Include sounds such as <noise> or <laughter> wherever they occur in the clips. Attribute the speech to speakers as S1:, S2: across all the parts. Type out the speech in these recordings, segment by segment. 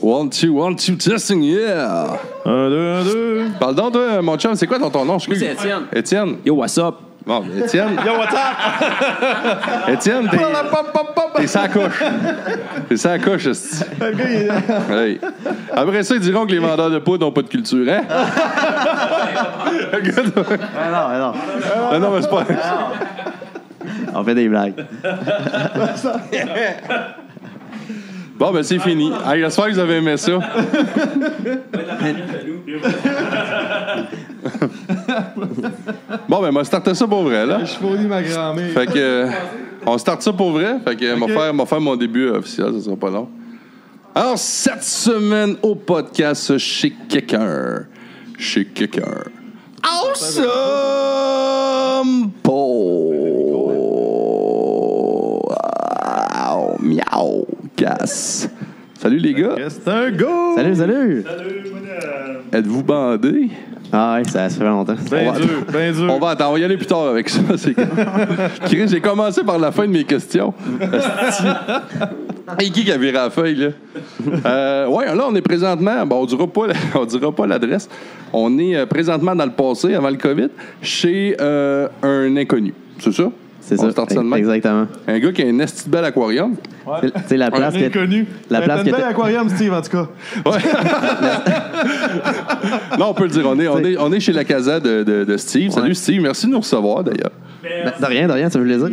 S1: One, two, one, two, testing, yeah!
S2: Un, deux, un, deux.
S1: Parle donc, toi, mon chum, c'est quoi ton, ton nom? Je suis
S3: Moi, c'est
S1: curieux.
S3: Étienne.
S1: Étienne.
S3: Yo, what's up?
S1: Bon, ben, Étienne.
S2: Yo, what's up?
S1: <laughs> Étienne, t'es. T'es sans couche. T'es sans couche, esti.
S2: Le gars, il est-
S1: Hey. Après ça, ils diront que les vendeurs de poudre n'ont pas de culture,
S2: <laughs>
S1: hein? Le gars, toi-
S4: Ah non, ah
S1: non, non, mais c'est pas.
S4: non. On fait
S2: <laughs>
S4: des blagues.
S1: Bon, ben, c'est fini. Hey, J'espère que vous avez aimé ça. Bon, ben, on va starter ça pour vrai, là.
S2: Je fournis ma grand-mère.
S1: Fait que. euh, On start ça pour vrai. Fait que, on, va faire, on va faire mon début euh, officiel, ça sera pas long. Alors, cette semaine au podcast chez quelqu'un. Chez quelqu'un. Awesome Paul. Wow, Miaou. Casse. Salut les gars.
S2: C'est un go!
S4: Salut, salut!
S1: Êtes-vous bandés?
S4: Ah ouais, ça, ça fait longtemps.
S2: Ben
S1: On va-
S2: dur, ben dur.
S1: On va attendre, on va y aller plus tard avec ça. c'est-
S4: <laughs>
S1: Chris, j'ai commencé par la fin de mes questions. Asti. Et qui qui a viré la feuille, là? Euh, ouais, là, on est présentement, bon, on dira pas, la- <laughs> on dira pas l'adresse. On est euh, présentement dans le passé, avant le COVID, chez euh, un inconnu. C'est ça?
S4: C'est
S1: On
S4: ça.
S1: start ça de même.
S4: Exactement.
S1: Un gars qui a un esti de bel aquarium.
S4: Tu sais, la place
S2: Un
S4: que.
S2: inconnu.
S4: la place
S2: que
S4: que
S2: t'as
S4: t'as-
S2: aquarium, Ben, Steve, en tout cas.
S1: Non, on peut le dire, on est, on est, on est chez la casa de, de- de Steve. Salut Steve, merci de nous recevoir d'ailleurs.
S4: Ben, De rien, de rien, ça veut le dire.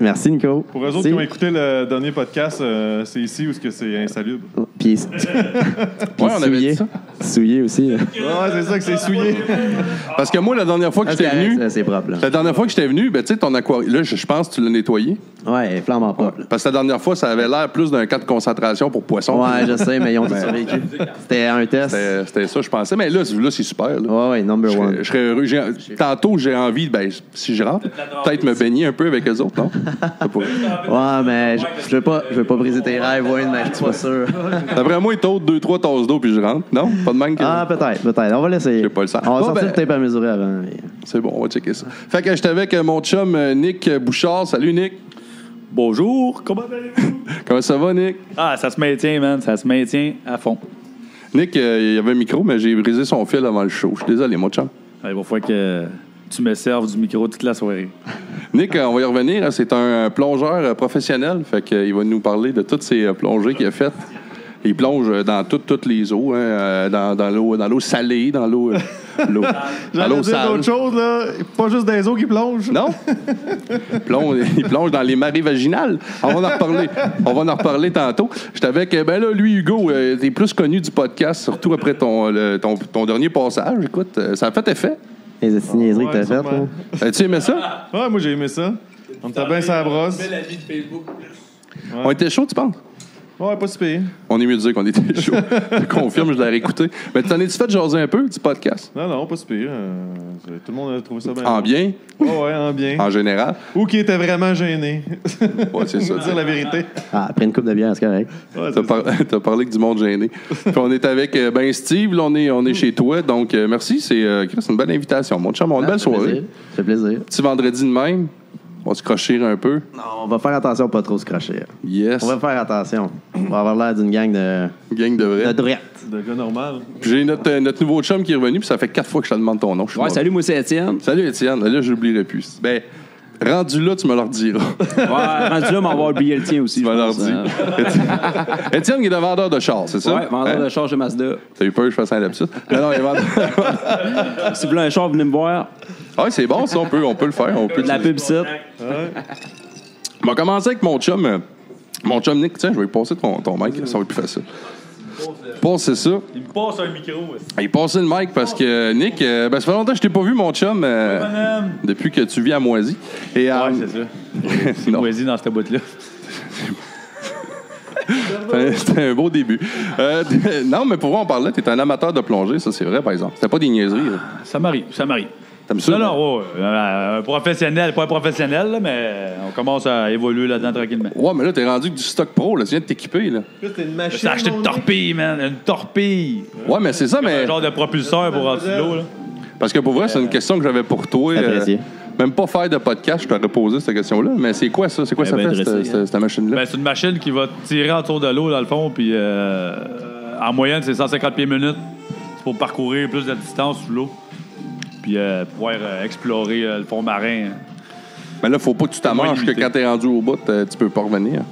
S4: Merci, Nico.
S2: Pour eux autres
S4: Merci.
S2: qui ont écouté le dernier podcast, euh, c'est ici où est-ce que c'est insalubre.
S4: Puis, puis
S1: Ouais, on avait
S4: souillé.
S1: dit ça.
S4: Souillé aussi. là.
S2: Ouais, c'est ça que c'est souillé.
S1: Parce que moi, la dernière fois que
S4: Ah, c'est
S1: j'étais venu,
S4: correct, ça, C'est propre, là.
S1: la dernière fois que j'étais venu, ben, tu sais, ton aquarium, là, je je pense que tu l'as nettoyé.
S4: Ouais, flambant propre. là.
S1: Parce que la dernière fois, ça avait l'air plus d'un cas de concentration pour poissons.
S4: Ouais, je sais, mais ils ont tout survécu. C'était un test.
S1: C'était c'était ça, je pensais. Mais là, là c'est super. là.
S4: Ouais, ouais,
S1: Je
S4: number
S1: serais- je
S4: one.
S1: serais heureux. J'ai- Tantôt, j'ai envie, ben, si je rentre, peut-être me baigner un peu avec eux
S4: <laughs>
S1: autres, non? Je sais pas.
S4: Ouais, mais je je veux pas, je veux pas briser tes rêves, Wayne, mais je suis pas sûr.
S1: D'après moi, ils t'ôtent deux, trois tasses d'eau, puis je rentre. Non? Pas de hein? même que...
S4: Ah, peut-être, peut-être. On va l'essayer.
S1: J'ai pas le sang.
S4: On va
S1: Bon,
S4: sortir
S1: ben-
S4: le tape à mesurer avant. mais-
S1: C'est bon, on va checker ça. Fait que j'étais avec euh, mon chum euh, Nick Bouchard. Salut, Nick.
S5: Bonjour, comment allez-vous?
S1: Comment ça va, Nick?
S5: Ah, ça se maintient, man, ça se maintient à fond.
S1: Nick, euh, il y avait un micro, mais j'ai brisé son fil avant le show. Je suis désolé, mon chum.
S5: Il va falloir que tu me serves du micro toute la soirée.
S1: Nick, euh, on va y revenir. hein, C'est un euh, plongeur euh, professionnel. Fait que, euh, il va nous parler de toutes ces euh, plongées qu'il a faites. Il plonge euh, dans toutes, toutes les eaux, hein, euh, dans, dans l'eau, dans l'eau salée, dans
S2: <laughs>
S1: l'eau, euh, l'eau, dans
S2: J'allais
S1: l'eau
S2: dire
S1: sale.
S2: d'autres choses, là. Pas juste des eaux qui plongent.
S1: Non? Il plonge, il plonge dans les marées vaginales. On va en reparler. On va en reparler tantôt. J'étais avec, euh, ben là, lui, Hugo, euh, t'es plus connu du podcast, surtout après ton, le- ton, ton dernier passage. Écoute, euh, ça a fait effet. Euh,
S4: Les petites niaiseries que
S2: Ouais,
S4: t'as faites,
S2: sûrement.
S4: là.
S1: tu aimé ça?
S2: Ouais, moi, j'ai aimé ça. On t'a bien sa brosse.
S1: On était chaud, tu penses?
S2: Ouais, pas si pire.
S1: On est mieux de dire qu'on était <laughs> chaud. je confirme, je l'ai réécouté. Mais t'en es-tu fait jaser un peu, du podcast?
S2: Non, non, pas si pire. Euh, tout le monde a trouvé ça bien.
S1: En bien,
S2: Ouais, ouais, en bien.
S1: en général.
S2: Ou qui était vraiment gêné.
S1: Ouais,
S2: <laughs>
S1: c'est ça.
S2: Faut dire la vérité.
S4: Ah, après une coupe de bière, c'est correct.
S2: Ouais,
S1: T'as
S2: c'est
S1: par- <laughs> t'as parlé que du monde gêné. Puis on est avec euh, Ben Steve, là, on est, on est chez toi. Donc, euh, merci. C'est euh, Chris, une belle invitation. Mon chum, on a une
S4: Ah,
S1: belle
S4: ça fait
S1: soirée.
S4: plaisir. Ça fait plaisir.
S1: Petit vendredi de même. On va se crocher un peu.
S4: Non, on va faire attention à pas trop se crocher.
S1: Yes.
S4: On va faire attention. On va avoir l'air d'une gang de,
S1: Gang de
S4: de
S1: vrai.
S4: droite.
S2: de gars normal.
S1: Puis J'ai notre, euh, notre nouveau chum qui est revenu, puis ça fait quatre fois que je te demande ton nom. Je suis
S3: Ouais,
S1: mort.
S3: Ah, salut, moi, c'est Étienne.
S1: Salut, Étienne. Là, j'oublierai plus. Ben, rendu là, tu me le
S4: <laughs>
S1: rediras.
S3: Ouais, rendu là, on va avoir oublié le tien aussi.
S1: Tu
S3: je
S1: m'as leur
S3: pense,
S1: dit.
S3: euh.
S1: Étienne, il est vendeur de char, c'est ça?
S3: Ouais, vendeur
S1: Hein?
S3: de char chez Mazda.
S1: T'as eu peur que je fasse un lapsus? <laughs> Non, non, il est vendeur.
S3: Si vous voulez un char, venez me voir.
S1: Ah, c'est bon, ça, on peut, on peut le faire. On peut
S3: De la pub site.
S1: On va commencer avec mon chum. euh, Mon chum Nick, tiens, je vais lui passer ton, ton mic, ça va être plus facile. Passe, c'est ça.
S5: Il me passe un micro.
S1: Il passait le mic parce que euh, Nick, euh, ben, ça fait longtemps que je t'ai pas vu, mon chum, euh, depuis que tu vis à Moisy. Et, euh,
S5: Ouais, c'est ça. C'est
S1: Non.
S5: moisi dans cette boîte-là.
S1: C'était <laughs> c'était un beau début. Euh, <laughs> non, mais pour moi, on parlait, t'es un amateur de plongée, ça c'est vrai, par exemple. C'était pas des niaiseries. là.
S5: Ça m'arrive, ça m'arrive.
S1: T'aimes ça? hein?
S5: Non, non, ouais, ouais. Euh, Un professionnel, pas un professionnel, là, mais on commence à évoluer là-dedans tranquillement.
S1: Ouais, mais là, t'es rendu que du stock pro, là, tu viens de t'équiper. là.
S2: Plus t'es une machine.
S5: J'ai acheté une
S2: mon
S5: torpille, man, une torpille.
S1: Ouais, mais c'est ça, mais.
S5: Un genre de propulseur pour en dessous de l'eau, là.
S1: Parce que pour vrai,
S5: Euh,
S1: c'est une question que j'avais pour toi. euh,
S4: C'est apprécié.
S1: même pas faire de podcast, je t'aurais posé cette question-là. Mais c'est quoi ça? C'est quoi
S5: Eh
S1: ça
S5: ben,
S1: fait, cette,
S5: dressé,
S1: cette- cette machine-là?
S5: Ben, c'est une machine qui va tirer autour de l'eau, dans le fond, puis euh, euh, en moyenne, c'est 150 pieds minute. C'est pour parcourir plus de distance sous l'eau. Puis euh, pouvoir euh, explorer euh, le fond marin.
S1: Mais là, faut pas que tu t'amanges que
S5: limité.
S1: quand t'es rendu au bout, euh, tu peux pas revenir.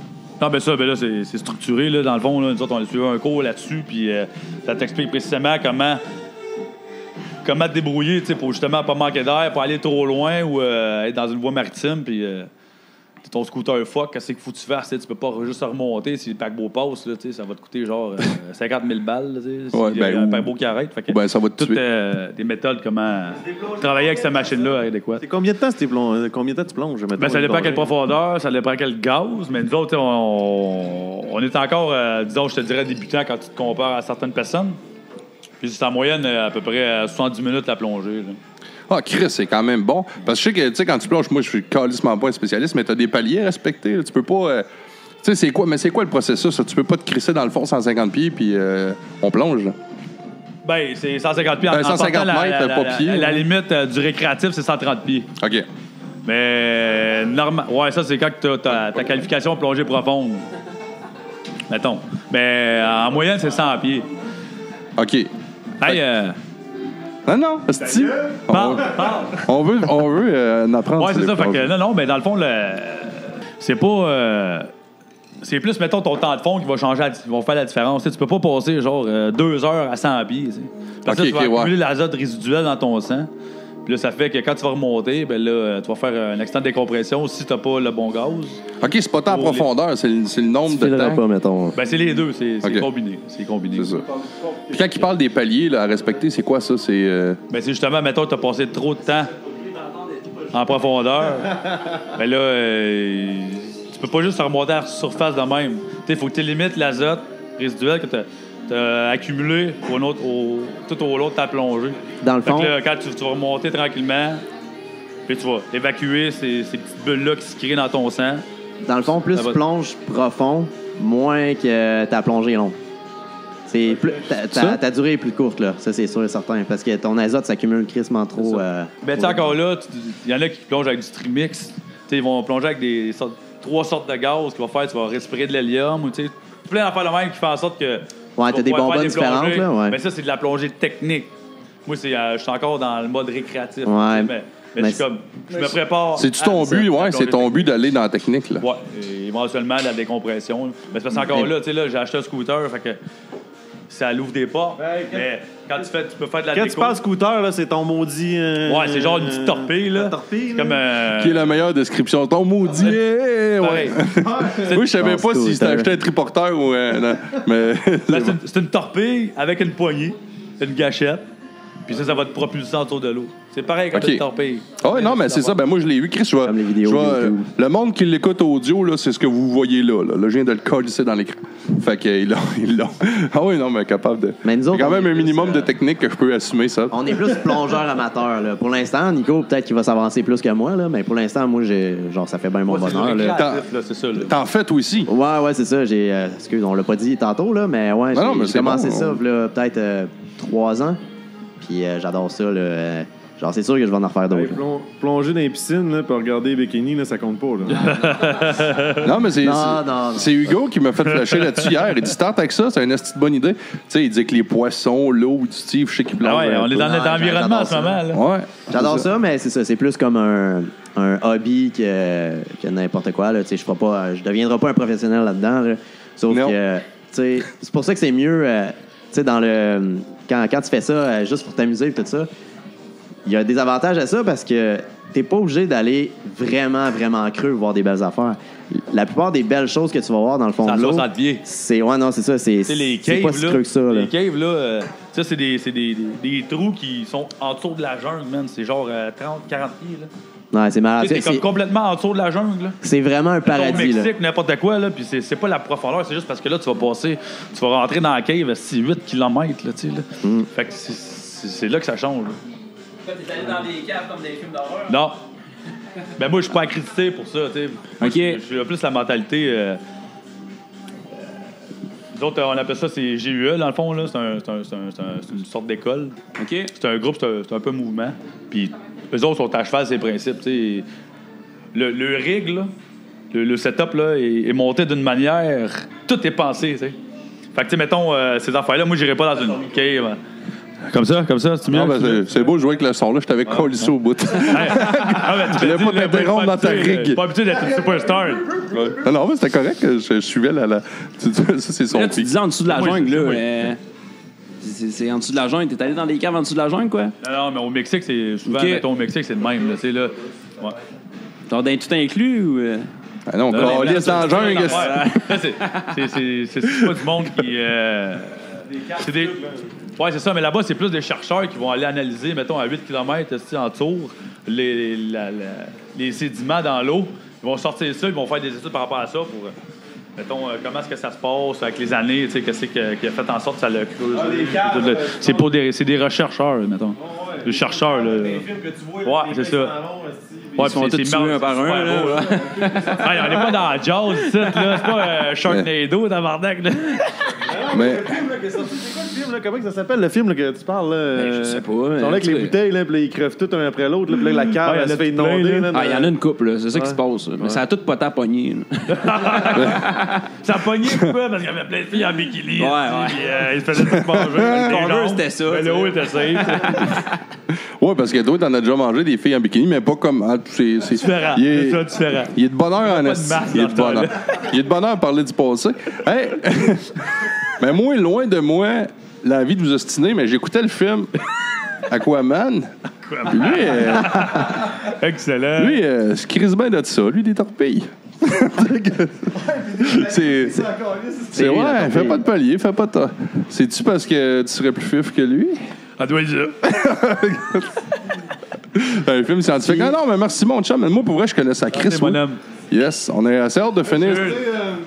S5: Non, ben ça, ben là, c'est c'est structuré, là, dans le fond. Là. Nous autres, on a suivi un cours là-dessus, puis euh, ça t'explique précisément comment comment te débrouiller, tu sais, pour justement pas manquer d'air, pas aller trop loin ou euh, être dans une voie maritime, puis euh, t'as ton scooter fuck, qu'est-ce qu'il faut que tu fasses, tu sais, tu peux pas juste remonter si le paquebot passe, là, tu sais, ça va te coûter genre euh, <laughs> 50 000 balles, là, tu sais, s'il
S1: Ouais,
S5: y a
S1: ben,
S5: un
S1: ou-
S5: paquebot qui arrête. Fait que
S1: ou ben, ça va te
S5: toutes
S1: tuer.
S5: euh, des méthodes comment travailler avec cette machine-là adéquate.
S4: C'est combien de temps c'était plong- euh, combien de temps tu plonges maintenant
S5: Ben, ça dépend à quelle profondeur, ça dépend à quel gaz, mais nous autres, on, on est encore, euh, disons, je te dirais débutant quand tu te compares à certaines personnes. Puis c'est en moyenne euh, à peu près euh, 70 minutes la plongée. là.
S1: Ah, Chris, c'est quand même bon. Parce que je sais que, tu sais, quand tu plonges, moi, je suis calissement pas un spécialiste, mais t'as des paliers à respecter. là. Tu peux pas. euh, tu sais, c'est quoi, mais c'est quoi le processus? là? Tu peux pas te crisser dans le fond 150 pieds, puis euh, on plonge, là.
S5: Ben, c'est 150 pieds.
S1: Ben,
S5: en- en
S1: 150
S5: partant, la-
S1: mètres,
S5: la- la-
S1: pas pied,
S5: La, la
S1: hein.
S5: limite euh, du récréatif, c'est 130 pieds.
S1: OK.
S5: Mais normal. Ouais, ça, c'est quand tu as ta, ta qualification plongée profonde. Mettons. Mais euh, en moyenne, c'est 100 pieds.
S1: OK.
S5: Hey, euh,
S1: Non, non, hostie. On,
S5: parle, parle.
S1: on veut, on veut euh, en apprendre.
S5: Ouais,
S1: sur les
S5: c'est ça. Fait
S1: plonges.
S5: que, non, non, mais dans le fond, le- c'est pas. euh, C'est plus, mettons, ton temps de fond qui va changer, la di- qui va faire la différence. Tu, sais, tu peux pas passer, genre, euh, deux heures à 100 pieds. tu sais. Parce que
S1: Ok,
S5: tu vas
S1: ok, ouais.
S5: accumuler l'azote résiduel dans ton sang. Puis là, ça fait que quand tu vas remonter, ben là, euh, tu vas faire euh, un accident de décompression si t'as pas le bon gaz.
S1: OK, c'est pas tant en
S5: Pour les-
S1: profondeur, c'est le, c'est le nombre de temps.
S4: pas, mettons.
S5: Ben, c'est les deux. C'est c'est
S1: Ok.
S5: combiné. C'est combiné.
S1: C'est ça. Puis quand il parle des paliers là, à respecter, c'est quoi ça? C'est. euh,
S5: Ben, c'est justement, mettons, t'as passé trop de temps en profondeur. ben là, euh, tu peux pas juste remonter à la surface de même. Il faut que tu limites l'azote résiduel que tu as accumulé au long- au- tout au long de ta plongée.
S4: Dans le
S5: Fait
S4: fond,
S5: que là, quand tu, tu vas remonter tranquillement, puis tu vas évacuer ces, ces petites bulles-là qui se créent dans ton sang.
S4: dans le fond, plus
S5: Ça va-
S4: tu plonges profond, moins que ta plongée est longue. C'est plus, ta, ta-
S1: Ça?
S4: ta durée est plus courte, là. Ça, c'est sûr et certain. Parce que ton azote s'accumule crissement trop. euh,
S5: Mais Ben, tu sais, encore là, il y en a qui plongent avec du trimix. Tu sais, ils vont plonger avec des sortes- trois sortes de gaz qui vont faire, tu vas respirer de l'hélium ou tu sais, plein d'affaires de même qui font en sorte que.
S4: Ouais,
S5: tu
S4: t'as des
S5: vas pouvoir
S4: bonbonnes
S5: faire
S4: différentes,
S5: plongées.
S4: là, ouais.
S5: Mais ça, c'est de la plongée technique. Moi, c'est, euh, je suis encore dans le mode récréatif.
S4: Ouais.
S5: tu sais, Mais, mais
S4: Mais
S5: je suis comme, je me prépare.
S1: C'est-tu
S5: à
S1: ton
S5: ça,
S1: but?
S5: la
S1: Ouais, c'est
S5: plongée
S1: ton but d'aller dans la technique, là.
S5: Ouais, et éventuellement la décompression. là. Mais c'est parce qu'encore là, tu sais, là, j'ai acheté un scooter, fait que ça l'ouvre des portes. mais quand tu fais, tu peux faire de la
S6: Quand tu
S5: déco-
S6: parles scooter, là, c'est ton maudit. euh,
S5: Ouais, c'est genre une petite torpille, là.
S6: La torpille,
S5: C'est
S6: là.
S5: comme. euh,
S1: Qui est la meilleure description? Ton maudit! eh, eh, ouais.
S5: pareil.
S1: Moi, je savais pas si c'était
S4: scooter.
S1: acheté un triporteur ou un. non, Mais.
S5: <laughs> Ben, c'est une- c'est une torpille avec une poignée, une gâchette, puis ça, ça va te propulser autour de l'eau. C'est pareil quand
S1: Ok.
S5: une torpille.
S1: Ah ouais, non, mais c'est ça. Ben, moi, je l'ai vu, Chris. Je vais-
S4: Comme les vidéos
S1: je vais-
S4: YouTube.
S1: euh, le monde qui l'écoute audio, là, c'est ce que vous voyez là. Là, Là, je viens de le colisser dans l'écran. Fait que, euh, ils l'ont. ils l'ont. <laughs> Ah oui, non, mais capable de.
S4: Mais nous
S1: C'est
S4: autres,
S1: quand
S4: on
S1: même
S4: est
S1: un
S4: plus,
S1: minimum de
S4: euh,
S1: technique que je peux assumer, ça.
S4: On est plus
S5: <laughs>
S4: plongeur amateur là. Pour l'instant, Nico, peut-être qu'il va s'avancer plus que moi là, mais pour l'instant, moi j'ai genre ça fait bien mon bonheur là.
S5: Récréatif, là, c'est ça. là.
S1: T'en fais, toi aussi.
S4: Ouais, ouais, c'est ça. J'ai, euh, excuse, on l'a pas dit tantôt là, mais ouais,
S1: non, mais
S4: j'ai j'ai
S1: c'est
S4: commencé
S1: bon,
S4: ça
S1: on-
S4: v'là, peut-être euh, trois ans. Puis euh, j'adore ça là. Euh, genre c'est sûr que je vais en refaire
S6: Hey,
S4: d'autres. là.
S6: plon- plonger dans les piscines, là, puis regarder les bikinis, là, ça compte pas, <laughs> là.
S1: Non, mais c'est.
S4: Non,
S1: c'est-
S4: non, non.
S1: C'est Hugo qui m'a fait flasher là-dessus hier. Il dit Start avec ça, c'est une esti de bonne idée. Tu sais, il dit que les poissons, l'eau, du Steve, je sais qu'il plonge.
S5: Ah ouais, on est dans
S4: Non,
S5: notre environnement en
S4: j'adore
S5: ce
S4: ça.
S5: moment. là.
S1: Ouais.
S4: J'adore ça, mais c'est ça, c'est plus comme un, un hobby que, que n'importe quoi. Là. Tu sais, Je ferai pas, je deviendrai pas un professionnel là-dedans. là. Sauf
S1: Non.
S4: que tu sais, c'est pour ça que c'est mieux euh, tu sais, dans le quand, quand tu fais ça euh, juste pour t'amuser et tout ça. Il y a des avantages à ça parce que t'es pas obligé d'aller vraiment, vraiment creux voir des belles affaires. La plupart des belles choses que tu vas voir dans le fond
S5: C'est à
S4: de l'eau,
S5: 60 pieds.
S4: c'est ouais non c'est ça, c'est
S5: Tu sais, les
S4: c'est
S5: caves,
S4: pas si
S5: là,
S4: creux que ça. là.
S5: Les caves, là, euh, ça, c'est des, c'est des, des, des trous qui sont en dessous de la jungle, man. C'est genre euh, 30, 40 pieds, là.
S4: Ouais, Ah, c'est malade.
S5: Tu sais, t'es comme
S4: C'est-
S5: complètement en dessous de la jungle, là.
S4: C'est vraiment un
S5: Au
S4: paradis. là.
S5: Mexique, n'importe quoi, là, puis c'est, c'est pas la profondeur, c'est juste parce que là, tu vas passer, tu vas rentrer dans la cave à 6-8 km, là, tu sais, là. Fait que c'est, c'est- c'est là que ça change, là.
S7: Toi, t'es allé dans des caves comme des films d'horreur.
S5: Non. Ben moi, je suis pas accrédité pour ça, tu sais. Moi,
S3: OK.
S5: Je je suis plus la mentalité. euh, euh, nous autres, euh, on appelle ça c'est GUE, dans le fond, là. C'est, un- c'est un- c'est un- c'est un- c'est une sorte d'école.
S3: OK.
S5: C'est un groupe, c'est un, c'est un peu mouvement. Puis eux autres sont à cheval, ces principes, tu sais. Le, le rig, là, le, le setup, là, est, est monté d'une manière. Tout est pensé, tu sais. Fait que, tu sais, mettons, euh, ces affaires-là, moi, j'irai pas dans une cave. hein. Comme ça, comme ça, c'est mieux.
S1: Non, ben, c'est- c'est beau de jouer avec le son, là. Je t'avais
S5: Ah.
S1: collé ça au
S5: <laughs>
S1: bout.
S5: Hey. Ah, ben, tu
S1: voulais
S5: l'as dit,
S1: pas
S5: là,
S1: t'interrompre
S5: pas
S1: dans ta
S5: habitué,
S1: rigue.
S5: euh, Pas habitué d'être une superstar.
S1: non, non, mais c'était correct. Je, je suivais la. la- tu- tu- ça, c'est son
S3: Là, tu
S1: pic.
S3: disais en dessous de la
S5: Oui,
S3: jungle, là.
S5: oui.
S3: euh, c'est c'est en dessous de la jungle. T'es allé dans les caves en dessous de la jungle, quoi?
S5: Non, non, mais au Mexique, c'est souvent,
S3: Ok.
S5: mettons, au Mexique, c'est le même. Là, tu sais, là. Ouais.
S3: Genre, dans tout inclus ou. euh?
S1: Ah non,
S5: Là, les
S1: collé
S5: blancs,
S1: dans la
S5: c'est une
S1: jungle.
S5: affaire. Là, c'est- c'est- C'est c'est- c'est pas du monde qui. euh, c'est des. Ouais, c'est ça, mais là-bas, c'est plus des chercheurs qui vont aller analyser, mettons, à 8 km en tour, les, la- la- les sédiments dans l'eau. Ils vont sortir ça, ils vont faire des études par rapport à ça pour. euh, Mettons, euh, comment est-ce que ça se passe avec les années, tu sais, qu'est-ce que- qui a fait en sorte que ça le creuse. euh, Tout le- c'est pour des, c'est des rechercheurs, mettons. Des chercheurs, là. Ouais, c'est ça. Ouais,
S3: Ils se font
S5: puis c'est-
S3: tous
S5: c'est
S3: tuer
S5: mar-
S3: un par
S5: c'est
S3: un,
S5: super beau,
S3: là.
S5: Hey, on n'est pas dans la jazz, ici, là. C'est pas euh, Sharknado, tabarnak, là.
S1: Mais
S6: quoi le film, là? Comment que ça s'appelle le film là, que tu parles? Là?
S3: Ben, je sais pas,
S6: Ils sont là
S3: mais
S6: avec
S3: tu
S6: les
S3: sais.
S6: bouteilles, là, puis là, ils crevent tout un après l'autre, là, puis là, la cave,
S5: Ouais,
S6: elle
S5: il y en
S6: se
S5: a
S6: fait
S5: tout plein,
S6: inonder. Là,
S5: là.
S3: Ah, il y en a une couple, là. C'est ça qui
S6: Ouais.
S3: se passe. là. Mais ça a tout poté à pogner. là.
S5: Ça pognait pourquoi? Parce qu'il y avait plein de filles en bikini.
S3: Ouais,
S5: ici,
S3: ouais.
S5: Puis, euh, ils se faisaient tout manger. avec des
S3: Converse,
S5: jambes.
S3: c'était ça,
S5: Mais
S3: tu
S5: le haut
S3: sais.
S5: était safe.
S1: ouais, parce que toi, t'en as déjà mangé des filles en bikini, mais pas comme. ah, c'est c'est- <laughs>
S5: Différent.
S1: Il
S5: C'est ça,
S1: est,
S5: différent.
S1: il est de bonheur, en esti.
S5: masse
S1: Il est
S5: dans
S1: de
S5: ce temps-là.
S1: bonheur. Il est de bonheur à parler du passé. Hey! <laughs> mais moi, loin de moi, l'envie de vous ostiner, mais j'écoutais le film Aquaman. Lui, euh,
S5: Excellent.
S1: lui euh, se crise bien de ça. Lui, des torpilles. c'est.
S6: Ah,
S1: C'est
S4: lui, la
S1: ouais, fais
S4: torpille.
S1: pas de palier, fais pas de. tor- C'est-tu parce que tu serais plus fif que lui?
S5: On doit le Ah, dire.
S1: Un film scientifique. Ah non, mais merci, mon chum. Mais moi, pour vrai, je connais sa Chris.
S5: C'est
S1: oui.
S5: mon homme.
S1: Yes, on est assez hâte de finir.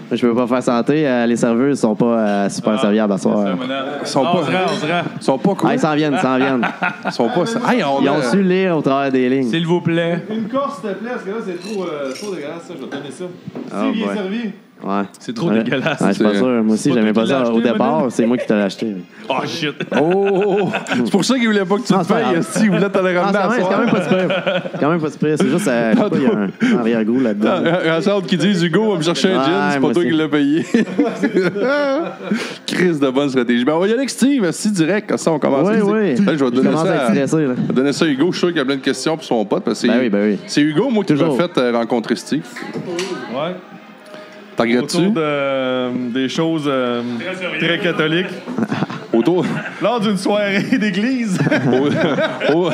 S5: C'est
S4: Je peux pas faire santé. euh, les serveuses sont pas euh, super serviables à soir.
S5: ça, mon homme.
S1: Ils sont
S5: Ah, On
S1: pas-
S5: se rend, on se rend.
S1: Ils sont pas cool.
S4: Ah, ils s'en viennent, ils s'en viennent.
S1: Ils sont pas. Hey, on
S4: Ils
S1: a-
S4: ont su lire au travers des lignes.
S5: S'il vous plaît.
S6: Une corse, s'il te plaît, parce que là, c'est trop, euh, trop dégueulasse, ça. Je vais te donner ça.
S4: Ah,
S6: c'est bien
S4: ouais.
S6: servi.
S4: Ouais.
S5: C'est trop
S4: Ouais.
S5: dégueulasse.
S4: Ouais, je suis pas
S1: C'est-
S4: sûr. Moi aussi,
S6: pas
S4: j'aimais
S6: toi
S4: pas
S6: qui l'as
S4: ça. Au
S6: acheté,
S4: départ, c'est moi qui te l'ai acheté.
S5: Oh shit.
S1: Oh, oh, oh. C'est pour ça qu'ils voulaient pas que tu te
S4: c'est pas
S1: payes.
S4: grave.
S1: Si ils voulaient te le
S4: Ah,
S1: ramener
S4: c'est quand
S1: à
S4: même- c'est quand
S1: soir.
S4: même pas super. C'est quand même pas super. C'est juste, euh, je sais pas, il y a un arrière-goût là-dedans.
S1: Ah, Assez hâte qu'ils disent Hugo, va me chercher un
S4: Ouais,
S1: gin, c'est pas
S4: moi
S1: toi
S4: aussi.
S1: qui l'as
S4: <laughs>
S1: payé. Chris de bonne stratégie. Ben, on va y aller avec Steve, si direct, comme ça on commence.
S4: Oui, oui.
S1: Là, je vais donner
S4: commence
S1: ça
S4: à
S1: à-
S4: être stressé, là.
S1: Je vais donner ça à Hugo. Je suis sûr qu'il y a plein de questions pour son pote. Parce que
S4: Ben
S1: c'est-
S4: oui, ben oui.
S1: C'est Hugo, moi, qui m'a
S4: Toujours.
S1: fait euh, rencontrer Steve.
S6: Ouais.
S1: T'en regrettes-tu?
S6: Autour de, euh, des choses euh, très catholiques.
S1: Autour.
S6: Lors d'une soirée <laughs> d'église.
S1: au- au-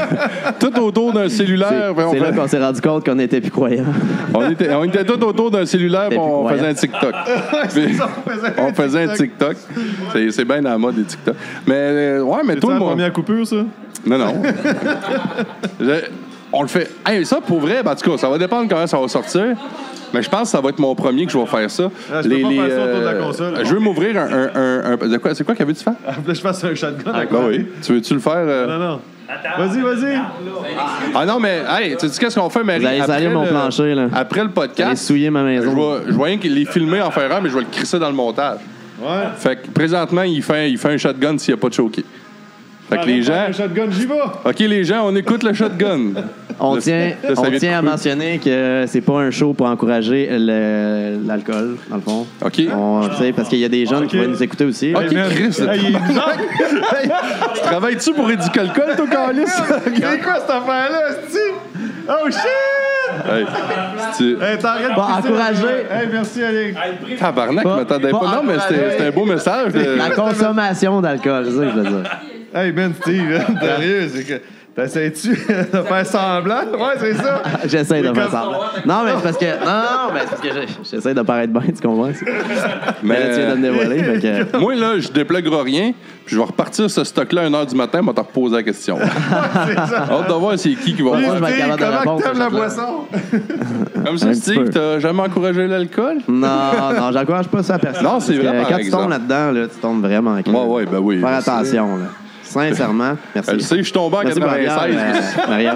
S1: <laughs> tout autour d'un cellulaire. puis
S4: C'est
S1: on,
S4: c'est là
S1: fait-
S4: qu'on s'est rendu compte qu'on était plus croyants.
S1: on était, on était tout autour d'un cellulaire puis on faisait un
S4: <laughs>
S1: TikTok. Puis
S6: <laughs>
S1: on faisait un TikTok. C'est- C'est bien dans la mode des TikTok. Mais euh, ouais, mais
S6: C'est
S1: toi,
S6: la
S1: moi.
S6: première coupure, ça?
S1: Non, non. <laughs> Je- on le fait. Hey, ça, pour vrai, ben, en tout cas, ça va dépendre comment ça va sortir. Mais je pense que ça va être mon premier que je vais faire ça. euh,
S6: Ah, je peux pas faire ça autour de la console.
S1: Je veux m'ouvrir un, un- un- un- De quoi C'est quoi qu'avais-tu fait?
S6: Ah, Je fasse un shotgun à
S1: Ah oui. Tu veux-tu le faire? euh?
S6: Non, non. Vas-y, vas-y.
S1: Ah non, mais, hey, tu sais qu'est-ce qu'on fait, Marie?
S4: Vous allez
S1: Après
S4: salir mon
S1: le-
S4: plancher, là.
S1: Après le
S4: Vous allez
S1: podcast,
S4: souiller ma
S1: je
S4: maison.
S1: vais, je vais rien que les filmer en faire un, mais je vais le crisser dans le montage.
S6: Ouais.
S1: Fait que présentement, il fait, il fait un shotgun s'il n'y a pas de choqué. Fait que les gens...
S6: Un shotgun, j'y vais.
S1: OK, les gens, on écoute le shotgun.
S4: On
S1: Là,
S4: tient,
S1: là, ça
S4: on
S1: vient de
S4: tient à
S1: couper.
S4: mentionner que c'est pas un show pour encourager le- l'alcool, dans le fond.
S1: OK.
S4: On- tu sais, parce qu'il y a des jeunes qui
S6: Ok.
S4: vont nous écouter aussi.
S1: OK, Chris,
S6: Hey, il est <laughs> bizarre.
S1: tu travailles-tu pour éduquer le col, toi,
S4: <laughs>
S1: calice?
S6: C'est quoi cette affaire-là, esti? Oh shit!
S1: Hey, c'est-
S6: Hey, t'arrêtes
S4: Bon,
S6: de pisser.
S4: encouragez.
S6: Hey, merci, Alex.
S1: Tabarnak, je m'attendais
S4: pas
S1: pas. Non, mais c'était
S4: encouragé.
S1: c'était un beau message. de-
S4: La consommation d'alcool, c'est ça que je veux dire.
S6: Hey, Ben Steve, <laughs> sérieux, c'est que. T'essaies-tu <laughs> de faire semblant? Ouais, c'est
S4: <laughs>
S6: ça.
S4: J'essaie de
S6: Mais
S4: faire
S6: comme-
S4: semblant. Non, mais c'est parce que. Non, non, mais c'est parce que j'ai- j'essaie de paraître bien, tu comprends? Mais là, tu viens de me dévoiler. fait
S1: <laughs>
S4: que-
S6: <laughs>
S1: Moi, là, je dépluguerai rien, puis je vais repartir ce stock-là à 1h du matin, on te reposer la
S4: <laughs>
S1: question. Hâte de voir c'est qui qui va
S4: je
S1: voir.
S4: vais être
S6: Steve,
S4: capable de
S6: comment
S4: répondre,
S6: t'aimes la
S4: ce shot-là.
S6: boisson?
S1: Comme ça,
S4: Un petit
S1: Steve,
S4: peu.
S1: t'as jamais encouragé l'alcool?
S4: Non, non, j'encourage pas ça à personne.
S1: Non, c'est
S4: Parce que
S1: vrai, par
S4: Quand tu
S1: exemple.
S4: tombes là-dedans, là, tu tombes vraiment en cul.
S1: Ouais, ouais, ben oui,
S4: Faire
S1: je sais.
S4: attention, là. Sincèrement, merci.
S1: Je sais, je suis tombé en
S4: Merci, Maria.
S1: 96.
S4: euh, Maria.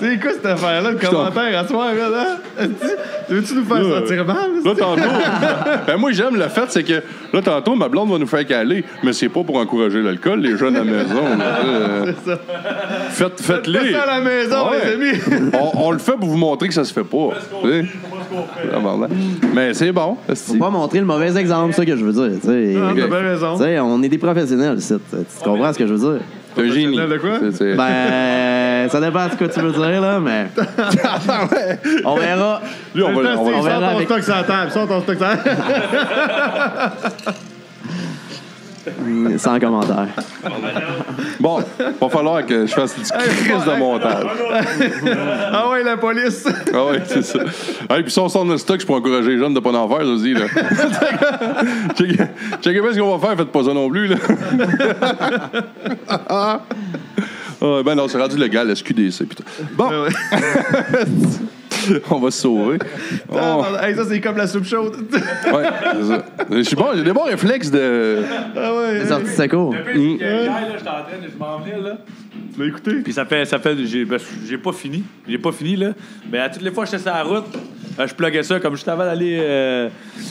S6: C'est quoi cette affaire-là, le commentaire à soir, là? hein? Esti, Veux-tu nous faire sentir mal?
S1: Là, tantôt, <laughs> ben moi, j'aime le fait, c'est que là, tantôt, ma blonde va nous faire caler, mais c'est pas pour encourager l'alcool, les jeunes à la maison. là. Euh,
S6: C'est ça.
S1: faites-
S6: Fais
S1: Faites-les.
S6: ça à la maison,
S1: Ouais.
S6: les amis.
S1: on, on le fait pour vous montrer que ça se fait pas. tu sais. Tabarnak. Mais c'est bon.
S4: Faut
S1: esti.
S4: pas montrer le mauvais exemple, c'est ça que je veux dire. tu sais.
S6: Non, t'as bien
S4: Tu
S6: raison.
S4: sais, on est des professionnels ici. Tu tu comprends ce que je veux dire?
S1: C'est un génie.
S6: Professionnel de quoi?
S1: C'est- c'est-
S4: Ben, ça dépend de ce que tu veux dire, là,
S1: <laughs>
S4: mais. on verra.
S1: Lui, on va, on va-
S6: Steve,
S4: on verra
S6: sors ton
S4: avec-
S6: stock sur la table. Sors ton stock sur la table.
S4: Mm, Sans commentaire.
S1: Bon, va falloir que je fasse du crise de montage.
S6: Ah ouais, la police. <laughs>
S1: Ah oui, c'est ça. Ah, Et puis si on sort notre stock, je peux encourager les jeunes de pas en faire, là,
S6: <laughs>
S1: aussi. Là. Check- Checkez bien ce qu'on va faire, faites pas ça non
S6: <laughs>
S1: plus. Là. Ah, ben non, c'est rendu légal, la SQDC. Putain. Bon,
S6: Ah ouais.
S1: <laughs> on va se sauver.
S6: Ah,
S1: On-
S6: pardon. Hey, ça, c'est comme la soupe chaude. <laughs>
S1: ouais, c'est ça. Je suis bon, j'ai des bons réflexes de.
S6: ah ouais.
S4: C'est sorti de secours.
S5: Puis, euh,
S1: Mm.
S5: Hier, là, j'étais en train de je m'en venais, là.
S6: Mais écoutez.
S5: Puis ça fait. Ça fait j'ai, ben, j'ai pas fini. J'ai pas fini, là. Mais à toutes les fois, j'étais sur la route. euh, je pluguais ça, comme juste avant d'aller euh,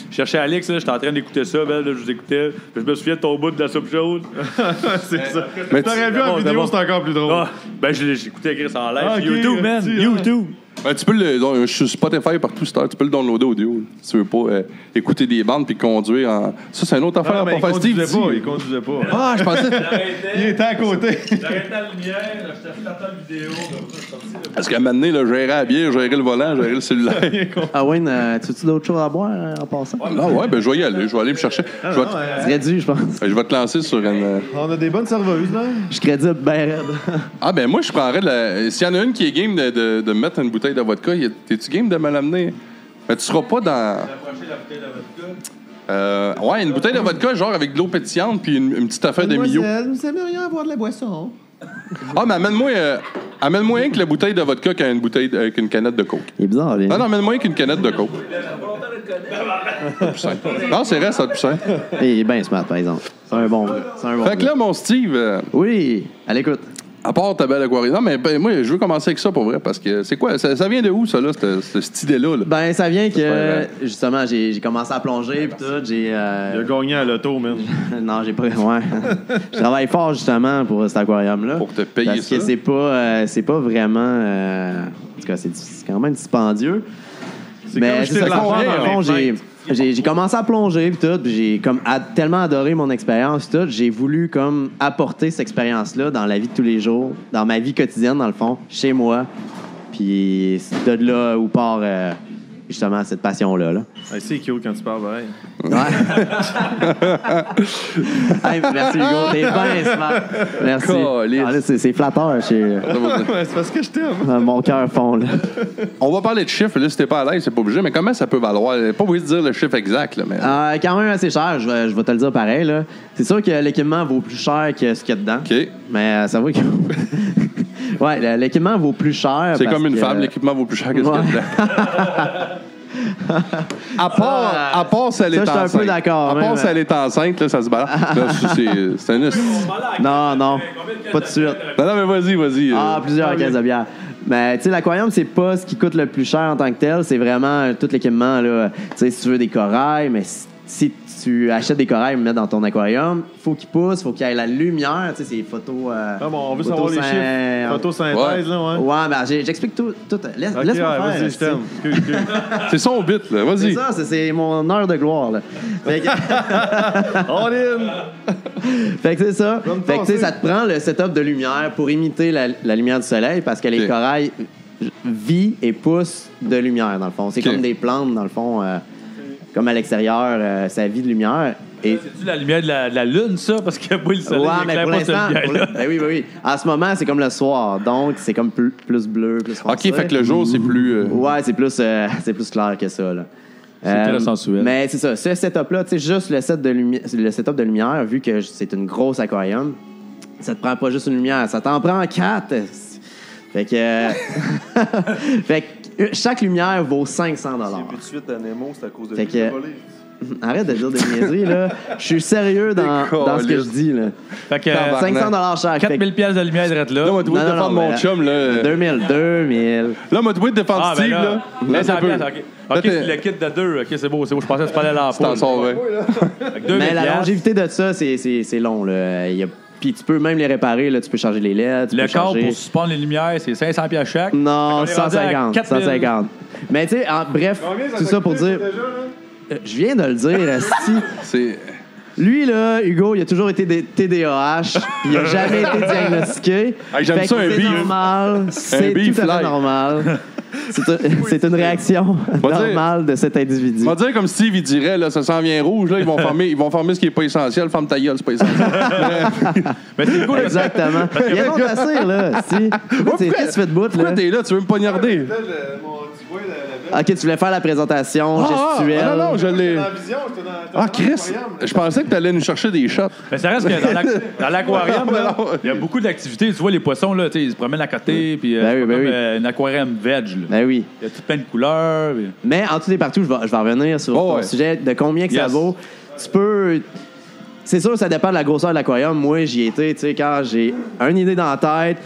S5: chercher Alex, là, j'étais en train d'écouter ça, ben, là, je vous écoutais. Puis je me souviens de ton bout de la soupe chaude.
S6: Ah, c'est ça.
S1: Mais tu,
S6: T'aurais vu
S5: c'est
S6: en
S5: bon,
S6: vidéo,
S5: c'est bon.
S6: c'est encore plus drôle.
S5: Ah, ben, je l'ai- j'écoutais Chris en live.
S6: Oh. Ah,
S5: sur
S6: ok,
S5: YouTube, man.
S6: merci, ouais.
S5: YouTube.
S1: ben, tu peux le. donc, je suis Spotify partout, cette heure, tu peux le downloader audio. là, Si tu veux pas euh, écouter des bandes puis conduire en. Ça, c'est une autre affaire
S6: Ah, mais
S1: à
S6: il
S1: pas faire. Steve,
S6: conduisait
S1: dis-
S6: pas. Il conduisait pas.
S1: Ah, je pensais.
S6: Il
S5: J'arrêtais.
S6: était à côté.
S5: <laughs> J'arrêtais la lumière, là, j'étais fait la vidéo. comme ça, je suis sorti, là.
S1: Parce qu'à un moment donné, là, gérer la bière, gérer le volant, gérer le cellulaire.
S4: Ah, Wayne, euh, tu veux-tu d'autres choses à boire euh, en passant?
S1: Ah ouais, ben je vais y aller, je vais aller me chercher. Je vais, te,
S4: Je serais dû, je pense. <laughs>
S1: je vais te lancer sur une. euh,
S6: On a des bonnes serveuses, là.
S4: Je suis crédible, ben raide.
S1: Ah ben moi je prendrais de la. S'il y en a une qui est game de, de, de mettre une bouteille de vodka, y a- t'es-tu game de me l'amener? Mais tu seras pas dans. Euh, ouais, une bouteille de vodka, genre avec de l'eau pétillante puis une, une petite affaire de Mio.
S6: nous aimerions avoir de la boisson.
S1: Ah, mais amène-moi euh, amène-moi rien que la bouteille de vodka qu'une bouteille de- qu'une canette de coke.
S4: Il est bizarre, lui.
S1: Ah Non, non, amène-moi rien qu'une canette de coke. Plus simple. Non, c'est vrai, ça va être plus simple.
S4: Il est bien smart, par exemple. C'est un bon. C'est un bon.
S1: Fait que là, mon Steve, euh,
S4: Oui, à l'écoute.
S1: À part ta belle aquarium. Non, mais ben, moi, je veux commencer avec ça pour vrai, parce que c'est quoi? Ça, ça vient de où, ça, là, cette, cette, cette idée-là? là?
S4: Ben, ça vient
S1: pas
S4: que,
S1: grave.
S4: justement, j'ai j'ai commencé à plonger, puis tout. J'ai. euh,
S6: Il a gagné à l'auto, man.
S4: <laughs> non, j'ai pas. Ouais. je travaille fort justement pour cet aquarium-là.
S1: Pour te payer
S4: Parce que
S1: ça.
S4: c'est pas, euh, c'est pas vraiment. euh, en tout cas, c'est c'est quand même dispendieux. Mais
S6: comme
S4: c'est
S6: jeter
S4: ça
S6: de
S4: que
S6: l'argent
S4: dans le
S6: dans
S4: fond,
S6: les
S4: j'ai- j'ai j'ai commencé à plonger puis tout, puis j'ai comme ad- tellement adoré mon expérience puis tout, j'ai voulu comme apporter cette expérience-là dans la vie de tous les jours, dans ma vie quotidienne dans le fond, chez moi. Puis c'est de là où part euh, justement cette passion-là. Là.
S6: Hey, c'est cute quand tu parles, pareil.
S4: Hey, merci Hugo, t'es bien smart. Merci.
S1: Caliste.
S4: Ah, là, c'est c'est flatteur chez
S6: Ouais, c'est parce que je t'aime.
S4: euh, mon cœur fond là.
S1: On va parler de chiffres, là, si t'es pas à l'aise, c'est pas obligé, mais comment ça peut valoir? Pas obligé de dire le chiffre exact, là, mais.
S4: Euh, quand même assez cher, je, vais- je vais te le dire pareil là. C'est sûr que l'équipement vaut plus cher que ce qu'il y a dedans.
S1: OK.
S4: Mais euh, ça va que <laughs> Ouais, le- l'équipement vaut plus cher
S1: C'est
S4: parce
S1: comme une
S4: que-
S1: femme, l'équipement vaut plus cher que ce
S4: Ouais.
S1: qu'il y a dedans. À part,
S4: Ça,
S1: à part si elle est
S4: ça, je
S1: enceinte.
S4: suis un peu d'accord,
S1: À part
S4: même.
S1: si elle est enceinte, là, ça se
S4: <laughs>
S1: balance. Là, c'est- c'est- C'est un. esti-
S4: Non, non, pas de suite.
S1: Non, non, mais vas-y, vas-y. euh,
S4: Ah, plusieurs caisses de bière. Mais tu sais, l'aquarium, c'est pas ce qui coûte le plus cher en tant que tel. C'est vraiment euh, tout l'équipement. là. Tu sais, si tu veux des corails, mais si, si tu achètes des corails, mettre dans ton aquarium, faut qu'ils poussent, faut qu'il y ait la lumière. Tu sais, c'est photo. euh,
S6: Ah bon, on veut
S4: photo
S6: savoir les
S4: syn-
S6: chiffres. Photosynthèse, là, ouais.
S4: Ouais, ben j'ai- j'explique tout. tout. Laisse,
S6: Ok, ouais,
S4: laisse-moi faire.
S6: vas-y, je
S4: c'est-
S6: t'aime. Excuse, excuse.
S1: C'est son bit, là,
S4: C'est
S1: vas-y.
S4: ça, c'est- c'est mon heure de gloire. Là. Fait que-
S6: On in!
S4: Fait que c'est ça.
S6: Comme
S4: Fait que tu sais,
S6: pensée.
S4: ça te prend le setup de lumière pour imiter la, la lumière du soleil parce que les
S1: Ok.
S4: corails vivent et poussent de lumière, dans le fond. C'est
S1: Ok.
S4: comme des plantes, dans le fond. euh, comme à l'extérieur, euh, ça vit de lumière. Et,
S5: C'est-tu la lumière de la, de la lune, ça? Parce que moi, le soleil, il
S4: mais
S5: éclaire
S4: pour
S5: pas cette
S4: l'instant, pour
S5: lumière-là.
S4: le- ben oui, ben oui. En ce moment, c'est comme le soir, donc c'est comme plus, plus bleu, plus
S1: OK,
S4: foncé.
S1: fait que le jour, c'est plus. euh,
S4: Ouais, c'est plus, euh, <laughs> c'est plus clair que ça. Là. Euh,
S5: très sensuel.
S4: Mais c'est ça, ce setup-là, tu sais, juste le, set de lumi- le setup de lumière, vu que c'est une grosse aquarium, ça te prend pas juste une lumière, ça t'en prend quatre. Fait que. euh, <laughs> fait que euh, chaque lumière vaut 500
S6: de suite à Nemo, c'est à cause de
S4: Fait que- Arrête de dire des niaiseries, là. Je suis sérieux dans,
S1: <laughs> Des
S4: dans ce que je
S1: câlisses.
S4: dis, là.
S5: Fait que euh,
S1: Tabarnak.
S4: 500 chaque.
S5: 4000 pièces de lumière d'être là.
S1: Là, moi, tu
S4: Non,
S1: vois,
S4: non, non,
S1: défendre mon
S4: mais- euh,
S1: chum, là.
S4: 2000, 2000.
S1: Là, moi, tu vois, défendre
S5: Ah, ben
S1: Steve,
S5: là.
S1: là. Là, ça
S5: ça
S1: peut.
S5: OK,
S1: Là,
S5: Ok,
S1: t'es-
S5: c'est le kit de deux. OK, c'est beau, c'est beau. Je pensais que tu parlais à
S1: T'en
S5: l'emploi.
S1: sors vingt.
S5: Fait que 2000
S4: Mais la
S5: piastres.
S4: longévité de ça, c'est- c'est c'est long. Là. Il y a Puis tu peux même les réparer, là, tu peux changer les LED. tu
S5: Le
S4: peux
S5: corps
S4: changer- Mm.
S5: pour suspendre les lumières, c'est 500 pièces chaque.
S4: Non,
S5: Fait qu'on est rendu à
S4: 150.
S5: 4000.
S4: 150. Mais tu sais, en- bref, tout ça pour dire. Euh, Je viens de
S1: <laughs>
S4: le dire, si.
S1: C'est.
S4: Lui, là, Hugo, il a toujours été des TDAH, puis il n'a jamais été diagnostiqué.
S1: Hey, Ah, j'aime
S4: Fait
S1: ça,
S4: que
S1: un
S4: C'est
S1: beef.
S4: normal. C'est
S1: beef
S4: tout à fait
S1: live.
S4: normal. C'est
S1: <laughs>
S4: un- C'est une réaction
S1: Va dire-
S4: normale de cet individu.
S1: On va dire comme Steve, il dirait, là, ça s'en vient rouge, là, <laughs> ils vont former, ils vont former ce qui est pas essentiel. Ferme ta gueule, c'est pas
S4: <laughs>
S1: essentiel.
S5: Mais c'est cool. parce que-
S4: Exactement. Il y a un assez, là. Si. Pourquoi tu qu'est-ce que tu fais de bout,
S1: Pourquoi
S4: là?
S1: t'es là? Tu veux me poignarder?
S4: Ok, tu voulais faire la présentation
S1: Ah, ah,
S4: gestuelle.
S1: ah, non, non, je l'ai.
S2: vision, j'étais dans.
S1: Ah, Chris, je pensais que t'allais nous chercher des shots.
S5: Mais ça reste que
S4: <laughs>
S5: dans l'ac- dans l'aquarium,
S1: Ouais,
S5: là,
S1: non.
S5: il y a beaucoup d'activités. Tu vois, les poissons, là, tu sais, ils se promènent à côté. Puis, euh,
S4: Ben
S5: c'est
S4: oui,
S5: pas
S4: ben
S5: comme,
S4: oui.
S5: euh, un aquarium veg. là.
S4: Ben oui.
S5: Il y a toutes plein de couleurs. puis-
S4: Mais en tout et partout, je vais, je vais en revenir sur
S1: Oh,
S4: ton
S1: ouais.
S4: sujet de combien que ça
S5: Yes.
S4: vaut. Tu peux. C'est sûr, ça dépend de la grosseur de l'aquarium. Moi, j'y étais, tu sais, quand j'ai une idée dans la tête,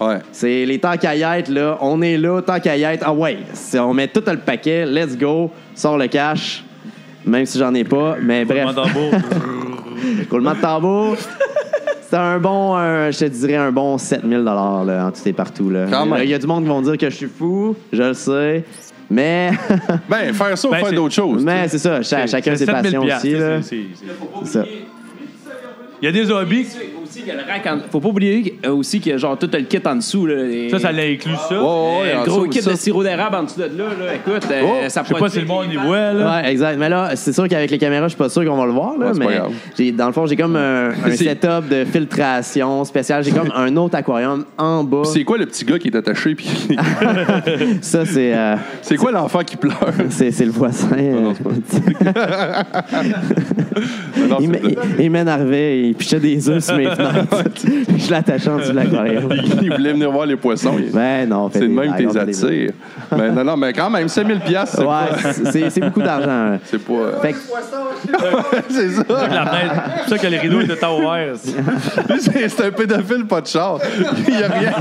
S1: Ouais.
S4: c'est les tant qu'à y être, là, on est là, tant qu'à y être. Ah ouais, c'est- on met tout le paquet, let's go, sors le cash, même si j'en ai pas, mais bref.
S5: Comment t'en vas?
S4: <laughs> Roulement de tambour. C'est un bon, un- je te dirais, un bon 7000 là, en tout et partout. Là.
S1: Quand même.
S4: Il y a du monde qui vont dire que je suis fou, je le sais,
S1: <laughs>
S4: mais,
S1: Ben, faire ça ou
S5: Ben,
S1: faire
S5: c'est-
S1: d'autres choses.
S4: mais c'est ça, cha- chacun ses
S5: 7000
S4: passions aussi.
S5: piastres,
S4: Là.
S5: c'est- c'est- c'est-
S7: Faut pas
S4: Ça.
S7: oublier.
S5: Il y a des hobbies.
S7: Aussi, il y a le rack en- Faut pas oublier que- euh, aussi qu'il y a genre tout le kit en dessous. Là, et-
S5: Ça, ça l'inclut,
S1: Ouais,
S5: ça.
S1: ouais,
S7: Un
S1: en
S7: gros
S1: dessous,
S7: kit
S1: ça.
S7: de sirop d'érable en dessous de là, là. écoute, euh,
S1: Oh,
S7: ça
S5: Je sais pas si le monde y voit, là.
S4: Ouais, exact. Mais là, c'est sûr qu'avec les caméras, je suis pas sûr qu'on va le voir. Là,
S1: Ouais, c'est pas
S4: mais
S1: grave.
S4: j'ai- dans le fond, j'ai comme
S1: <laughs>
S4: un, un
S1: C'est-
S4: setup de filtration spéciale. J'ai comme un autre aquarium en bas.
S1: C'est quoi le petit gars qui est attaché? Puis <laughs>
S4: Ça, c'est euh,
S1: c'est quoi l'enfant qui pleure?
S4: <laughs> c'est c'est le voisin. euh,
S1: non, c'est Non,
S4: Il
S1: c'est-
S4: m- il il m'énervait, il pichait des œufs sur mes fenêtres. <laughs> je l'attachais en dessous de l'aquarium.
S1: <laughs> il voulait venir voir les poissons. Il-
S4: Ben non,
S1: C'est de même que t'es attiré. Mais non, non, mais quand même, 7000 piastres, c'est pas...
S4: Ouais, c'est- c'est c'est beaucoup d'argent.
S1: <laughs>
S4: hein.
S1: C'est pas...
S4: Fait que,
S1: <laughs> c'est ça.
S5: La fenêtre. C'est pour ça que les rideaux étaient
S4: <laughs>
S5: temps ouverts.
S1: Lui, c'est c'est un pédophile, pas de char. Il y a rien.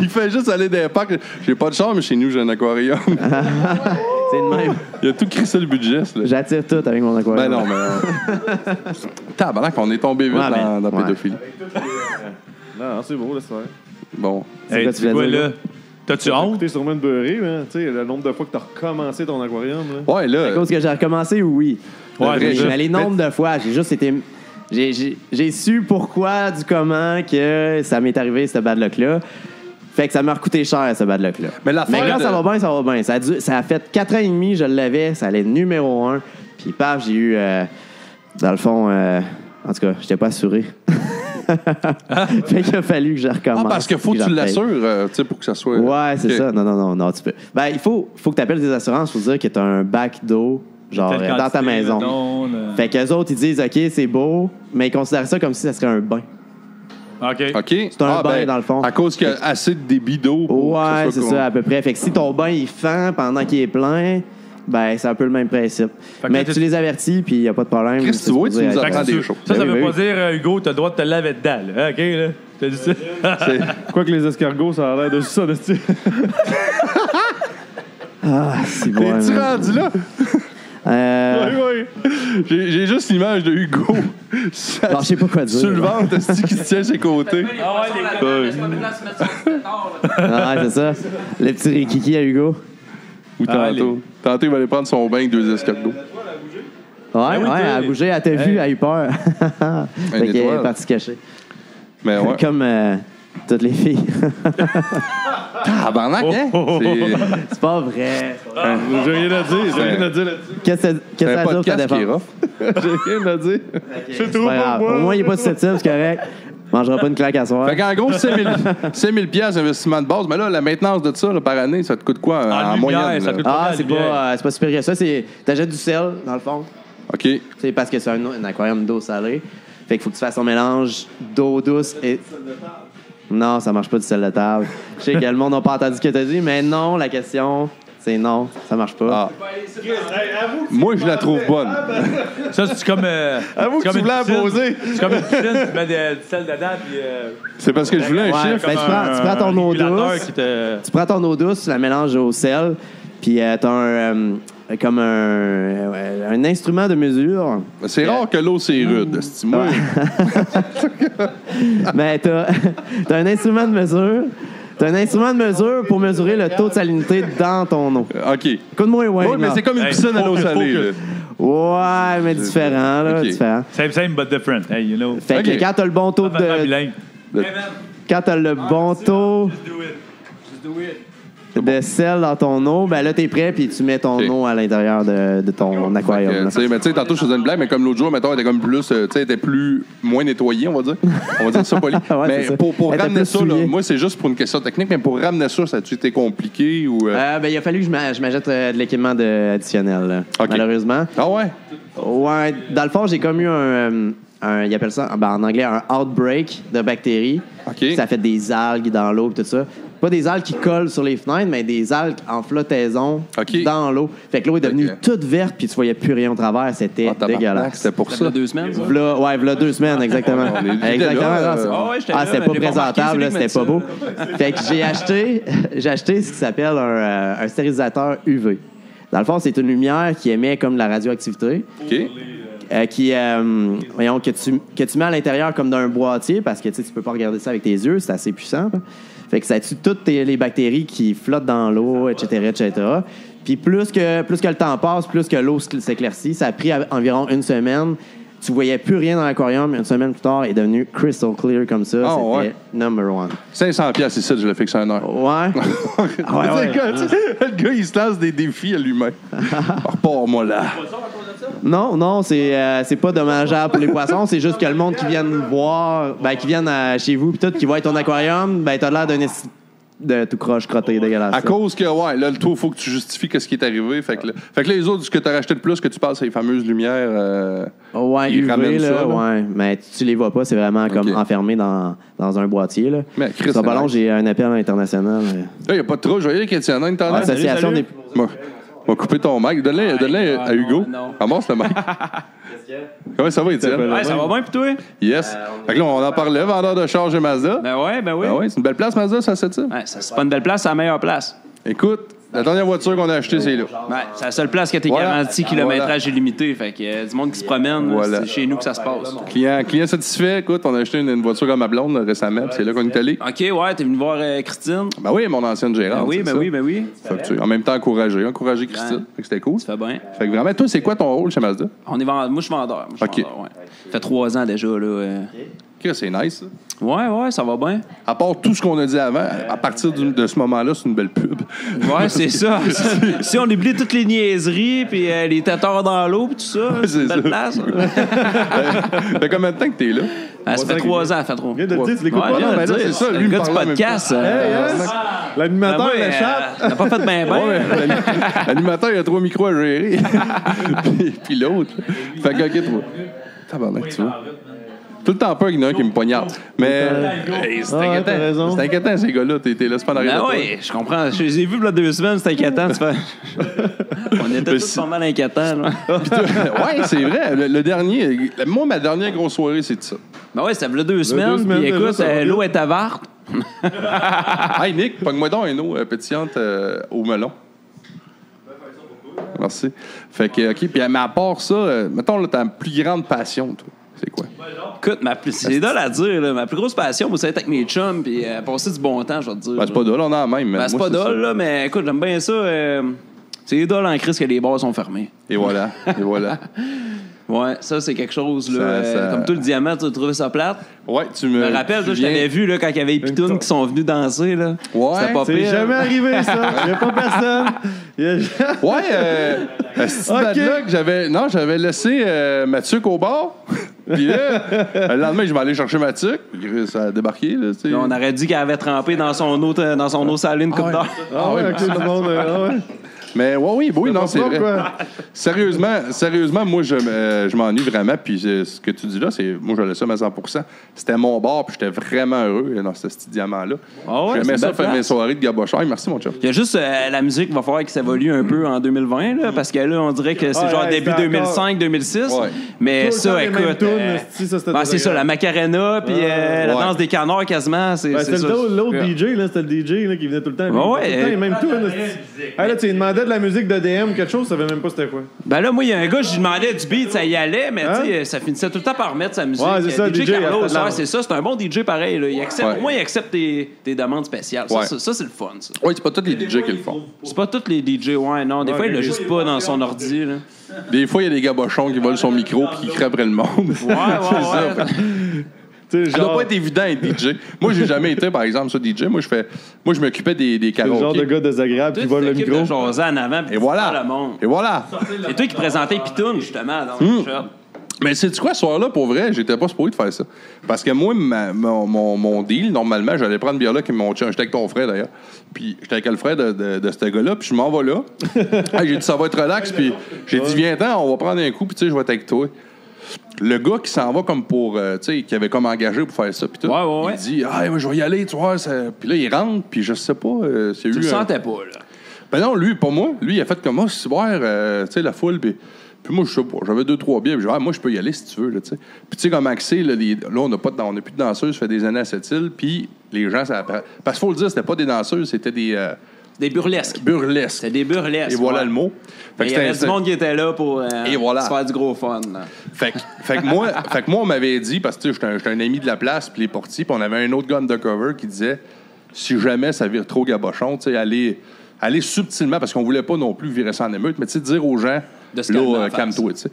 S1: Il fait juste aller dans les parcs. J'ai pas de char, mais chez nous, j'ai un aquarium.
S4: c'est de même.
S1: Il a tout crissé le budget, là.
S4: J'attire tout avec mon
S1: Ben
S4: aquarium.
S1: non, mais... euh, Tabarnak, on est tombé vite
S4: Ouais,
S1: dans,
S4: mais-
S1: dans la
S4: ouais.
S1: pédophilie.
S2: Non, non, c'est beau, là, c'est vrai.
S1: Bon.
S5: Hey,
S4: quoi
S5: tu
S4: tu voulais
S5: vois,
S4: dire,
S5: là? T'as-tu honte?
S2: T'es sûrement une beurrée, hein, tu sais, le nombre de fois que t'as recommencé ton aquarium, là.
S1: Ouais, là...
S4: À cause que j'ai recommencé, oui.
S5: Ouais,
S4: mais,
S5: c'est ça.
S4: mais les nombres de fois, j'ai juste été. j'ai- J'ai j'ai su pourquoi, du comment que ça m'est arrivé, ce bad luck-là. Fait que ça m'a recoûté cher, ce bad luck-là.
S1: Mais l'affaire
S4: Mais là,
S1: de-
S4: ça va bien, ça va bien. Ça a, dû- ça a fait 4 ans et demi, je l'avais, ça allait numéro 1. Puis paf, j'ai eu. euh, dans le fond, euh, en tout cas, j'étais
S1: <laughs>
S4: pas assuré. fait qu'il a fallu que je recommence.
S1: Ah, parce que faut que tu
S4: j'en paye.
S1: l'assures, euh, tu sais, pour que ça soit... euh,
S4: Ouais, c'est
S1: Ok.
S4: ça. Non, non, non, non, tu peux. Ben, il faut, faut que tu appelles des assurances pour dire que tu as un bac d'eau, genre,
S5: Telle
S4: euh, dans ta
S5: quantité,
S4: maison.
S5: mettons, euh, là.
S4: Fait qu'eux autres, ils disent, OK, c'est beau, mais ils considèrent ça comme si ça serait un bain.
S5: OK.
S1: OK. C'est
S4: un bain, dans le fond.
S1: À cause qu'il y a assez de débit d'eau pour
S4: Ouais,
S1: que
S4: c'est
S1: soit
S4: ça, à peu près. Fait que si ton bain, il fend pendant qu'il est plein, ben, c'est un peu le même principe.
S5: Fait que
S4: mais
S5: là,
S4: tu
S5: t'es-
S4: les avertis, puis il n'y a pas de problème.
S1: Chris,
S4: C'est
S1: tu vois,
S4: supposé
S1: tu nous
S4: être-
S5: Fait que
S1: apprends
S5: c'est
S1: des
S5: sûr.
S1: choses.
S5: Ça, ça
S4: Ben oui,
S5: veut
S4: ben
S5: pas dire, euh, Hugo, t'as le droit de te laver dedans, là. hein, OK, là? T'as dit ça?
S2: Quoi que les escargots, ça a l'air de ça, de <laughs> style.
S4: Ah, c'est
S1: <laughs>
S4: bon.
S1: T'es-tu
S4: hein.
S1: rendu là?
S4: Euh,
S1: Oui, oui. J'ai j'ai juste l'image de Hugo.
S4: <laughs>
S1: Ça-
S4: non, je sais pas quoi dire.
S1: Sur le ventre, c'est qui se tient à ses côtés.
S7: Ah ouais,
S1: Ouais.
S4: Ah, ouais, c'est ça. Le petit Rikiki à Hugo.
S1: Ou
S5: Ah,
S1: tantôt. Tantôt, il va aller prendre son bain avec deux escargots.
S4: Ouais,
S5: Ben oui,
S4: ouais,
S5: t'es-
S4: elle a bougé, elle t'a vu, elle a eu <laughs> peur. fait qu'elle
S1: étoile.
S4: est partie se cacher.
S1: Mais Ben ouais.
S4: Comme euh, toutes les filles.
S1: <laughs> Tabarnak, hein? C'est-
S4: c'est pas vrai.
S2: J'ai rien à dire, j'ai rien à dire là-dessus.
S4: Qu'est-ce que qu'est-ce
S1: C'est
S4: que
S1: un
S4: ça dit ta
S1: podcast qui est
S4: défense?
S1: rough. <laughs> J'ai rien à dire.
S4: C'est
S2: trop pour moi.
S4: Au moins, il est pas susceptible, c'est correct. Mangera pas une claque à soir.
S1: Fait qu'en gros, 5000 pièces d'investissement de base. Mais là, la maintenance de ça, là, par année, ça te coûte quoi en,
S5: En
S1: en
S5: lumière,
S1: moyenne?
S5: ça
S1: là?
S5: coûte-
S4: Ah,
S5: Total
S4: c'est
S5: bien.
S4: pas, euh, c'est pas supérieur. Ça, c'est. T'achètes du sel, dans le fond.
S1: OK.
S4: C'est parce que c'est un, un aquarium d'eau salée. Fait qu'il faut que tu fasses un mélange d'eau douce et. Non, ça marche pas du sel de table. Je sais que le monde n'a pas entendu ce que t'as dit, mais non, la question, c'est non, ça marche pas.
S1: Ah. Moi, je la trouve bonne.
S5: Ça, c'est comme. euh,
S2: Avoue
S5: c'est
S2: que
S5: comme
S2: tu voulais
S5: une piscine.
S2: imposer.
S5: C'est comme une piscine, tu mets de- du sel dedans, puis. euh,
S1: C'est parce que je voulais un
S4: Ouais,
S1: chiffre.
S4: ben, tu, prends, tu prends ton
S5: un
S4: eau
S5: régulateur
S4: douce.
S5: qui te-
S4: Tu prends ton eau douce, tu la mélanges au sel, puis euh, t'as un, euh, euh, comme un, euh, un instrument de mesure.
S1: C'est rare que l'eau, c'est rude. esti. Moi,
S4: Mais Ben, t'as <laughs> t'as un instrument de mesure. T'as un instrument de mesure pour mesurer le taux de salinité dans ton eau.
S1: euh, OK.
S4: Écoute-moi, Wayne.
S1: Oui, mais
S4: là.
S1: c'est comme une
S5: Hey,
S1: piscine à
S5: faut
S1: l'eau
S5: que- faut
S1: salée.
S5: que-
S1: là.
S4: Ouais, mais différent, là,
S1: Ok.
S4: différent.
S5: Same, same, but different. Hey, you know.
S4: Fait
S1: Ok.
S4: que quand t'as le bon taux
S5: Parfaitement
S4: de...
S5: bilingue.
S4: Quand t'as le
S1: Ah,
S4: bon taux de sel dans ton eau, ben là, t'es prêt, puis tu mets ton
S1: Ok.
S4: eau à l'intérieur de, de ton aquarium.
S1: Euh,
S4: là.
S1: tu sais, mais tu sais, tantôt, je faisais une blague, mais comme l'autre jour, mettons, elle était comme plus, euh, tu sais, elle était plus, moins nettoyée, on va dire. On va dire ça poli.
S4: <laughs> Ouais,
S1: mais
S4: c'est ça.
S1: pour, pour
S4: Elle était
S1: ramener
S4: plus
S1: ça, là,
S4: souillée.
S1: moi, c'est juste pour une question technique, mais pour ramener ça, ça a-tu été compliqué ou. euh,
S4: Euh, ben, il a fallu que je m'a- je m'achète euh, de l'équipement de- additionnel, là,
S1: Ok.
S4: malheureusement.
S1: Ah ouais?
S4: Ouais, dans le fond, j'ai comme eu un, euh, un- ils appellent ça ben, en anglais un outbreak de bactéries.
S1: OK.
S4: Ça fait des algues dans l'eau pis tout ça. Pas des algues qui collent sur les fenêtres, mais des algues en flottaison
S1: OK.
S4: dans l'eau. Fait que l'eau est devenue
S1: Ok.
S4: toute verte puis tu voyais plus rien au travers, c'était
S1: Ah, tabarnak,
S4: dégueulasse.
S1: C'était pour
S7: Ça fait
S1: ça.
S7: deux semaines. ça.
S4: V'là- ouais, v'là deux semaines, exactement.
S1: On est- j'étais
S4: exactement.
S1: là,
S4: non, c'est-
S1: euh,
S7: ouais, j'étais
S4: ah,
S7: là,
S4: c'était
S7: mais
S4: pas
S7: j'ai pas
S4: présentable, là, c'était
S7: remarqué, c'est
S4: pas
S7: lui
S4: beau.
S7: qui
S4: fait que j'ai acheté, <laughs> j'ai acheté ce qui s'appelle un, euh, un stérilisateur UV. Dans le fond, c'est une lumière qui émet comme de la radioactivité,
S1: OK.
S4: euh, qui, euh, voyons, que tu, que tu mets à l'intérieur comme d'un boîtier, parce que tu sais, tu peux pas regarder ça avec tes yeux, c'est assez puissant. hein. Fait que ça tue toutes tes- les bactéries qui flottent dans l'eau, etc., etc. Puis plus que, plus que le temps passe, plus que l'eau s'écl- s'éclaircit, ça a pris à- environ une semaine. Tu voyais plus rien dans l'aquarium. Une semaine plus tard, il est devenu crystal clear comme ça.
S1: Ah,
S4: C'était
S1: ouais.
S4: number one.
S1: 500 piastres ici, je l'ai fixe à un heure.
S4: Ouais.
S1: <laughs>
S4: Ah ouais, ouais.
S1: Le gars, il se lance des défis à
S4: <laughs>
S1: lui-même. Repars-moi là.
S4: Non, non, c'est euh, c'est pas dommageable pour les poissons. C'est juste que le monde qui vient nous voir, ben, qui vient à- chez vous, pis tout, qui voit ton aquarium, ben, t'as l'air d'un esti- de tout croche crotté dégueulasse.
S1: À cause que, ouais, là, le tour, il faut que tu justifies que ce qui est arrivé. Fait que, là, fait que là, les autres, ce que tu as racheté de plus, que tu passes à les fameuses lumières. euh,
S4: Ouais,
S1: Ils
S4: UV,
S1: ramènent
S4: là,
S1: ça, là.
S4: ouais. Mais tu, tu les vois pas, c'est vraiment comme
S1: Ok.
S4: enfermé dans, dans un boîtier, là.
S1: Mais Chris,
S4: Ça va pas
S1: c'est
S4: long,
S1: nice.
S4: j'ai un appel international. mais-
S1: Là, il n'y a pas de trop. Je voyais qu'il y Hein, en a une tendance.
S4: Association
S5: salut.
S4: des.
S1: M'a m'a coupé ton mic. Donne-le donne-le
S7: Ah,
S1: à Hugo.
S7: non, non.
S1: Amorce le mic. Comment ça va, Étienne?
S7: Ouais, ça va bien, puis toi?
S1: Yes. Fait que là, on en parlait, vendeur de charge et Mazda.
S7: Ben ouais, ben oui.
S1: Ben ouais, c'est une belle place, Mazda, ça, c'est ça?
S7: Ouais, ça, c'est pas une belle place, c'est la meilleure place.
S1: Écoute, la dernière voiture qu'on a achetée, c'est là.
S7: Ouais, c'est la seule place que t'es
S1: Voilà.
S7: garanti kilométrage illimité. Fait que euh, du monde qui se promène, là,
S1: Voilà.
S7: c'est chez nous que ça se passe. OK,
S1: Client, client satisfait. Écoute, on a acheté une, une voiture à ma blonde là, récemment, puis c'est là qu'on est allé.
S7: ouais, t'es venu voir euh, Christine.
S1: Ben oui, mon ancienne gérante.
S7: Ben oui,
S1: c'est
S7: ben
S1: ça.
S7: oui, ben oui.
S1: Fait que tu- en même temps, encouragé. Encouragé Christine.
S7: Ouais.
S1: Fait que c'était cool.
S7: Ça fait bien.
S1: Fait que vraiment, toi, c'est quoi ton rôle chez Mazda?
S7: On est vendeur. Moi, je suis vendeur. Moi, je suis
S1: OK.
S7: vendeur, ouais. Ça fait trois ans déjà, là. euh.
S1: Chris, C'est nice. ça.
S7: Ouais, ouais, ça va bien.
S1: À part tout ce qu'on a dit avant, à partir du- de ce moment-là, c'est une belle pub. <laughs>
S7: Ouais, c'est ça. si on oublie toutes les niaiseries, puis euh, les tâtards dans l'eau, puis tout ça, c'est
S1: c'est
S7: une belle
S1: ça.
S7: place. hein.
S1: fait combien de temps que t'es là?
S7: Ah, ça fait trois ans, ça fait trois ans.
S6: Viens de le dire, tu l'écoutes
S7: Ouais,
S6: pas,
S7: viens
S6: non,
S7: de
S6: mais là,
S7: dire,
S6: c'est ça,
S7: le
S6: lui,
S7: gars
S6: me
S7: du
S6: parlait même
S7: podcast. euh,
S6: Hey, yes.
S7: ben,
S6: L'animateur
S7: moi, euh,
S6: l'échappe.
S7: t'as pas fait ben ben.
S1: Ouais, l'ani- L'animateur, il a trois micros à gérer. puis puis l'autre. Fait que, ok, trois. Tabarnak, tu vois. Tout le temps peur qu'il y en a un qui me poignarde. Mais. Hey, c'est
S6: Ouais, t'as
S1: inquiétant.
S6: raison.
S1: C'est inquiétant, ces gars-là. T'es t'es là, c'est pas en arrière. de
S7: Ben
S1: toi.
S7: oui, je comprends. Je les ai vus il y a deux semaines, c'est inquiétant.
S6: <laughs>
S7: tu fais- On était tous pas mal inquiétants. là. <laughs>
S1: ouais, c'est vrai. Le, le dernier, le- moi, ma dernière grosse soirée, c'est de ça.
S7: Ben ouais, ça fait deux semaines.
S6: semaines,
S7: puis
S6: déjà,
S7: écoute,
S6: ça va
S7: euh,
S6: bien.
S7: l'eau est avarte. Ah.
S1: Hey, Nick, pogne-moi donc une eau euh, pétillante euh, au melon. Merci. Fait que, OK, puis mais à part ça, euh, mettons, là, ta plus grande passion, toi, c'est quoi?
S7: Écoute, ma plus... c'est dole à dire. là. Ma plus grosse passion, moi, ça va être avec mes chums. Puis euh, passer du bon temps, je vais te dire.
S1: Ben, c'est pas dole, on a la même. mais
S7: Ben, c'est
S1: moi,
S7: pas dole,
S1: ça.
S7: là, mais écoute, j'aime bien ça. euh, C'est dole en crise que les bars sont fermés.
S1: Et voilà, et
S7: <laughs>
S1: voilà.
S7: Ouais, ça, c'est quelque chose, là.
S1: Ça-
S7: euh,
S1: ça-
S7: Comme tout le diamant, tu as trouvé ça plate.
S1: Ouais, tu me.
S7: Je
S6: Euh,
S7: me rappelle,
S1: tu
S7: là, je
S1: viens-
S7: t'avais vu, là, quand il y avait les pitounes qui sont venus danser, là.
S1: Ouais,
S7: C'était pas
S6: C'est
S7: pire.
S6: jamais arrivé, ça. Il n'y a pas personne. Il y a-
S1: Ouais,
S7: <laughs>
S1: euh, euh, c'est
S6: Ok.
S1: bad luck, j'avais non, j'avais laissé euh, Mathieu au
S7: <laughs>
S1: bar. Puis là, le lendemain, je vais aller chercher Mathieu. Puis Ça a débarqué là, tu sais.
S7: Là, on aurait dit qu'elle avait trempé dans son eau, dans son eau salée une coupe d'heure.
S6: Ah ouais, ok, le monde. euh, ah ouais.
S1: Mais ouais, oui, oui, non, c'est
S6: Pourquoi,
S1: vrai. Sérieusement, sérieusement, moi, je, m- euh, je m'ennuie vraiment. Puis euh, ce que tu dis là, c'est moi, je laisse ça à 100 C'était mon bar, puis j'étais vraiment heureux euh, dans ce petit diamant-là.
S7: Ah ouais, c'est
S1: J'aimais
S7: une
S1: ça
S7: belle
S1: faire mes
S7: place.
S1: soirées de gabochard. Merci, mon chum.
S7: Il y a juste euh, la musique, va falloir que ça évolue un peu en 2020, là, parce que là, on dirait que c'est
S6: Ouais,
S7: genre
S6: ouais,
S7: début
S6: c'était
S7: 2005, 2006.
S1: Ouais.
S7: Mais
S6: Tout le temps
S7: ça,
S6: les mêmes
S7: écoute.
S6: tunes,
S7: euh,
S6: hostie, ça, c'était
S7: ben, c'est ça, la
S6: désagréable.
S7: macarena, puis euh, la
S1: Ouais.
S7: danse des canards quasiment. C'est
S6: Ben,
S7: c'est
S6: c'était
S7: ça.
S6: le- l'autre DJ, là, c'était le DJ là, qui venait tout le temps.
S7: Ouais,
S6: il
S7: ouais,
S6: venait tout le temps, les mêmes tunes. là, c'est- Hey, là, tu lui demandais mettait de la musique d'EDM ou quelque chose, ça savais même pas c'était quoi.
S7: Ben là, moi, il y a un gars, je lui demandais du beat, ça y allait, mais
S6: Hein?
S7: tu sais, ça finissait tout le temps par remettre sa musique.
S6: Ouais, c'est ça,
S7: DJ,
S6: DJ, elle
S7: Carlos,
S6: fait de la-
S7: ouais, c'est ça, c'est un bon DJ pareil. Là. Il accepte,
S1: Ouais.
S7: Au moins, il accepte tes, tes demandes spéciales. Ça,
S1: Ouais.
S7: c'est- ça, c'est le fun, ça.
S1: Oui, c'est pas tous les DJ qui le font.
S7: C'est pas tous les DJ, ouais, non. Des fois, il l'a
S6: les-
S7: juste pas dans son ordi. Là.
S1: Des fois, il y a des gabochons qui volent son micro puis qui crèveraient le monde.
S7: Ouais, <laughs> ouais, ouais.
S6: Tu sais,
S1: Ça doit
S6: genre,
S1: pas être évident d'être DJ. Moi, j'ai jamais été, par exemple, ça, DJ. Moi, je fais, moi, je m'occupais des, des
S6: le genre
S1: karaokés.
S6: de gars désagréable qui
S7: Tu
S6: vole le
S7: t'occupes de
S6: micro.
S7: jaser en avant, puis
S1: Et
S7: tu fais
S1: voilà.
S7: Ah, le monde.
S1: Et voilà.
S7: C'est toi qui présentais Pitoun, justement, dans
S1: Hmm.
S7: le shop.
S1: Mais c'est quoi, ce soir-là, pour vrai, j'étais pas supposé de faire ça. Parce que moi, ma- mon, mon- mon deal, normalement, j'allais prendre bien là qui mon chum. J'étais avec ton frère, d'ailleurs. Puis j'étais avec le frère de, de, de ce gars-là, puis je m'en vais là.
S7: <laughs>
S1: Ah, j'ai dit, ça va être relax, puis j'ai dit, viens-t'en, on va prendre un coup, puis tu sais, je vais être avec toi. Le gars qui s'en va comme pour, euh, tu sais, qui avait comme engagé pour faire ça, puis tout.
S7: Ouais, ouais, ouais.
S1: Il dit, ah, moi, je vais y aller, tu vois. ça- Puis là, il rentre, puis je sais pas euh, s'il y a
S7: Tu
S1: eu.
S7: le
S1: un-
S7: sentais pas, là.
S1: Ben non, lui, pas moi. Lui, il a fait comme moi, c'est voir, euh, tu sais, la foule. Puis, puis moi, je sais pas, j'avais deux, trois bières. puis j'ai dit, Ah, moi, je peux y aller si tu veux, là, tu sais. Puis, tu sais, comme Axé, là, les- là, on n'a pas de- on n'a plus de danseuses, ça fait des années à cette île. Puis, les gens, ça. Parce qu'il faut le dire, c'était pas des danseuses, c'était des euh,
S7: Des burlesques.
S1: burlesques.
S7: C'était des burlesques.
S1: Et voilà
S7: ouais.
S1: le mot. Fait
S7: Mais
S1: que
S7: Il y avait
S1: c'était-
S7: du monde qui était là pour euh,
S1: Et voilà.
S7: se faire du gros fun. là.
S1: Fait que, fait que moi, fait que moi, on m'avait dit, parce que tu sais, j'étais un- j'étais un, ami de la place, puis les portiers, puis on avait un autre gars undercover qui disait si jamais ça vire trop gabochon, tu sais, aller, aller subtilement, parce qu'on voulait pas non plus virer ça en émeute, mais tu sais, dire aux gens
S7: De se
S1: là,
S7: calmer en
S1: euh,
S7: face.
S1: calme-toi, tu sais.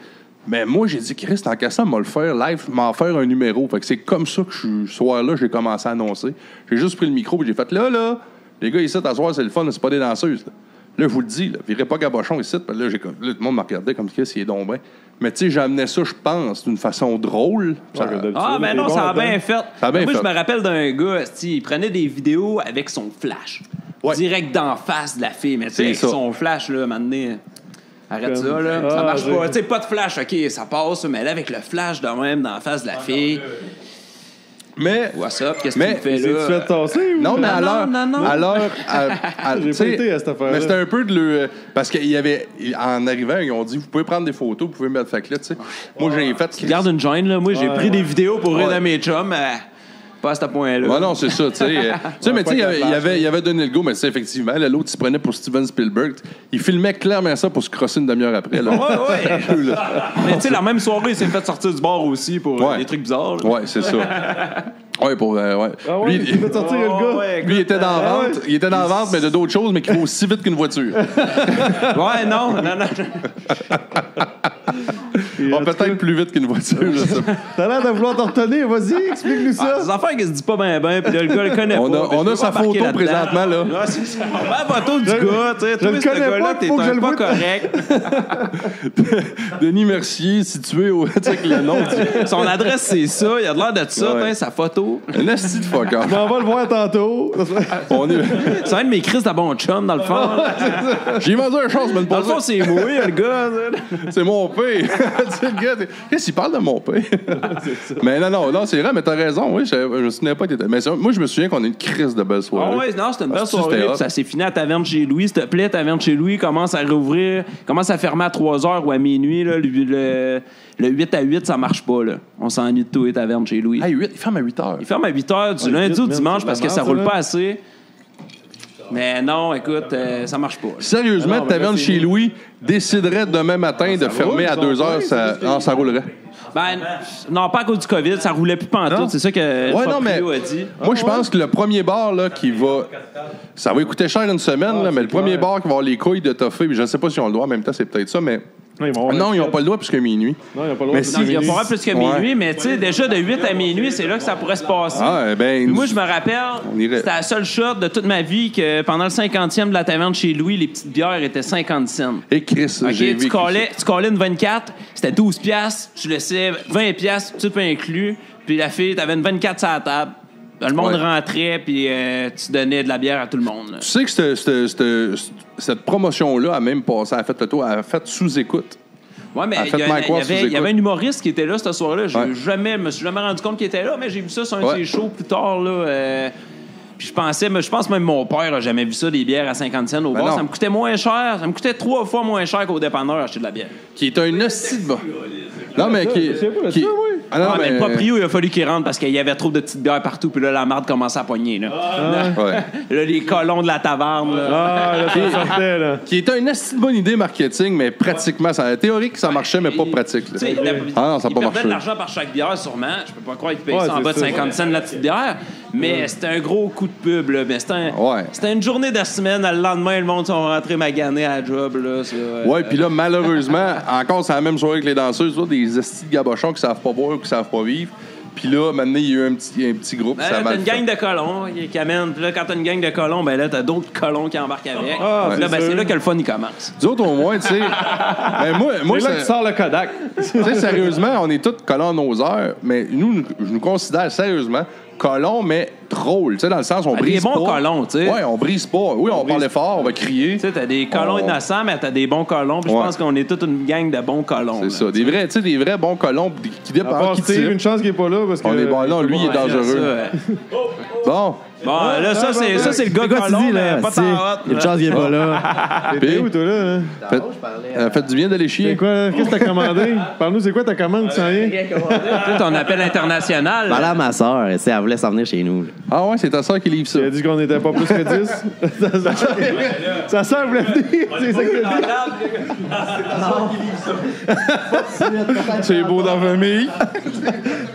S1: Mais moi, j'ai dit, Chris, tant qu'à ça, m'a le faire live, m'en faire un numéro. Fait que c'est comme ça que je, ce soir-là, j'ai commencé à annoncer. J'ai juste pris le micro, puis j'ai fait là, là, les gars, ici, à soir, c'est le fun, c'est pas des danseuses. Là. Là, je vous le dis, là, virez pas gabochon ici. Puis Là, j'ai comme- là, tout le monde me regardait comme Chris, il est donc bien. Mais tu sais, j'amenais ça, je pense, d'une façon drôle. Ça-
S6: Ouais, d'habitude,
S7: Ah, ben
S6: t'es
S7: non,
S6: bon
S7: ça a
S6: là-dedans.
S7: bien fait.
S1: hein. Ça a bien
S7: Moi,
S1: fait.
S7: je me rappelle d'un gars, esti, il prenait des vidéos avec son flash.
S1: Ouais.
S7: Direct d'en face de la fille. Mais tu sais,
S1: C'est
S7: avec
S1: ça.
S7: son flash, là, maintenant. Arrête
S6: Comme-
S7: ça, là. ça
S6: Ah,
S7: marche
S6: j'ai-
S7: pas. Tu sais, pas de flash, OK, ça passe. Mais là, avec le flash de même d'en face de la fille.
S1: Mais
S7: What's up? Qu'est-ce que
S1: Mais-
S7: tu me fais
S6: Tu sais,
S7: là?
S6: tu fais tasser ou
S1: Non, mais
S7: Non,
S1: à
S7: non,
S1: l'heure.
S7: non, non.
S1: À l'heure. à- à-
S6: <laughs> J'ai
S1: tu sais,
S6: pas été à cette affaire-là.
S1: Mais c'était un peu de le. Parce qu'il y avait. En arrivant, ils ont dit vous pouvez prendre des photos, vous pouvez mettre. Fait que là, tu sais. Moi, j'ai fait.
S7: Garde une joint, là. Moi, j'ai pris des vidéos pour rire
S1: Ouais.
S7: à mes chums. mais pas à ce point-là.
S1: Ouais, non, c'est ça, tu sais. euh, tu sais, mais tu sais, il y avait- il y avait, il y avait donné le go, mais c'est effectivement, là, l'autre, il se prenait pour Steven Spielberg. Il filmait clairement ça pour se crosser une demi-heure après. Là.
S7: Ouais, ouais. Mais tu sais, la même soirée, il s'est fait sortir du bar aussi pour euh,
S1: Ouais.
S7: des trucs bizarres. là.
S1: Ouais, c'est ça. Ouais, pour. euh, ouais.
S6: Ah ouais,
S1: Lui,
S6: tu fais sortir le gars.
S7: Ah ouais,
S1: lui, il était dans la vente, il était dans la vente, mais de d'autres choses, mais qui vaut aussi vite qu'une
S7: <laughs>
S1: voiture.
S7: Ouais, non, non, non.
S6: Et,
S1: Ah,
S6: en tout cas,
S1: Peut-être plus vite qu'une voiture, je sais pas.
S6: T'as l'air de vouloir t'en retenir, vas-y, explique-nous
S7: Ah,
S6: ça.
S7: des affaires qui se disent pas bien, bien, puis là, le gars le connaît
S1: On
S7: pas.
S1: a-
S7: puis
S1: on
S7: je
S1: a
S7: veux
S1: sa
S7: pas embarquer
S1: photo
S7: là-dedans.
S1: présentement, là.
S7: Ouais, c'est ça. On met la photo du gars, tu sais.
S6: je
S7: Toi,
S6: le
S7: ce
S6: connais
S7: gars-là,
S6: pas,
S7: t'es
S6: faut que je
S7: un
S6: le
S7: pas
S6: voie.
S7: correct.
S1: Denis Mercier, situé au. <laughs> Tu sais, avec le
S7: <laughs>
S1: nom. tu-
S7: Son adresse, c'est ça. Il a de l'air de ça,
S1: Ouais.
S7: hein, sa photo.
S1: Un asti de fuck off.
S6: On va le voir <laughs> tantôt.
S1: On est-
S7: C'est un de mes crises de bon chum, dans
S6: <laughs>
S7: le fond.
S1: J'ai vendu un chance, mais
S7: Dans le fond, c'est mouillé, le gars. là.
S1: c'est mon <laughs> père. c'est le gars. t'es- Qu'est-ce qu'il parle de mon père? mais non, non, non, c'est vrai, mais t'as raison. Oui, je, je me souvenais pas. que t'étais- Mais c'est- moi, je me souviens qu'on a une crise de belle soirée.
S7: Ah ouais, non, c'était une belle
S1: Ah,
S7: soirée.
S1: c'était
S7: puis
S1: hot.
S7: Ça s'est fini à taverne chez Louis. S'il te plaît, taverne chez Louis commence à rouvrir, commence à fermer à 3 h ou à minuit. Là, le, le- le 8 à 8, ça marche pas. Là. On s'ennuie de tout et taverne chez Louis.
S1: Ah, huit- il ferme à 8 heures.
S7: Il ferme à 8 h du lundi au
S6: man,
S7: dimanche
S6: c'est
S7: parce
S6: de la
S7: que ça
S6: merde,
S7: roule
S6: ça,
S7: pas
S6: là.
S7: assez. Mais non, écoute, euh, ça marche pas. Ah là. Ah,
S1: Sérieusement,
S6: mais là,
S1: Taverne
S6: c'est-
S1: chez Louis déciderait demain matin de fermer à 2 heures, ça, non, ça roulerait.
S7: Ben, non, pas à cause du COVID, ça roulait plus pantoute. C'est ça que
S1: Ouais, non, mais-
S7: Fabio a dit. Ah,
S1: Moi, je pense que le premier bar là, qui va. Ça va coûter cher une semaine,
S7: Ah,
S1: là, mais le premier bar qui va avoir les couilles de toffer, puis je sais pas si on le doit en même temps, c'est peut-être ça, mais. Non, ils n'ont pas le droit puisque minuit.
S6: Non, il a pas le droit
S1: Mais
S6: de
S1: si-
S7: Non, il y a
S6: diminuer.
S7: pas plus que
S1: Ouais.
S7: minuit, mais tu sais, déjà de 8 à minuit, c'est là que ça pourrait se passer.
S1: Ah, ben.
S7: Puis moi, je me rappelle,
S1: On irait.
S7: c'était la seule shot de toute ma vie que pendant le 50e de la taverne chez Louis, les petites bières étaient 50 cents.
S1: Et Chris,
S7: OK,
S1: j'ai vécu
S7: tu
S1: ça.
S7: collais, tu collais une 24, c'était 12 piastres, tu laissais 20 piastres, tout pas inclus, puis la fille, t'avais une 24 sur la table. Le monde
S1: Ouais.
S7: rentrait, puis euh, tu donnais de la bière à tout le monde. là.
S1: Tu sais que cette, cette- cette- cette promotion-là a même passé, elle a fait le tour, elle a fait sous-écoute.
S7: Ouais, mais
S1: Ah,
S7: il y,
S1: faites-moi
S7: a- il y
S1: croire
S7: avait,
S1: sous
S7: il y avait
S1: écoute.
S7: un humoriste qui était là ce soir-là. Je
S1: Ouais.
S7: jamais, me suis jamais rendu compte qu'il était là, mais j'ai vu ça sur un
S1: Ouais.
S7: de ses shows plus tard. Là, euh, puis je pensais, mais je pense même mon père a jamais vu ça, des bières à 50 cents au
S1: Ben
S7: bar.
S1: non.
S7: ça me coûtait moins cher. Ça me coûtait trois fois moins cher qu'au dépanneur acheter de la bière.
S1: Qui est un hostie de bon. Non, mais qui,
S6: Je sais pas,
S1: qui,
S6: ça, oui.
S1: Ah non,
S7: Ah, mais
S1: mais-
S7: Proprio, il a fallu qu'il rentre parce qu'il y avait trop de petites bières partout, puis là, la marde commençait à poigner. Là.
S1: <laughs> Ouais.
S7: Là, les colons de la taverne. là.
S6: Ah, là, ça sortait, là.
S1: Qui était une assez bonne idée marketing, mais pratiquement, ça, théorique, ça marchait, mais pas pratique. là.
S7: Tu sais, la-
S1: Ah non, ça n'a pas
S7: ils perdaient
S1: marché.
S7: de l'argent par chaque bière, sûrement. Je peux pas croire qu'ils payaient
S6: Ouais,
S7: ça en
S6: c'est
S7: bas de
S6: ça.
S7: 50 cents la petite bière. Mais c'était un gros coup de pub. là. Mais c'était un-
S1: Ouais.
S7: c'était une journée de la semaine. Le lendemain, le monde sont rentrés maganés à la job. Là, Ça, euh,
S1: Ouais, puis là, malheureusement, encore, c'est la même soirée que les danseuses, là, des estis de gabochons qui savent pas boire ou qui savent pas vivre. Puis là, maintenant, il y a eu un petit, un petit groupe,
S7: Ben,
S1: ça a
S7: là, t'as
S1: mal
S7: une
S1: fait.
S7: gang de colons qui, qui amènent. Puis là, quand t'as une gang de colons, ben là, t'as d'autres colons qui embarquent avec.
S6: Ah,
S7: Puis là,
S6: c'est
S7: ben,
S6: sûr.
S7: c'est là que le fun, il commence.
S1: Nous autres, au moins,
S7: <laughs>
S1: tu sais. ben, moi, moi
S6: C'est là que
S1: ça-
S6: tu sors le Kodak.
S1: Tu sais, sérieusement, on est tous colons à nos heures, mais nous, nous- je nous considère sérieusement colons, mais drôles. Tu sais, dans le sens, on
S7: Ah, des
S1: brise pas.
S7: bons colons, tu sais.
S1: Ouais, on brise pas. Oui, on, parle fort, on va crier.
S7: Tu sais, t'as des colons
S1: Oh.
S7: innocents, mais t'as des bons colons. Puis
S1: Ouais.
S7: je pense qu'on est toute une gang de bons colons.
S1: C'est
S7: là.
S1: ça. Des vrais, tu sais, des vrais bons colons pis des- qui
S6: À
S1: dépendent
S6: part
S1: qui
S6: Steve,
S1: tirent.
S6: une chance qu'il est pas là parce que.
S1: On est bon. Non, lui, il est
S7: Ouais, là, ça,
S1: dangereux.
S7: euh,
S1: Bon,
S7: Bon, là, ça, c'est, ça, c'est le gars
S4: C'est quoi tu
S7: colon,
S4: dis,
S7: mais
S4: là?
S7: pas
S4: si?
S7: tant hot.
S4: Il y a une chance qu'il est pas là.
S6: T'es où, toi, là? hein?
S1: Tantôt, euh, faites du bien d'aller
S6: C'est
S1: chier.
S6: quoi? Qu'est-ce que t'as commandé? Parle-nous, c'est quoi ta commande, tu sens rien?
S7: Tu sais, ton appel international.
S4: Parle à ma soeur, elle, elle voulait s'en venir chez nous. là.
S1: Ah ouais, c'est ta soeur qui livre ça.
S6: Tu as dit qu'on n'était pas plus que 10? Ça- <laughs> ça- Ça sert, vous l'avez dit? C'est ça que t'as dit?
S1: C'est beau dans la famille.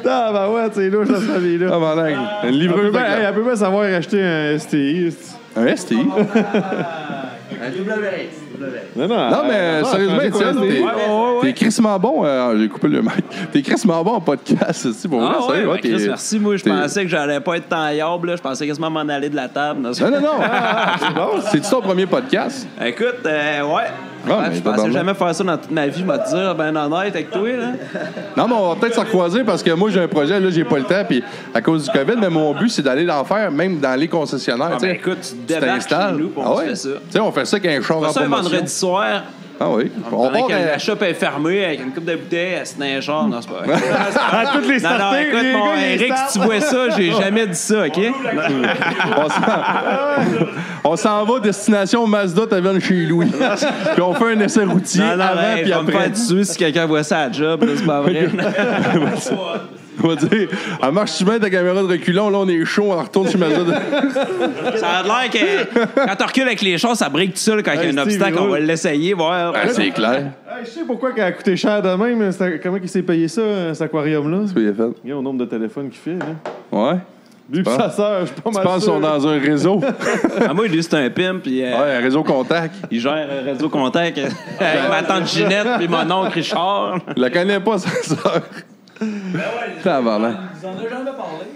S6: Ah, bah ouais, c'est louche, cette famille-là.
S1: Ah, mon dingue. Une
S6: Elle peut
S1: livreuse. de-
S6: pas- hey, elle peut pas savoir acheter un STI. c'est-
S1: Un STI.
S6: Non, non.
S1: Non, mais euh, sérieusement, Étienne, t'es, t'es crissement bon. euh, j'ai coupé le mic. T'es crissement bon en podcast, c'est pour
S7: Ah
S1: vrai,
S7: ouais,
S1: sérieux,
S7: ben,
S1: ouais, t'es-
S7: Chris, merci. Moi, je
S1: t'es-
S7: pensais que j'allais pas être tant yable, là. Je pensais quasiment m'en aller de la table. Non, c'est-
S1: Non, non, non. C'est-tu ton premier podcast?
S7: Écoute, euh, ouais.
S1: Ah,
S7: Ouais,
S1: mais
S7: je
S1: t'as
S7: pensais
S1: dormi.
S7: jamais faire ça dans toute ma vie. Je vais te dire, ben honnête avec toi, là.
S1: Non, mais on va peut-être se croiser parce que moi, j'ai un projet, là, j'ai pas le temps, puis à cause du COVID, mais mon but, c'est d'aller l'en faire, même dans les concessionnaires.
S7: Ah,
S1: tu sais.
S7: ben, écoute, tu te
S1: Tu
S7: débarques
S1: t'installes.
S7: chez nous, puis on
S1: Ah
S7: se
S1: ouais.
S7: fait ça.
S1: Tu sais, on fait ça avec un char en
S7: Ça, un
S1: promotion.
S7: vendredi soir,
S1: Ah oui. On
S7: pendant
S1: part
S7: que
S1: à-
S7: la shop est fermée, avec une coupe de bouteilles, elle se tenait genre. Non, c'est pas vrai.
S6: À toutes les
S7: Non, non,
S6: startings,
S7: écoute,
S6: les
S7: mon
S6: gars, ils
S7: Eric,
S6: startent.
S7: si tu vois ça, j'ai jamais dit ça, OK?
S1: on
S7: <laughs>
S1: s'en- on s'en va destination Mazda Taverne chez Louis. puis on fait un essai routier
S7: Non, non,
S1: avant
S7: hey,
S1: puis
S7: je vais me
S1: après.
S7: faire tuer si quelqu'un voit ça à job, là, c'est pas vrai.
S1: On va dire, elle marche-tu bien ta caméra de reculons? Là, on est chaud, on retourne chez Mazda.
S7: ça a l'air que quand on recule avec les choses, ça brique tout seul quand il y a
S6: Hey,
S7: un
S6: Steve,
S7: obstacle,
S6: il
S7: on va
S6: roule.
S7: l'essayer, voir.
S1: <laughs> Ah, c'est clair.
S6: Hey, Je sais pourquoi qu'elle a coûté cher de même. c'est- Comment il s'est payé ça, euh, cet aquarium-là?
S1: Tu fait.
S6: Regarde au nombre de téléphones qu'il fait. Là.
S1: Ouais.
S6: Lui pis
S1: penses?
S6: sa sœur, je suis pas
S1: Tu
S6: mal
S1: penses
S6: sûr.
S1: qu'on est dans un réseau?
S7: Ah, moi, lui, c'est un pimp, puis euh,
S1: Ouais, un réseau contact.
S7: il gère euh, Radio Contact euh, avec ma tante Ginette, puis mon
S1: <laughs>
S7: oncle Richard.
S1: Je la connais pas, sa sœur. Tabarnak.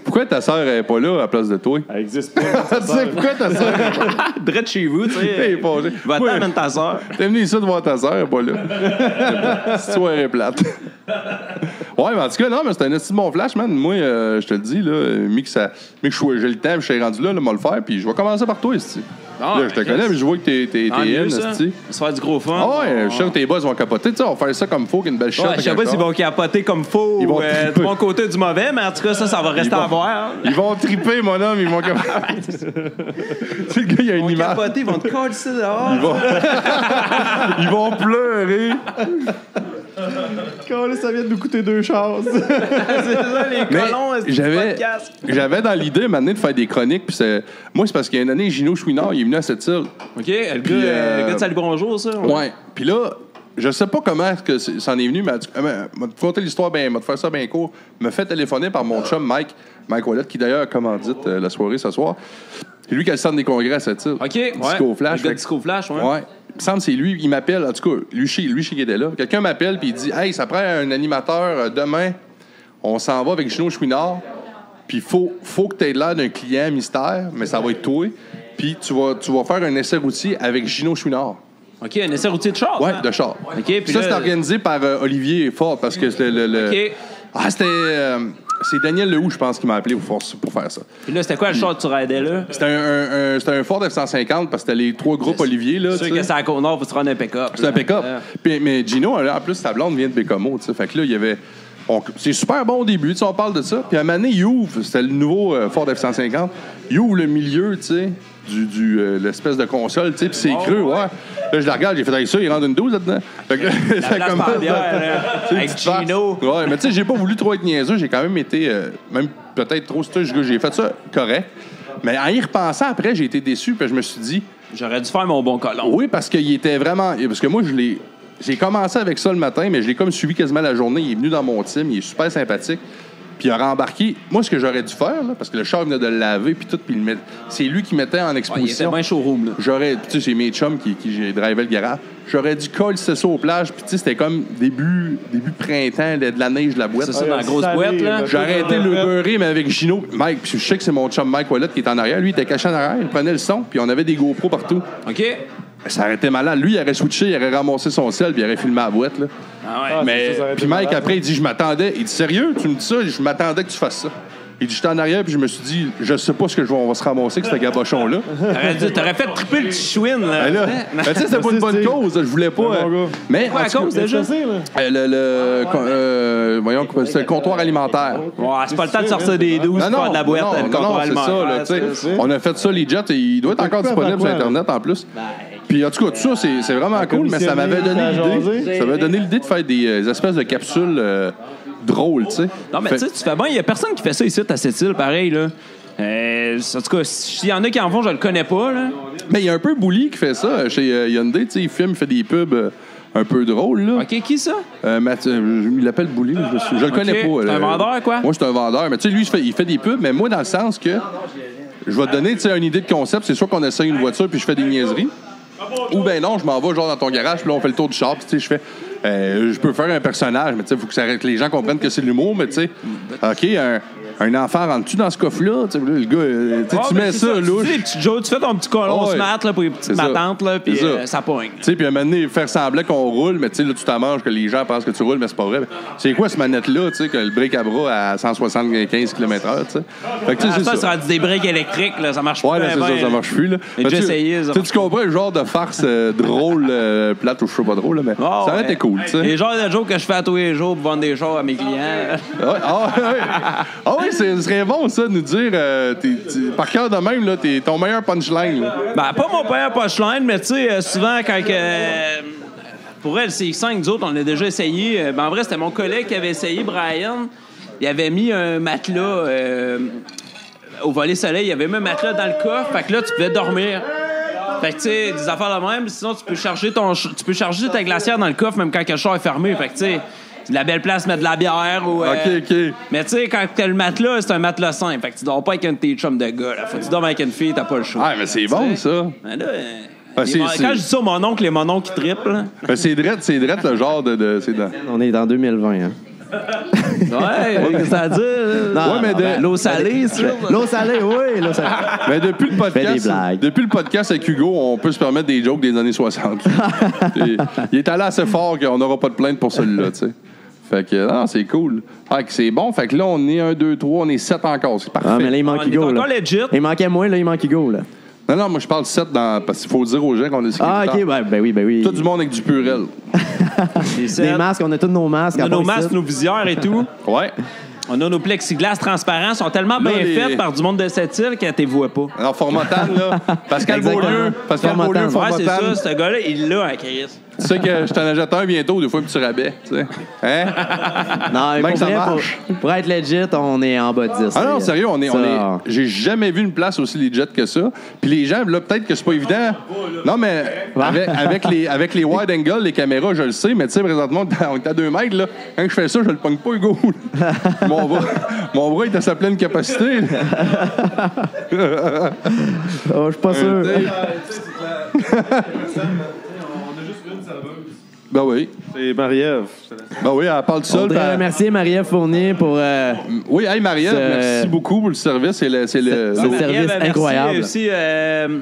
S1: Pourquoi ta sœur est pas là à la place de toi?
S6: Elle existe pas.
S1: <laughs> Tu sais, pourquoi ta sœur
S7: Drette chez vous, tu
S1: est
S7: sais.
S1: pas là?
S7: Va-t'en,
S1: Ouais,
S7: amène ta soeur.
S1: T'es venu ici de voir ta sœur, elle est pas là. <laughs> Si toi, elle est plate. Ouais, mais en tout cas, non, mais c'est un esti de bon flash, man. Moi, euh, je te le dis, là, euh, mis que, ça, mis que je sois- j'ai le temps, puis je suis rendu là, là, m'a le faire, puis je vais commencer par toi, ici.
S7: Ah,
S1: là, je te
S7: ben,
S1: connais, mais je vois que t'es, t'es,
S7: Tant
S1: t'es
S7: mieux,
S1: in,
S7: ça.
S1: esti.
S7: Se faire du gros fun.
S1: Ah ouais, je suis sûr que tes boss vont capoter. Tu sais, on va faire ça comme faut, qu'une belle shot.
S7: Ouais, je sais pas s'ils vont capoter comme faux
S1: Ils
S7: ou
S1: vont
S7: euh, du
S1: triper.
S7: bon côté ou du mauvais, mais en tout cas, ça, ça va rester à voir.
S1: Ils vont triper, mon homme, ils vont
S7: <laughs>
S1: capoter. tu sais, le gars, il a une
S7: Ils vont
S1: image.
S7: capoter, ils vont te coller ici dehors. <laughs>
S1: Ils vont... ils vont pleurer.
S6: Quand ça vient de nous coûter deux chances.
S7: <laughs> C'est ça, les
S1: Mais
S7: colons, est-ce que
S1: j'avais-
S7: pas de casque?
S1: J'avais dans l'idée maintenant de faire des chroniques. Puis c'est... Moi, c'est parce qu'il y a une année, Gino Chouinard, il est venu à cette île.
S7: OK, le gars,
S1: Puis, euh,
S7: le gars de Salut Bonjour, ça.
S1: Ouais. Puis là, je sais pas comment est-ce que c'est- c'en est venu, mais elle dit, Ah, ben, m'a te conter l'histoire, ben, m'a te faire ça bien court. Me fait téléphoner par mon chum Mike, Mike Wallet, qui d'ailleurs commandite euh, la soirée ce soir. C'est lui qui a le centre des congrès à cette île.
S7: OK, ouais.
S1: Disco Flash.
S7: Le gars
S1: Fait
S7: de
S1: que-
S7: Disco Flash, ouais.
S1: Ouais. Il me semble que c'est lui, il m'appelle, en tout cas, lui, chez- lui chez qui était là. Quelqu'un m'appelle puis il dit Hey, ça prend un animateur euh, demain, on s'en va avec Gino Chouinard, puis faut, faut que tu aies l'air d'un client mystère, mais ça va être toi, puis tu vas, tu vas faire un essai routier avec Gino Chouinard.
S7: OK, un essai routier de char.
S1: Ouais,
S7: hein?
S1: de char.
S7: OK, puis
S1: ça,
S7: là-
S1: c'est organisé par euh, Olivier Fort parce que c'était le. le-
S7: OK.
S1: Ah, c'était. euh, c'est Daniel Lehoux, je pense, qui m'a appelé pour, faire- pour faire ça.
S7: Puis là, c'était quoi le char que tu raidais, là?
S1: C'était un, un- un- c'était un Ford F-150 parce que c'était les trois groupes Olivier. là.
S7: C'est
S1: tu
S7: sûr
S1: sais.
S7: que c'est à Côte-Nord, faut se rendre un pick-up.
S1: C'est un
S7: là.
S1: pick-up.
S7: Ah.
S1: Puis- mais Gino, là, en plus, sa blonde vient de Bécomo, tu sais. Fait que là, il y avait. on- c'est super bon au début, tu sais, on parle de ça. Puis à un moment donné, il ouvre, c'était le nouveau euh, Ford F-150, il ouvre le milieu, tu sais, du, du, euh, l'espèce de console, tu sais, puis c'est creux, ouais. Là, je la regarde, j'ai fait avec ça, il rentre une douze là-dedans. Fait que <laughs> ça
S7: place
S1: commence
S7: par bière,
S1: à- <laughs>
S7: là,
S1: tu sais,
S7: euh, avec
S1: tu te fasses.
S7: Gino.
S1: Ouais, mais tu sais, j'ai pas voulu trop être niaiseux, j'ai quand même été, euh, même peut-être trop stuche, j'ai fait ça correct. Mais en y repensant après, j'ai été déçu, puis je me suis dit,
S7: J'aurais dû faire mon bon colon.
S1: oui, parce qu'il était vraiment. Parce que moi, je l'ai. J'ai commencé avec ça le matin, mais je l'ai comme suivi quasiment la journée. Il est venu dans mon team, il est super sympathique. Puis il a rembarqué. Moi, ce que j'aurais dû faire, là, parce que le char venait de le laver, puis tout, puis il le met- c'est lui qui mettait en
S7: Ouais, il était
S1: exposition.
S7: bien showroom, là.
S1: J'aurais, tu sais, c'est mes chums qui, qui j'ai- drivaient le garage. J'aurais dû coller ça aux plages, puis tu sais, c'était comme début, début printemps, de, de la neige, de la boîte.
S6: Ah,
S7: C'est ça, dans la grosse
S2: salé,
S7: boîte, là.
S2: là.
S1: J'ai arrêté le beurrer, mais avec Gino. Mike, puis je sais que c'est mon chum Mike Wallet qui est en arrière. Lui, il était caché en arrière, il prenait le son, puis on avait des GoPros partout.
S7: OK? Ah,
S1: Ça aurait été malade. Lui, il aurait switché, il aurait ramassé son sel, puis il aurait filmé à la boîte. Là.
S7: Ah ouais.
S2: Ah,
S1: Mais
S2: ça, ça aurait été
S1: puis Mike,
S2: malade,
S1: après,
S2: ça.
S1: il dit, je m'attendais. Il dit, sérieux, tu me dis ça? Je m'attendais que tu fasses ça. Il dit, j'étais en arrière, puis je me suis dit, je sais pas ce que je vais, on va se ramasser avec ce gabochon-là.
S7: T'aurais dû- T'aurais fait triper le petit chouine, là.
S1: Mais Ben là, mais tu sais, c'était pas une bonne
S2: Steve.
S1: cause. Je voulais pas.
S2: Ouais, mon
S1: euh,
S2: gars.
S1: Mais
S7: Quoi,
S1: en
S7: à
S1: tout cas,
S7: cause déjà?
S2: sais, là.
S1: euh, le, le- con- euh, voyons, c'est le comptoir alimentaire.
S7: Ouais, c'est pas le temps de sortir des douze, pas de la boîte,
S1: non,
S7: euh,
S1: non,
S7: le
S1: non,
S7: comptoir
S1: c'est ça. là,
S7: alimentaire,
S1: tu sais.
S7: c'est-
S1: on a fait ça, les jets, et il doit être encore
S2: peut
S1: disponible
S2: avoir
S1: sur
S2: quoi, Ben,
S1: Internet en plus.
S7: Ben,
S1: Puis en tout cas, tout ça, c'est c'est vraiment cool, mais ça m'avait donné
S2: commissionné, t'as
S1: l'idée.
S2: jasé.
S1: Ça m'avait donné l'idée de faire des euh, espèces de capsules euh, drôles, tu sais.
S7: Non, mais
S1: Fait-
S7: tu sais, tu fais bien. Il n'y a personne qui fait ça ici à cette île, pareil, là. Euh, en tout cas, s'il y en a qui en font, je le connais pas, là.
S1: Mais il y a un peu Bouli qui fait ça euh, chez euh, Hyundai, tu sais, il filme, il fait des pubs euh, un peu drôles, là.
S7: OK, qui ça?
S1: Euh, Mathieu- euh, je- il l'appelle Bouli, mais je, me suis- je le connais
S7: Ok,
S1: pas.
S7: c'est
S1: là.
S7: un vendeur, quoi?
S1: Moi, je suis un vendeur. Mais tu sais, lui, il fait, il fait des pubs, mais moi, dans le sens que je vais te donner tu sais, une idée de concept. C'est sûr qu'on essaye une voiture puis je fais des niaiseries. Ou ben non, je m'en vais genre dans ton garage, puis là, on fait le tour du char, puis tu sais, je fais. euh, je peux faire un personnage, mais tu sais, faut que, ça, que les gens comprennent que c'est de l'humour, mais tu sais, OK, un, un enfant rentre-tu dans ce coffre-là? Tu sais, là, le gars, euh, tu sais,
S7: Ah,
S1: tu
S7: ben,
S1: mets
S7: c'est
S1: ça,
S7: Tu
S1: louche.
S7: fais des petits jokes, tu fais ton petit colon
S1: Ah ouais.
S7: smart, là, pour les petites
S1: C'est ça.
S7: matantes, là, puis
S1: C'est ça.
S7: euh, ça pogne.
S1: Tu sais, puis à un moment donné, faire semblant qu'on roule, mais tu sais, là, tu t'en manges, que les gens pensent que tu roules, mais c'est pas vrai. C'est quoi, cette manette-là, tu sais, que le bric à bras à 175 km/h, tu sais? Fait que, tu
S7: Ah,
S1: sais,
S7: ça,
S1: c'est
S7: c'est
S1: ça.
S7: rendu des briques électriques, là, ça marche
S1: Ouais, là,
S7: pas
S1: c'est ça, ça marche plus, là.
S7: Mais
S1: Mais
S7: j'ai
S1: tu-
S7: essayé, ça
S1: Tu sais, tu comprends le genre de farce euh, drôle, euh, plate ou je sais pas drôle, là, mais ça aurait été cool, tu sais.
S7: ben, Les genres de jokes que Ah, je fais à tous les jours pour vendre des choses à mes clients.
S1: Ah, ah, ouais. Ah ouais, c'est- ce serait bon, ça, de nous dire, euh, t'es- t'es- par cœur de même, là, t'es ton meilleur punchline, là.
S7: Ben, pas mon père punchline, mais tu sais, euh, souvent, quand que. euh, Pour elle, c'est 5 nous autres, on l'a déjà essayé. Euh, Ben, en vrai, c'était mon collègue qui avait essayé, Brian. Il avait mis un matelas euh, au volet soleil. Il avait mis un matelas dans le coffre. Fait que là, tu pouvais dormir. Fait que, tu sais, des affaires de même. Sinon, tu peux charger ton, ch- tu peux charger ta glacière dans le coffre, même quand que le char est fermé. Fait que, tu sais, c'est de la belle place, mettre de la bière ou. euh,
S1: OK, OK.
S7: Mais tu sais, quand t'as le matelas, c'est un matelas simple. Fait que tu dors pas avec un de tes chums de gars. Là. Faut que tu dors avec une fille, t'as pas le choix.
S1: Ah, mais c'est bon, ça.
S7: Mais là, euh,
S1: Ah,
S7: les
S1: c'est-
S7: mon-
S1: c'est-
S7: quand je dis ça, mon oncle et mon oncle qui trippent.
S1: <laughs>
S7: là.
S1: Ben, c'est drette, c'est drette, le genre de... de- c'est dans-
S4: On est en 2020. Hein.
S7: Ouais, qu'est-ce que ça veut dire? là?
S4: Non,
S1: Ouais, mais de-
S7: L'eau salée, c'est sûr.
S4: L'eau salée, oui, l'eau
S7: <laughs>
S4: salée.
S1: Mais depuis le
S4: Fais des
S1: podcast,
S4: blagues.
S1: depuis le podcast avec Hugo, on peut se permettre des jokes des années
S4: <laughs>
S1: 60. Et il est allé assez fort qu'on n'aura pas de plainte pour celui-là, tu sais. Fait que, non, c'est cool. Fait que c'est bon. Fait que là, on est 1, 2, 3, on est 7 encore. C'est parfait.
S4: Ah, mais là, il manque
S7: On est
S4: Hugo.
S7: encore
S4: là.
S7: legit.
S4: Il manquait moins, là, il manque Hugo. Là.
S1: Non, non, moi, je parle 7 dans, parce qu'il faut dire aux gens qu'on est
S4: Ah, ok,
S1: sécuritaire.
S4: ben, ben oui, ben oui.
S1: Tout du monde avec du purel.
S4: Des masques, on a tous nos masques.
S7: On
S4: à
S7: a nos
S4: part
S7: masques,
S4: ici.
S7: nos visières et tout.
S1: Ouais.
S7: On a nos plexiglas transparents. sont tellement bien
S1: les-
S7: faits par du monde de cette île qu'elle t'y voit pas.
S1: Alors, Formotan, là. Pascal
S4: Exactement.
S1: Beaulieu. Pascal
S4: Formotan.
S1: Beaulieu,
S7: Ouais, c'est
S1: Formotan.
S7: ça, ce gars-là, il l'a, hein, Chris.
S1: Tu sais que je t'en achète un bientôt, des fois, un petit rabais, tu sais. Hein?
S4: Non, mais
S1: Mec,
S4: pour,
S1: ça
S4: vrai,
S1: marche.
S4: pour- pour être legit, on est en bas de 10.
S1: Ah non, sérieux, on est, on
S4: Ça-
S1: est- j'ai jamais vu une place aussi legit que ça. Puis les gens, là, peut-être que c'est pas
S7: Ah,
S1: évident. Non, mais avec, avec les, avec les wide angle, les caméras, je le sais, mais tu sais, présentement, on est à 2 mètres, là. Quand je fais ça, je le pogne pas,
S4: <laughs>
S1: Hugo. mon, bras, mon bras est à sa pleine capacité. là.
S4: Oh, je suis pas sûr.
S1: Ben oui.
S6: C'est Marie-Ève.
S1: Ben oui, elle parle tout
S4: On
S1: seul.
S4: voudrait
S1: ben-
S4: remercier Marie-Ève Fournier pour euh,
S1: Oui, hey, Marielle,
S4: C'est-
S1: merci beaucoup pour le service. C'est le. C'est le...
S4: ce
S7: Marie-Ève,
S4: service
S7: merci
S4: incroyable.
S7: aussi euh,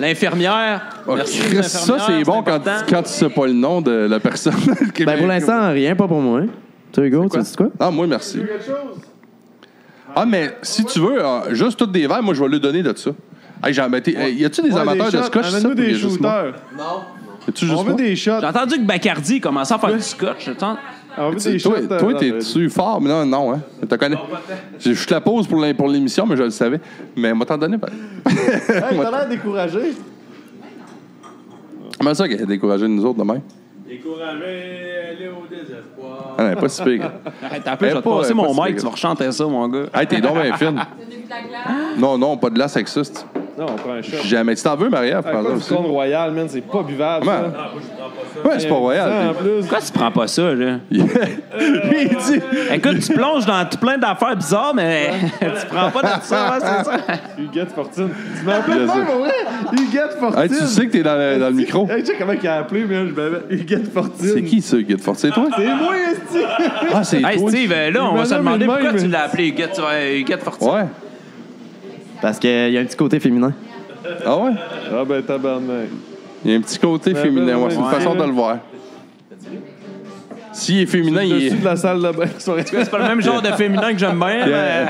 S7: l'infirmière.
S1: Oh,
S7: Merci,
S1: Christ,
S7: les
S1: ça,
S7: infirmières,
S1: c'est bon quand,
S7: important.
S1: quand tu sais pas le nom de la personne. <laughs>
S4: Ben pour l'instant, rien, pas pour moi. hein. Toi, Hugo, tu dis quoi?
S1: Ah, moi, merci. Ah, mais si tu veux, euh, juste toutes des verres, moi, je vais lui donner de ça. Hey, j'en mettais- hey, y a-tu des amateurs de scotch? ça,
S2: Amène-nous
S1: ou y a
S2: des
S1: juste moi?
S2: shooters.
S1: Y a-tu juste
S2: On veut
S1: moi?
S2: des shots.
S7: J'ai entendu que Bacardi commençait à faire du scotch. je t'en-
S6: Ah, oui,
S1: Tu-
S6: des
S1: Toi,
S6: shots, euh,
S1: toi,
S6: dans le-
S1: t'es-tu fort? Mais non, non, hein. Je te connais. Je, je te la pose pour l'in- pour l'émission, mais je le savais. Mais on va t'en donner. pareil.
S6: Hey, t'as l'air découragé.
S1: Comment ça qu'elle a découragé nous autres demain? Découragé, aller au désespoir. Ah, non, pas si pire.
S7: Arrête un peu, je vais
S1: Eh,
S7: te
S1: pas-
S7: passer
S1: pas si
S7: mon mic,
S1: pire.
S7: tu vas rechanter ça, mon gars.
S1: Hey, t'es donc bien fine.
S8: T'as des bouts de la glace?
S1: Non, non, pas de glace avec ça. c'est-
S6: Non, on prend un shot.
S1: Jamais. Tu t'en veux, Marie-Ève,
S6: Ah,
S1: par
S6: quoi,
S1: exemple,
S6: du
S1: aussi?
S6: trône royal, man, c'est pas buvable.
S1: Comment?
S6: ça.
S1: Ouais, c'est pas
S6: Ça, en
S1: royal.
S6: plus.
S7: Pourquoi tu prends pas ça, là?
S1: Il dit.
S7: Écoute, tu plonges dans tout plein d'affaires bizarres, mais <laughs> tu prends pas de ça, ouais, c'est ça.
S6: Huguette Fortune. Tu m'as appelé de même, pour vrai? Huguette Fortune.
S1: Hey, tu sais que t'es dans le, dans le micro.
S6: Hey, check comment il a appelé, man. Je m'appelle Huguette Fortune.
S1: C'est qui ça, Guy de Force? C'est toi?
S6: C'est moi, esti.
S1: Ah, c'est
S7: Hey,
S1: toi.
S7: Steve, euh, là, on
S6: Mais
S7: va se
S6: non, mais
S7: demander
S6: le
S7: pourquoi
S6: même.
S7: tu l'as appelé Huguette, euh, Huguette Fortin.
S1: Ouais.
S4: Parce qu'il y a un petit côté féminin.
S1: Ah ouais?
S6: Ah, ben, tabarnak.
S1: Il y a un petit côté
S6: Ben,
S1: féminin.
S6: ben,
S1: ouais, c'est une
S6: ouais.
S1: façon de le voir. S'il est féminin,
S6: Dessus
S1: il est.
S6: de la salle de bain. Soirée.
S7: C'est pas le même genre de féminin que j'aime
S1: Yeah.
S7: bien. mais-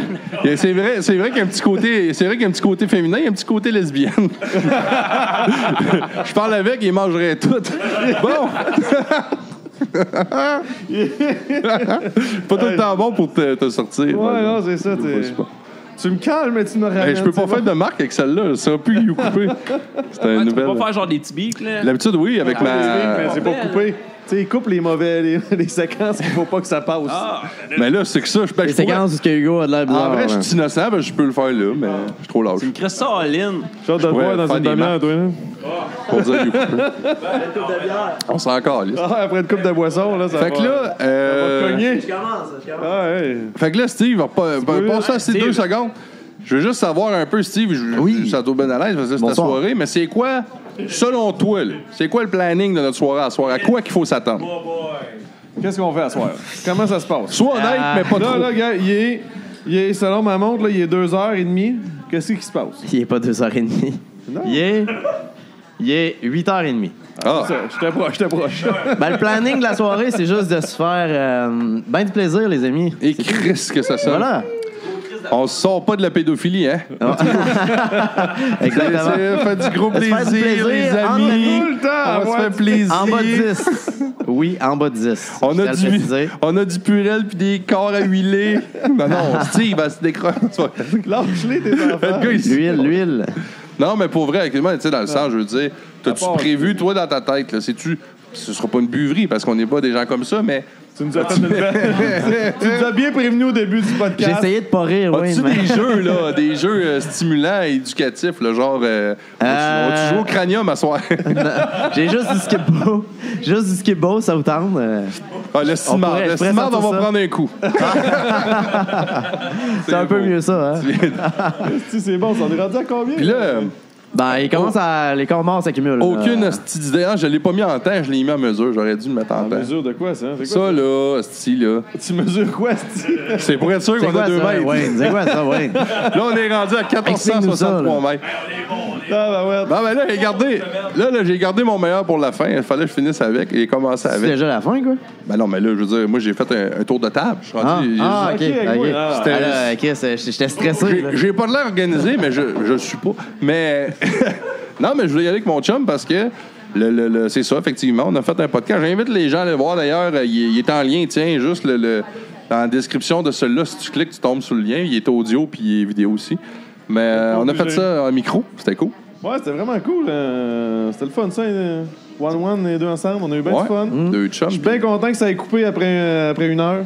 S1: Yeah, c'est vrai, c'est vrai qu'il y a un petit côté, c'est vrai qu'il y a un petit côté féminin, il y a un petit côté
S6: <laughs>
S1: lesbienne. Je parle avec, il mangerait tout. Bon. pas tout le temps bon pour te, te sortir.
S6: Ouais, non, c'est ça.
S1: Je
S6: t'es-
S1: sais pas.
S6: Tu me calmes, mais tu me ramènes.
S1: Hey, je peux pas
S6: c'est
S1: faire de marque avec celle-là, ça aurait pu you couper. C'est une
S7: Ouais, tu peux
S1: nouvelle.
S7: pas faire genre des petits bics, là.
S1: L'habitude oui, avec
S6: bon. Mais
S1: ma
S6: Ah, c'est pas coupé. Tu sais, il coupe les mauvais, les, <laughs> les séquences qu'il faut pas que ça passe.
S1: Mais là, c'est que ça, je ben,
S4: Les
S1: je pourrais-
S4: séquences où que Hugo a de l'air
S1: En
S4: bizarre.
S1: vrai, je
S4: hein.
S1: suis innocent, ben, je peux le faire là, mais je suis trop lâche
S7: Chris Saline.
S6: J'ai hâte de le
S1: pourrais
S6: voir dans
S1: faire
S6: une
S1: des
S6: demi-heure,
S1: marques.
S6: toi. là.
S1: pour dire you couper. On s'en calisse.
S6: Ah, après une coupe de boisson, là, ça
S1: Fait que
S6: va-
S1: là,
S6: ça va
S1: euh,
S6: cogner. Ah, ouais.
S1: Fait que là, Steve, va pas, va
S6: peux-
S1: passer à ces deux secondes. Je veux juste savoir un peu, Steve, je,
S4: Oui.
S1: ça doit bien à l'aise parce que c'est ta
S4: Bonsoir.
S1: soirée, mais c'est quoi, selon toi, là, c'est quoi le planning de notre soirée à soir? À quoi qu'il faut s'attendre?
S6: Qu'est-ce qu'on fait à soir? Comment ça se passe?
S1: Sois honnête, mais pas
S6: Là,
S1: trop.
S6: là, gars, il est, il est- selon ma montre, là, il est 2h30. Qu'est-ce qui se passe?
S4: Il est pas 2h30. Il est. Il est 8h30.
S1: Ah,
S6: Ça, Je t'approche, je t'approche.
S4: Ben, le planning de la soirée, c'est juste de se faire euh, ben du plaisir, les amis.
S1: et Chris que ça sonne.
S4: Voilà.
S1: On se sort pas de la pédophilie, hein?
S4: Exactement.
S1: C'est- Fait du gros
S4: Se faire
S1: plaisir,
S4: du plaisir, Ah,
S1: les
S4: entre
S1: amis.
S4: nous.
S6: Tout le temps, à
S1: On va
S6: voir
S1: se faire
S6: du-
S1: plaisir.
S4: En bas de 10. Oui, en bas de 10.
S1: On a,
S4: Je tiens à le
S1: du,
S4: préciser.
S1: <laughs> on a du purel puis des corps à
S4: <laughs>
S1: huiler. non, non, Steve, elle se décroche.
S6: Lâche-les, tes enfants.
S1: Le gars, il-
S4: L'huile, l'huile.
S1: Non, mais pour vrai, actuellement, tu sais, dans le sens, je veux dire, t'as-tu
S6: À part-
S1: prévu, toi, dans ta tête, là, sais-tu, ce sera pas une buverie parce qu'on n'est pas des gens comme ça, mais
S6: Tu nous as fait une belle- Tu nous as bien prévenu au début du
S4: J'ai
S6: podcast.
S4: essayé de pas rire, oui,
S1: as-tu
S4: mais. <laughs>
S1: des jeux, là, des jeux euh, stimulants et éducatifs, le genre, euh,
S4: Euh,
S1: on joue au cranium à
S4: <laughs>
S1: soir?
S4: J'ai juste dit skibbo. J'ai juste dit skibbo, ça vous tente. euh,
S1: ah, le ciment,
S4: pourrait-
S1: le
S4: je pourrais
S1: ciment, on va
S4: sortir ça.
S1: prendre un
S4: <laughs>
S1: coup. <laughs>
S4: C'est un peu
S1: beau.
S4: mieux ça, hein?
S6: Si, C'est bon, ça en est rendu à combien?
S1: Puis là,
S4: Ben, il commence à. Les corps morts s'accumulent. là.
S1: aucune petite idée. Ah, je l'ai pas mis en temps, je l'ai mis en mesure. J'aurais dû le mettre en
S6: Tu
S1: temps.
S6: mesures de quoi, ça? hein? C'est quoi?
S1: Ça, là, hostie, là.
S6: Tu mesures quoi, c'ti?
S1: <laughs> C'est pour être sûr
S4: C'est
S1: qu'on
S4: quoi,
S1: a deux
S4: ça,
S1: mètres.
S4: Wayne? C'est
S1: <laughs>
S4: quoi ça, Wayne?
S1: Là, on est rendu à
S4: Explique-nous ça,
S1: 463
S4: là.
S1: mètres.
S6: Ah, ben ouais.
S1: Bon, ben là, j'ai gardé, là, là, j'ai gardé mon meilleur pour la fin. Il fallait que je finisse avec et commencer
S4: C'est
S1: avec.
S4: déjà la fin, quoi?
S1: Ben non, mais là, je veux dire, moi, j'ai fait un, un tour de table. Je suis
S4: Ah,
S1: rendu-
S4: ah, ok,
S6: ok, avec moi, là.
S4: ok.
S1: C'était-
S4: Ah, là, Chris, euh, j'étais stressé. là.
S1: j'ai- J'ai pas de l'air organisé, mais je, je le suis pas. Mais <laughs> non, mais je voulais y aller avec mon chum parce que le, le- le- c'est ça, effectivement. On a fait un podcast. J'invite les gens à le voir d'ailleurs. euh, Il, est- il est en lien, tiens, juste le, le- dans la description de celui-là. Si tu cliques, tu tombes sur le lien. Il est audio puis il est vidéo aussi. Mais euh, on a fait ça en micro. C'était cool.
S6: Ouais, c'était vraiment cool. euh, C'était le fun, ça. euh, One-one, les deux ensemble, on a eu bien
S1: Ouais. Mm.
S6: du fun.
S1: Deux chums.
S6: Je suis bien content que ça ait coupé après, euh, après une heure.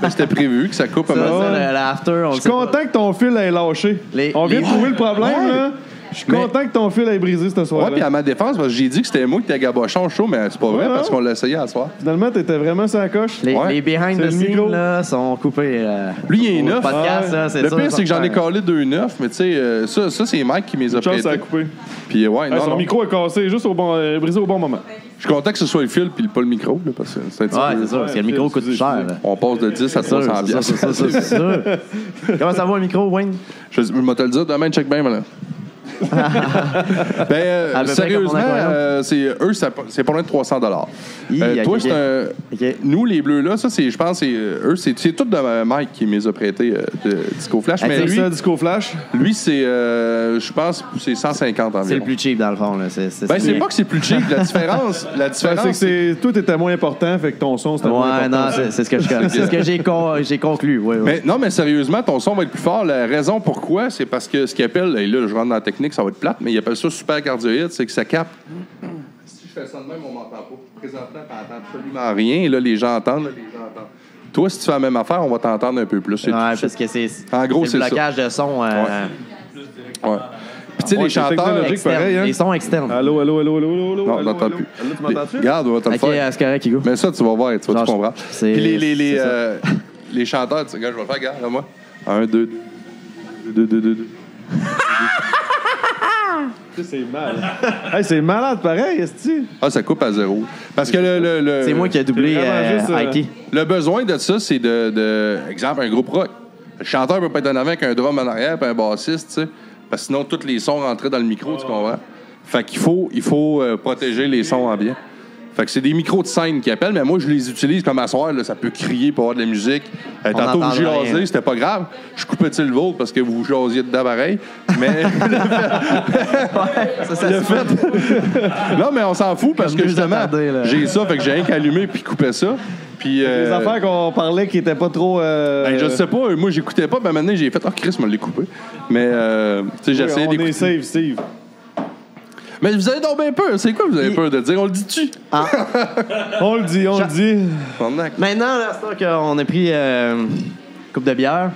S1: Ben, C'était prévu que ça coupe un
S4: Ça,
S1: moment.
S4: ça, le- la after, on
S6: Je
S4: le
S6: suis
S4: sait pas.
S6: content que ton fil ait lâché.
S4: Les-
S6: On vient
S4: les-
S6: de trouver le problème, là. Je suis
S4: Mais-
S6: content que ton fil ait brisé cette
S1: Ouais,
S6: soirée.
S1: puis à ma défense, parce que j'ai dit que c'était moi qui étais gabochon chaud, mais c'est pas vrai
S6: Ouais,
S1: parce
S6: non.
S1: qu'on l'a essayé à soir.
S6: Finalement, t'étais vraiment sur la coche.
S4: Les,
S1: Ouais.
S4: les behind
S6: C'est
S4: the
S6: le micro.
S4: scenes là, sont coupés. euh,
S1: Lui, il est
S4: au
S1: neuf.
S4: podcast,
S6: Ah ouais.
S4: là, c'est
S1: Le
S4: ça,
S1: pire, c'est que j'en ai
S4: certain.
S1: collé deux neufs, mais tu sais, euh, ça, ça c'est Mike qui me les a
S6: Chance, ça a
S1: prêtés.
S6: coupé.
S1: Puis euh, ouais,
S6: Hey,
S1: non,
S6: son
S1: non.
S6: micro est cassé, juste au bon, euh, brisé au bon moment.
S1: Je suis content que ce soit le fil puis pas le micro, là, parce que c'est un petit
S4: Ouais,
S1: peu-
S4: c'est sûr, parce que le
S6: Ouais,
S4: micro coûte
S6: excusez,
S4: cher. là.
S1: On passe de 10 à
S4: C'est sûr,
S1: 300
S4: c'est sûr,
S1: piastres.
S4: c'est sûr, c'est sûr, c'est sûr. Comment ça va, le micro, Wayne? <laughs>
S1: Je je vais te le dire, demain, check bien, voilà. Ben, euh,
S4: À peu près
S1: sérieusement,
S4: comme on a quand même.
S1: euh, c'est, eux, ça- c'est pas loin de 300 dollars. Euh,
S4: Hi, ok,
S1: toi,
S4: ok.
S1: c'est un-
S4: Ok.
S1: Nous, les bleus-là, ça, c'est, je pense, c'est, euh, eux, c'est, c'est tout de euh, Mike qui les a prêtés euh, de Disco Flash.
S4: Ah,
S1: Mais
S4: c'est
S1: lui,
S6: Ça, Disco Flash.
S1: lui, c'est, euh, je pense, c'est 150 environ.
S4: C'est le plus cheap, dans le fond. Là. C'est, c'est,
S1: Ben, c'est pas que c'est plus cheap. La
S4: <laughs>
S1: différence, la
S6: Ben, c'est que
S1: différence, c'est
S6: c'est- tout était moins important, fait que ton son, c'était moins
S4: Ouais,
S6: important.
S4: non, c'est, c'est ce que je C'est ce que j'ai, con- j'ai conclu. Ouais, ouais.
S1: Mais non, mais sérieusement, ton son va être plus fort. La raison pourquoi, c'est parce que ce qu'ils appellent, et là, je rentre dans la technique, ça va être plate, mais ils appellent ça super cardioïde, c'est que ça capte. Si je fais ça de même, on m'entend pas. Présentement, t'entends absolument rien, et là, les gens entendent, là, les gens entendent. Toi, si tu fais la même affaire, on va t'entendre un peu plus. c'est
S4: Ouais,
S1: tout.
S4: parce que c'est,
S1: En gros, c'est
S4: le
S1: ça.
S4: blocage de son euh,
S1: Ouais. Puis, tu sais,
S6: Ouais,
S1: les
S6: c'est
S1: chanteurs.
S6: technologique.
S4: externe.
S6: pareil, hein.
S4: Les sons externes.
S6: Allô, allô, allô, allô, allô, allô.
S1: Non, on
S6: allô,
S1: n'entend
S6: allô.
S1: plus.
S6: Allô, tu m'entends-tu?
S1: Regarde, on va te le
S4: ok,
S1: faire.
S4: euh, c'est correct, Hugo.
S1: Mais ça, tu vas voir, tu vas
S4: Non,
S1: te comprendre.
S4: c'est-
S1: Puis les, les, les,
S4: c'est ça.
S1: euh, les chanteurs, tu sais, regarde, je vais le faire, regarde, moi. Un, deux, deux, deux, deux, deux, deux.
S6: C'est mal. hey, c'est malade pareil, est-ce
S1: Ah, ça coupe à zéro. Parce que le. le, le-
S4: C'est moi qui ai doublé
S6: c'est vraiment
S4: euh,
S6: juste, euh,
S4: Ike.
S1: Le besoin de ça, c'est de, de- Exemple, un groupe rock. Le chanteur peut pas être en avant avec un drum en arrière et un bassiste, tu sais. Parce que sinon, tous les sons rentraient dans le micro, tu comprends? Fait qu'il faut, il faut euh, protéger les sons ambiants. Fait que c'est des micros de scène qui appellent, mais moi, je les utilise comme à soir, là, ça peut crier pour avoir de la musique. Euh, tantôt,
S4: n'entend
S1: vous
S4: rien.
S1: jasez, c'était pas grave. Je coupais-tu le vôtre parce que vous jasiez dedans pareil. Mais <laughs>
S4: Ça, ça se fait.
S1: non, mais on s'en fout parce
S4: Comme
S1: que
S4: mieux
S1: justement,
S4: attardé, là.
S1: j'ai ça, fait que j'ai rien qu'à allumer puis couper ça. Puis,
S6: Les
S1: euh,
S6: affaires qu'on parlait qui étaient pas trop. euh,
S1: Ben, je sais pas, euh, moi j'écoutais pas, mais maintenant j'ai fait Oh Chris me l'a coupé. Mais euh, tu sais, j'ai
S6: oui,
S1: essayé
S6: On est
S1: d'écouter.
S6: safe, Steve.
S1: Mais vous avez donc bien peur, c'est quoi vous avez peur de dire On le dit-tu
S6: On le dit, on le dit.
S1: Pendant que-
S4: Maintenant, là, c'est sûr qu'on a pris euh, une coupe de bière.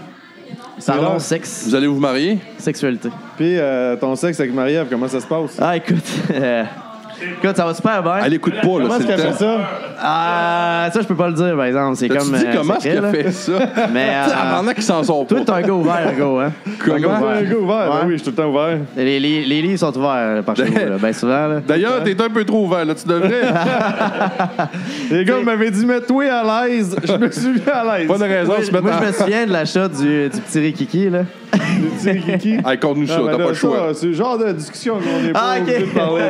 S4: Parlons
S6: l'heure.
S4: sexe,
S1: Vous allez vous marier
S4: sexualité.
S6: Puis euh, ton sexe avec Marie-Ève, comment ça se passe?
S4: Ah, écoute, <laughs> euh, écoute, ça va super bien.
S1: Ah, Elle écoute pas, là,
S6: Comment
S1: c'est
S6: est-ce qu'elle
S1: le
S6: fait
S1: temps.
S6: ça?
S4: Ah, ça, je peux pas le dire, par exemple. C'est
S1: T'as-tu
S4: comme.
S1: dit
S4: euh,
S1: comment est-ce
S4: secret,
S1: qu'elle
S4: là.
S1: fait ça <laughs>
S4: Mais, euh,
S1: Pendant qu'ils s'en sont
S4: Toi,
S1: pas.
S4: t'es un gars ouvert, Hugo, hein? Un gars
S6: Un
S4: ouvert.
S6: gars ouvert, ben
S4: Ouais.
S6: oui, je suis tout le temps ouvert.
S4: Les, les, les livres sont ouverts là, par chez vous, là, bien souvent. Là.
S1: D'ailleurs, t'es un peu trop ouvert, là, tu devrais. <laughs>
S6: Les gars, vous m'avez dit, mets-toi à l'aise. Je me suis mis à l'aise.
S1: pas de raison,
S4: Moi,
S1: tu mets
S4: moi, je me souviens de l'achat du, du petit Rikiki, là.
S6: Tu sais, Kiki?
S1: Hey, compte-nous ça,
S6: Ah, ben
S1: t'as
S6: là,
S1: pas le choix.
S6: ça, C'est le genre de discussion qu'on n'est
S4: Ah,
S6: pas
S4: ok.
S6: obligé de parler.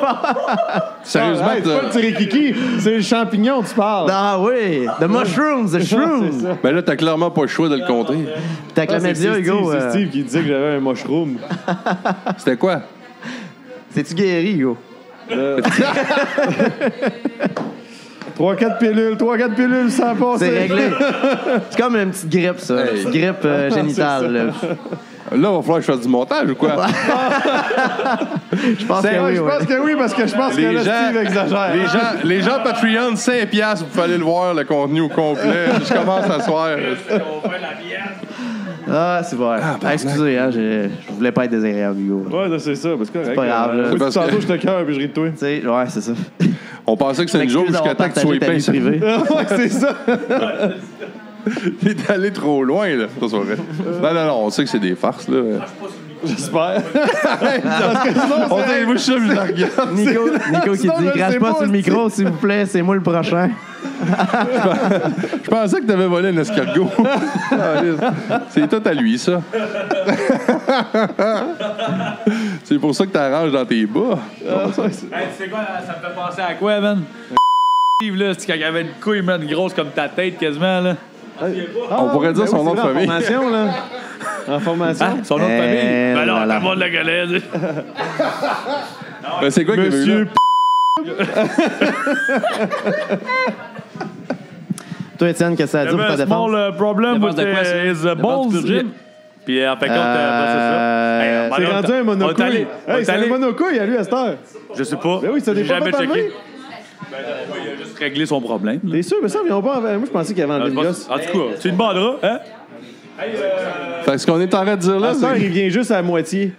S1: <laughs>
S4: Ok, c'est
S6: tu sais.
S4: bon.
S1: Sérieusement,
S6: Ah, hey, c'est pas le
S1: t'as-
S6: tirikiki, c'est le champignon, tu parles.
S4: Ah oui, the mushrooms, the shrooms.
S1: ben là, t'as clairement pas le choix de le <laughs> compter.
S4: T'as que
S6: Ah,
S4: la
S6: c'est-
S4: média,
S6: c'est
S4: Hugo.
S6: Steve,
S4: euh,
S6: C'est Steve qui disait que j'avais un mushroom.
S1: C'était quoi
S4: C'est-tu guéri, Hugo?
S6: 3-4 pilules, 3-4 pilules, ça a passé.
S4: C'est réglé. C'est comme une petite grippe, ça.
S1: Hey.
S4: Une petite grippe euh, génitale. là.
S1: Là, il va falloir que je fasse du montage ou <laughs> quoi
S4: Je pense
S6: Ah,
S4: que oui.
S6: je
S4: ouais.
S6: pense que oui, parce que je pense que
S1: Les
S6: là,
S1: gens-
S6: Steve exagère.
S1: Les gens, les gens Patreon, 5 piastres, vous pouvez aller le voir, le contenu au complet. Je commence à soir.
S4: Ah, c'est vrai. Ah, excusez, hein, je, je voulais pas être désagréable, Hugo.
S6: Ouais, là, c'est ça, parce que c'est
S4: pas grave, là.
S1: Parce que-
S6: Tantôt, je te cœur puis je ris de toi.
S4: Tu sais, ouais, c'est ça.
S1: On pensait que c'était une joke
S4: Excuse
S1: jusqu'à
S4: d'avoir
S1: temps que tu
S4: partagé
S1: sois
S4: ta vie
S1: épais.
S4: privée.
S6: <laughs> ouais, c'est ça.
S1: <laughs> Il est allé trop loin, là. Ça, c'est vrai. Non, non, non, on sait que c'est des farces, là.
S6: J'espère.
S1: On dit, moi, je suis sûr, je la regarde.
S4: Nico, Nico qui
S6: Sinon, je
S4: dit
S6: le
S4: crache
S6: sais
S4: pas
S6: pas,
S4: sur le micro, s'il vous plaît, c'est moi le prochain.
S1: Je pensais que t'avais volé un escargot. Ah, c'est tout à lui, ça. c'est pour ça que t'arranges dans tes bas.
S5: Hey, tu sais quoi, ça me fait penser à quoi, man? Steve, là, c'est quand il avait une couille, man, grosse comme ta tête quasiment, là.
S1: On pourrait dire
S6: Ben oui,
S1: son
S6: c'est
S1: nom de
S6: vrai, En
S1: famille.
S6: formation, là.
S1: <laughs>
S6: En formation.
S5: Ah, son nom de
S4: Eh
S5: famille? Ben
S4: là
S5: non,
S4: là.
S5: t'as pas de la galère.
S1: Ben, c'est quoi qu'il y avait eu là?
S6: Monsieur
S4: Toi, Étienne, qu'est-ce que ça a dit
S6: Ben,
S4: pour ta
S5: J'avais un
S4: défense?
S5: small euh, problem
S3: Défense
S5: with
S3: de quoi, ça?
S5: the, the
S3: Défense du
S5: balls.
S3: Virgin?
S5: Puis euh, en fait, compte,
S4: Euh,
S5: euh, ben, c'est ça. Hey,
S6: C'est
S5: ben,
S6: rendu
S5: on-
S6: un
S5: on est allé-
S6: monocouille.
S5: on
S6: Hey,
S5: est
S6: c'est un
S5: allé-
S6: monocouille à lui à cette heure.
S5: Je sais pas.
S6: Ben oui, ça
S5: J'ai
S6: n'est pas
S5: jamais
S6: fait
S5: checké. Ben,
S6: enlever.
S5: Il a juste réglé son problème. là.
S6: T'es sûr, mais ça, ils ont pas enlevé. Moi, je pensais qu'il avait
S5: Ah,
S6: enlevé
S5: je
S6: le gosse.
S5: pense- En tout cas, tu lui demanderas, hein?
S1: Fait que ce qu'on est en train de dire là,
S6: À cette heure,
S1: c'est.
S6: il vient juste à la <laughs> moitié.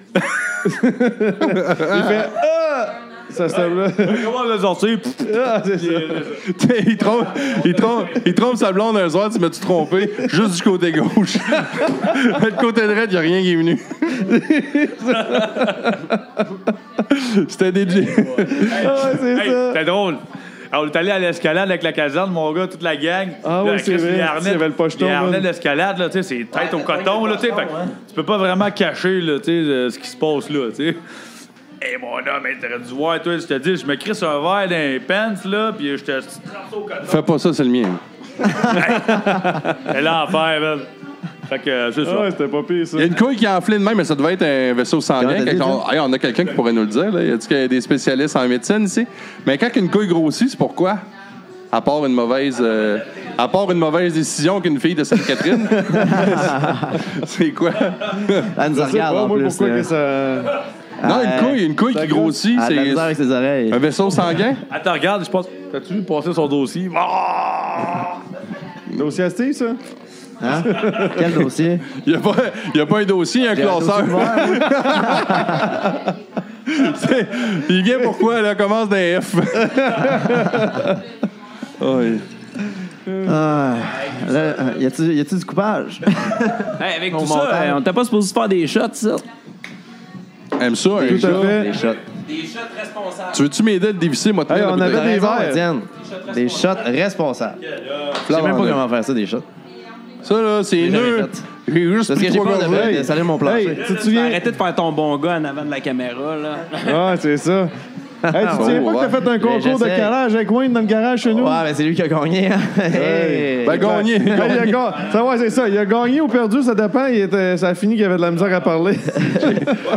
S6: il fait Ah! Ça se tape là.
S5: Comment le sortir? Pff,
S6: Ah, c'est ça.
S1: <laughs> il, trompe, il, trompe, il trompe sa blonde un soir, tu m'as-tu trompé? Juste du côté gauche. <laughs> le côté droit, il n'y a rien qui est venu. <laughs> C'était des.
S6: Ah, ouais, c'est
S5: Hey,
S6: ça.
S5: c'était drôle. Alors, on est allé à l'escalade avec la caserne, mon gars, toute la gang.
S6: Ah
S5: Là,
S6: oui, c'est
S5: Chris,
S6: vrai.
S5: les
S6: Il y avait le pocheton,
S5: Les harnais
S6: là.
S5: d'escalade, là, tu sais, c'est tête au coton, là, tu sais. Fait que Tu peux pas vraiment cacher, là, tu sais, euh, ce qui se passe, là, tu sais. Hey, mon homme, hey, t'aurais dû voir, toi, je te dis, je me crisse un verre dans les pants, là, puis je te.
S1: Fais pas ça, c'est le mien.
S5: C'est l'enfer, man. Fait que, euh, c'est ça.
S6: Ah ouais, c'était pas pire, ça.
S1: Il y a une couille qui a enflé de même, mais ça devait être un vaisseau sanguin.
S4: Comment t'as
S1: Quand
S4: dit,
S1: on, Hey, on a quelqu'un qui pourrait nous le dire. Là. Il a dit qu'il y a des spécialistes en médecine ici. Mais quand une couille grossit, c'est pourquoi? À part une mauvaise, euh, à part une mauvaise décision qu'une fille de Sainte-Catherine. <laughs> c'est quoi?
S4: Elle nous
S6: Je sais
S4: regarde
S6: pas,
S4: en
S6: moi,
S4: plus. euh,
S6: pourquoi
S4: là.
S6: que ça.
S1: Non,
S4: Euh,
S1: une couille, une couille qui grossit,
S4: Elle a de Ah, la Euh,
S1: c'est
S4: misère avec ses oreilles.
S1: un vaisseau sanguin.
S5: Attends, regarde, je pense. T'as-tu vu passer son dossier? Ah!
S6: Dossier à Steve, ça?
S4: Hein? Quel dossier?
S1: Il n'y a, pas- il y a pas un dossier, il y a un classeur. <laughs> C'est- il vient pourquoi? Là, commence d'un F. Oui.
S4: Ah, <laughs> là, euh, y a-tu y a-tu du coupage?
S7: Hey, avec
S4: Mon
S7: tout
S4: montage.
S7: ça, euh, on t'a pas supposé faire des shots, ça.
S1: Aime ça, un
S6: Tout à
S1: chat.
S6: fait.
S4: Des shots.
S7: Des shots responsables.
S1: Tu veux-tu m'aider à le dévisser, moi, de
S6: Hey,
S1: tenir la
S6: on
S1: bouteille?
S6: avait
S4: T'as
S6: des
S4: raison,
S6: verres.
S4: Étienne. Des shots responsables. Je sais même pas comment faire ça, des shots.
S1: Ça, là, c'est
S4: J'ai jamais
S1: nœud.
S4: fait.
S1: J'ai juste
S4: Parce que
S1: pris
S4: j'ai
S1: trois
S4: peur de,
S1: gorgées.
S4: me- de salir mon plancher.
S6: Hey, tu te souviens?
S7: Arrêtez de faire ton bon gars en avant de la caméra, là.
S6: Ah, c'est ça. Hey, tu te souviens
S1: Oh,
S6: pas que t'as
S1: ouais.
S6: fait un concours de
S4: Ah, j'essaie.
S6: calage avec Wayne dans le garage chez nous?
S4: Ouais, mais c'est lui qui a gagné. hein. Hey.
S1: Ben,
S4: <laughs>
S1: gagné.
S6: Hey, il a ga- ça, ouais, c'est ça. Il a gagné ou perdu, ça dépend. Il était- ça a fini qu'il avait de la misère
S4: <laughs>
S6: à parler.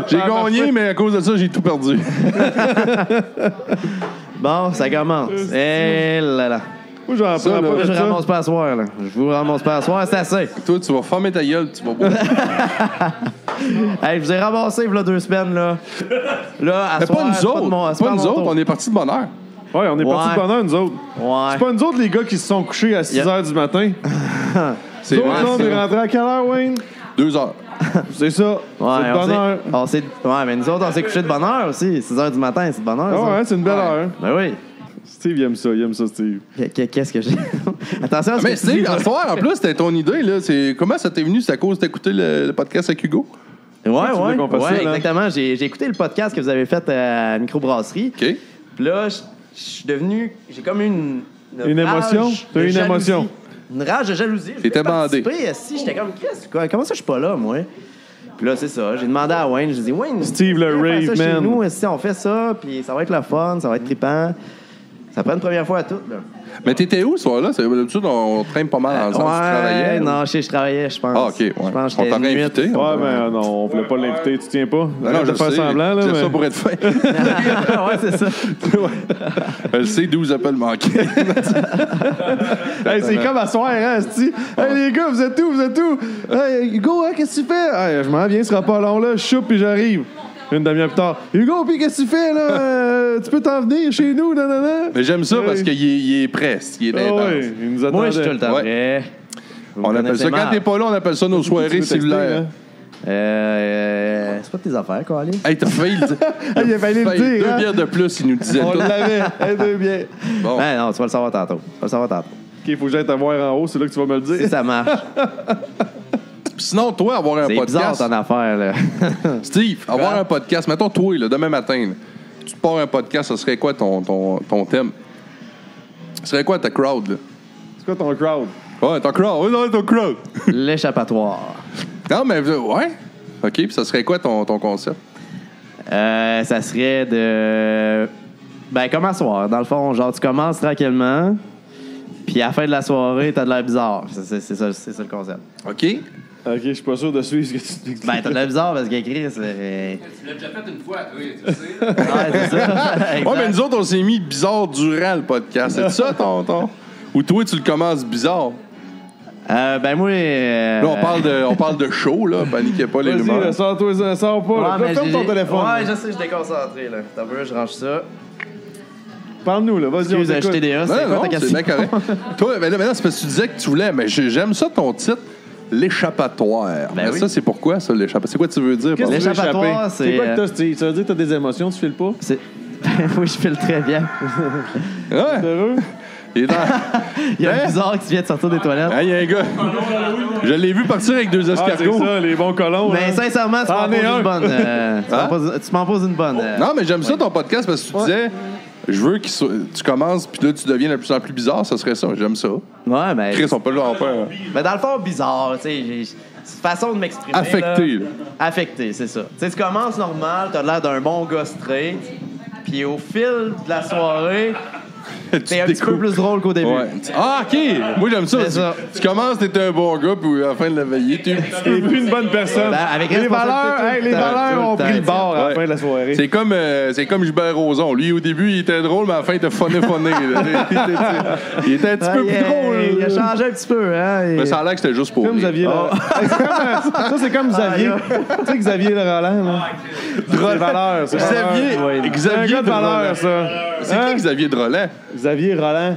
S1: J'ai gagné, mais à cause de ça, j'ai tout perdu. <laughs>
S4: Bon, ça commence. Eh là là.
S6: Moi, j'en
S1: Ça,
S6: prends
S1: là,
S6: pas
S4: Moi,
S6: de
S4: je
S6: ça.
S4: ramasse pas à soir, là. Je vous ramasse pas à soir, c'est assez.
S1: Toi, tu vas fermer ta gueule, tu vas
S4: <laughs>
S1: boire.
S4: Hey, je vous ai ramassé, là, deux semaines, là. Là, à
S1: Mais
S4: soir,
S1: pas nous
S4: c'est de
S1: autres.
S4: mon- c'est
S1: Pas
S4: de
S1: nous
S4: mon
S1: autres,
S4: tour.
S1: on est partis de bonne heure.
S6: Ouais, on est partis de
S4: Ouais.
S6: bonheur, nous autres. C'est
S4: Ouais.
S6: pas nous autres, les gars, qui se sont couchés à 6
S4: Yep.
S6: h du matin.
S1: C'est
S6: Nous autres,
S1: vrai,
S6: là, on
S1: c'est
S6: est
S1: vrai.
S6: rentrés à quelle heure, Wayne?
S1: Deux heures.
S6: C'est ça. c'est
S4: Ouais,
S6: de
S4: on
S6: bonne heure.
S4: s'est- on s'est- ouais, mais nous autres, on s'est couchés de bonne heure aussi. 6 h du matin, c'est de bonne heure.
S6: Ah
S4: ça.
S6: ouais, c'est une belle heure.
S4: Ben oui.
S6: Steve, il aime ça. Il aime ça, Steve.
S4: Qu- qu- Qu'est-ce que j'ai. <laughs> Attention
S6: Ah,
S4: à ce
S1: Ah, Mais
S4: que tu dis.
S1: Steve, à soir, en plus, c'était ton idée. Là. C'est- Comment ça t'est venu? C'est à cause d'écouter le, le podcast avec Hugo?
S4: Ouais, ouais.
S6: voulais qu'on fasse
S4: Ouais,
S6: ça, là?
S4: exactement. J'ai j'ai écouté le podcast que vous avez fait euh, à Microbrasserie.
S1: OK.
S4: Puis là, je je suis devenu. J'ai comme une.
S6: Une émotion? T'as
S4: T'as
S6: eu une émotion?
S4: Une rage de jalousie. Je
S1: T'étais
S4: voulais
S1: bandé.
S4: participer, Si, j'étais comme, Chris, quoi, comment ça je suis pas là, moi? Puis là, c'est ça. J'ai demandé à Wayne, j'ai dit, Wayne,
S6: Steve le
S4: viens faire
S6: rave
S4: ça chez
S6: man.
S4: nous, si on fait ça, puis ça va être le fun, ça va être trippant. Ça prend une première fois à tout, là.
S1: Mais t'étais où ce soir-là? C'est- D'habitude, on, on traîne pas mal ensemble. tu travaillais?
S4: non, je sais, je travaillais, je pense.
S1: Ah, OK. ouais.
S4: Je pense que
S1: on
S4: j'étais
S1: t'aurait
S4: nuit.
S1: invité. on t'aurait-
S6: Ouais, ben non, on voulait pas l'inviter, tu tiens pas.
S1: Non,
S6: Arrête
S1: je
S6: de faire
S1: sais.
S6: semblant, là.
S1: C'est
S6: mais-
S1: ça pour être fin.
S6: <laughs>
S1: hein?
S4: <laughs> ouais, c'est ça.
S1: Elle sait 12 appels manqués.
S6: Hey, c'est comme à soir, hein, asti. Hey, les gars, vous êtes où, vous êtes où? Hey, Hugo, hein, qu'est-ce que tu fais? Hey, je m'en viens, ce sera pas long, là. Je choupe, puis j'arrive. Une demi-heure plus tard. Hugo, puis qu'est-ce que tu fais, là? Euh, tu peux t'en venir chez nous, non, non, non.
S1: Mais j'aime ça parce
S6: Oui.
S1: qu'il est, il est presse, il est
S6: Ah
S1: intense.
S6: ouais, il nous attendait.
S4: Moi, je suis tout le temps
S1: Ouais.
S4: prêt. Vous me
S1: On appelle
S4: connaissez
S1: ça, quand
S4: mal.
S1: t'es pas là, on appelle ça nos
S6: Tu
S1: soirées
S6: veux texter,
S1: cellulaires.
S6: hein?
S4: Euh, euh, c'est pas de tes affaires, quoi, allez.
S1: Hey, t'as failli le dire.
S6: Hey, <laughs> il a fallu
S1: Failli.
S6: le
S1: Deux
S6: dire, hein?
S1: bières de plus, il nous disait
S6: On
S1: tout.
S6: l'avait. Hey, deux bien.
S1: Bon.
S4: Ben non, tu vas le savoir tantôt. Tu vas le savoir tantôt.
S6: OK, faut que j'aille te voir en haut, c'est là que tu vas me le
S4: Si
S6: dire.
S4: ça
S6: <laughs>
S4: marche.
S1: Sinon, toi, avoir un
S4: C'est bizarre
S1: podcast.
S4: ton affaire,
S6: <laughs>
S4: là.
S1: Steve, avoir un podcast. Mettons, toi, là, demain matin, là, tu te pars un podcast, ce serait quoi ton, ton, ton thème? Ce serait quoi ta crowd? Là?
S6: C'est quoi ton crowd?
S1: Ouais, ton crowd. Ouais, non, ton crowd.
S4: L'échappatoire.
S1: non, mais euh, ouais. OK, puis ça serait quoi ton, ton concept?
S4: Euh, ça serait de. Ben, comme à soir. Dans le fond, genre, tu commences tranquillement, puis à la fin de la soirée, t'as de l'air bizarre. C'est- C'est c'est ça, c'est ça le concept.
S1: OK?
S6: OK, je suis pas sûr de suivre ce que tu t'expliques.
S4: Ben, t'as de l'air bizarre parce que Chris. euh,
S8: Tu l'as déjà fait une fois, toi, tu le sais.
S4: <laughs> Ouais, c'est ça. Exact.
S1: Ouais, mais nous autres, on s'est mis bizarre durant le podcast. C'est ça, ton, ton? Ou toi, tu le commences bizarre?
S4: Euh, ben, moi. euh,
S1: Là, on parle de, on parle de show, là. Paniquez pas les
S6: Vas-y, là,
S1: rumeurs.
S6: sors-toi, ça, sors pas.
S4: Ouais,
S6: là.
S4: mais
S6: Ferme
S4: j'ai-
S6: ton téléphone.
S4: Ouais, je sais, je suis déconcentré, là. T'as vu, je range ça.
S6: Parle-nous, là. Vas-y, on
S4: Excuse, je
S6: t'écoute.
S4: TDA, Ah, c'est
S1: Non,
S4: quoi
S1: non,
S4: ta
S1: c'est
S4: question?
S1: bien correct.
S4: <laughs>
S1: Toi, mais là, maintenant, c'est parce que tu disais que tu voulais, mais j'ai- j'aime ça ton titre, l'échappatoire.
S4: Ben
S1: mais
S4: oui.
S1: ça, c'est pourquoi ça, l'échappatoire? C'est quoi tu veux dire? par
S6: Qu'est-ce
S1: là?
S6: que tu veux
S4: L'échappatoire,
S6: échapper?
S4: c'est,
S6: C'est quoi que
S4: euh, Ah,
S6: t'as, Steve? Ça veut dire que t'as des émotions, tu files pas?
S4: C'est- <laughs> oui, je file très bien.
S1: Ouais,
S6: Heureux?
S1: il est
S4: <laughs>
S1: dans-
S4: Il y a
S6: Hein?
S4: un bizarre qui vient de sortir des toilettes.
S1: Hein, il y a un gars.
S4: Ah,
S1: Je l'ai vu partir avec deux
S6: Ah, c'est
S1: escargots.
S6: ça, les bons colons.
S4: Mais
S6: hein.
S4: sincèrement, tu
S6: T'en
S4: m'en poses
S6: es un.
S4: une bonne. euh, tu m'en
S1: Hein?
S4: poses- tu m'en poses une bonne. euh.
S1: non, mais j'aime ça ton podcast parce que tu disais je veux que tu commences, puis là, tu deviens de plus en plus bizarre, ça serait ça. J'aime ça.
S4: Ouais, mais.
S1: Chris, on peut leur faire
S4: Mais dans le fond, bizarre, tu sais. j'ai- C'est une façon de m'exprimer.
S1: affecter.
S4: là.
S1: là.
S4: Affecté, c'est ça. Tu sais, tu commences normal, t'as l'air d'un bon gars straight, puis au fil de la soirée,
S1: Tu
S4: t'es un petit peu
S1: découvres.
S4: plus drôle qu'au début.
S1: Ouais. Ah, OK! Moi, j'aime ça.
S4: C'est ça.
S1: Tu, tu commences, t'es un bon gars, puis à la fin de la veillée, t'es un petit peu-
S6: T'es plus une bonne personne.
S4: Ben, avec
S6: les
S4: responsabilité
S6: valeurs,
S4: tout le
S6: hey, les
S4: temps, tout le
S6: valeurs ont
S4: temps,
S6: pris le bord à
S1: Ouais.
S6: la fin de la soirée.
S1: C'est comme, euh, c'est comme Gilbert Rozon. Lui, au début, il était drôle, mais à la fin, il était funné, funné.
S4: <laughs>
S1: là. Il était- il était un petit peu plus
S4: Ah, Yeah,
S1: drôle.
S4: Il a
S1: là.
S4: changé un petit peu, hein.
S1: Mais
S4: il-
S1: ça a l'air que c'était juste pour.
S6: Comme
S1: rire.
S6: Xavier Laurent. <laughs> Hey, c'est comme, euh, ça, c'est comme Xavier. <laughs> tu sais, Xavier le Roland, là. Les valeurs, c'est
S1: Xavier,
S6: valeurs, ouais. C'est un
S1: Xavier
S6: gars de
S1: Drolet.
S6: valeurs, ça.
S1: C'est
S6: Hein?
S1: qui Xavier Drolet?
S6: Xavier Roland.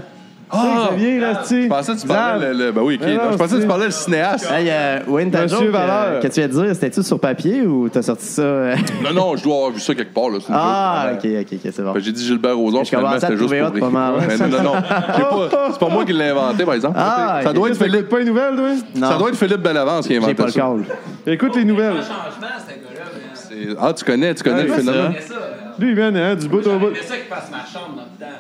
S6: Tu sais, Xavier, là, tu sais.
S1: Je pensais que tu parlais. Le, le- ben oui, ok.
S6: Mais non,
S1: je pensais que
S6: c'est-
S1: tu parlais le cinéaste.
S4: Hey, euh, Wayne, ta
S6: Monsieur
S4: joke, euh,
S6: Valeur.
S4: que tu viens de dire, c'était-tu sur papier ou t'as sorti ça? euh?
S1: Non, non, je dois avoir vu ça quelque part. Là, c'est une
S4: ah,
S1: joke.
S4: ok, ok, ok, c'est bon.
S1: Ben, J'ai dit Gilbert Rozon,
S4: Je
S1: finalement,
S4: commençais à
S1: c'était juste
S4: trouver
S1: pour.
S4: hot pas mal, hein.
S1: rire.
S4: ouais.
S1: Ben, non, non, non. J'ai pas- C'est pas moi qui l'ai inventé, par exemple.
S4: Ah,
S1: ça, doit
S6: Ouais,
S1: être
S6: tu fais
S1: Philippe,
S6: pas les nouvelles, toi?
S4: Non,
S1: ça doit être Philippe Bellavance qui a
S4: j'ai
S1: inventé
S4: pas le
S1: ça.
S4: call.
S6: Écoute les nouvelles.
S8: Changement, ce gars-là. mais-
S1: C'est- Ah, tu connais, tu connais
S6: Ouais,
S1: le
S6: c'est
S1: phénomène.
S8: Mais ça, là,
S6: Lui, man, hein, du bout au bout.
S8: j'aimerais ça qu'il passe ma chambre dans le temps.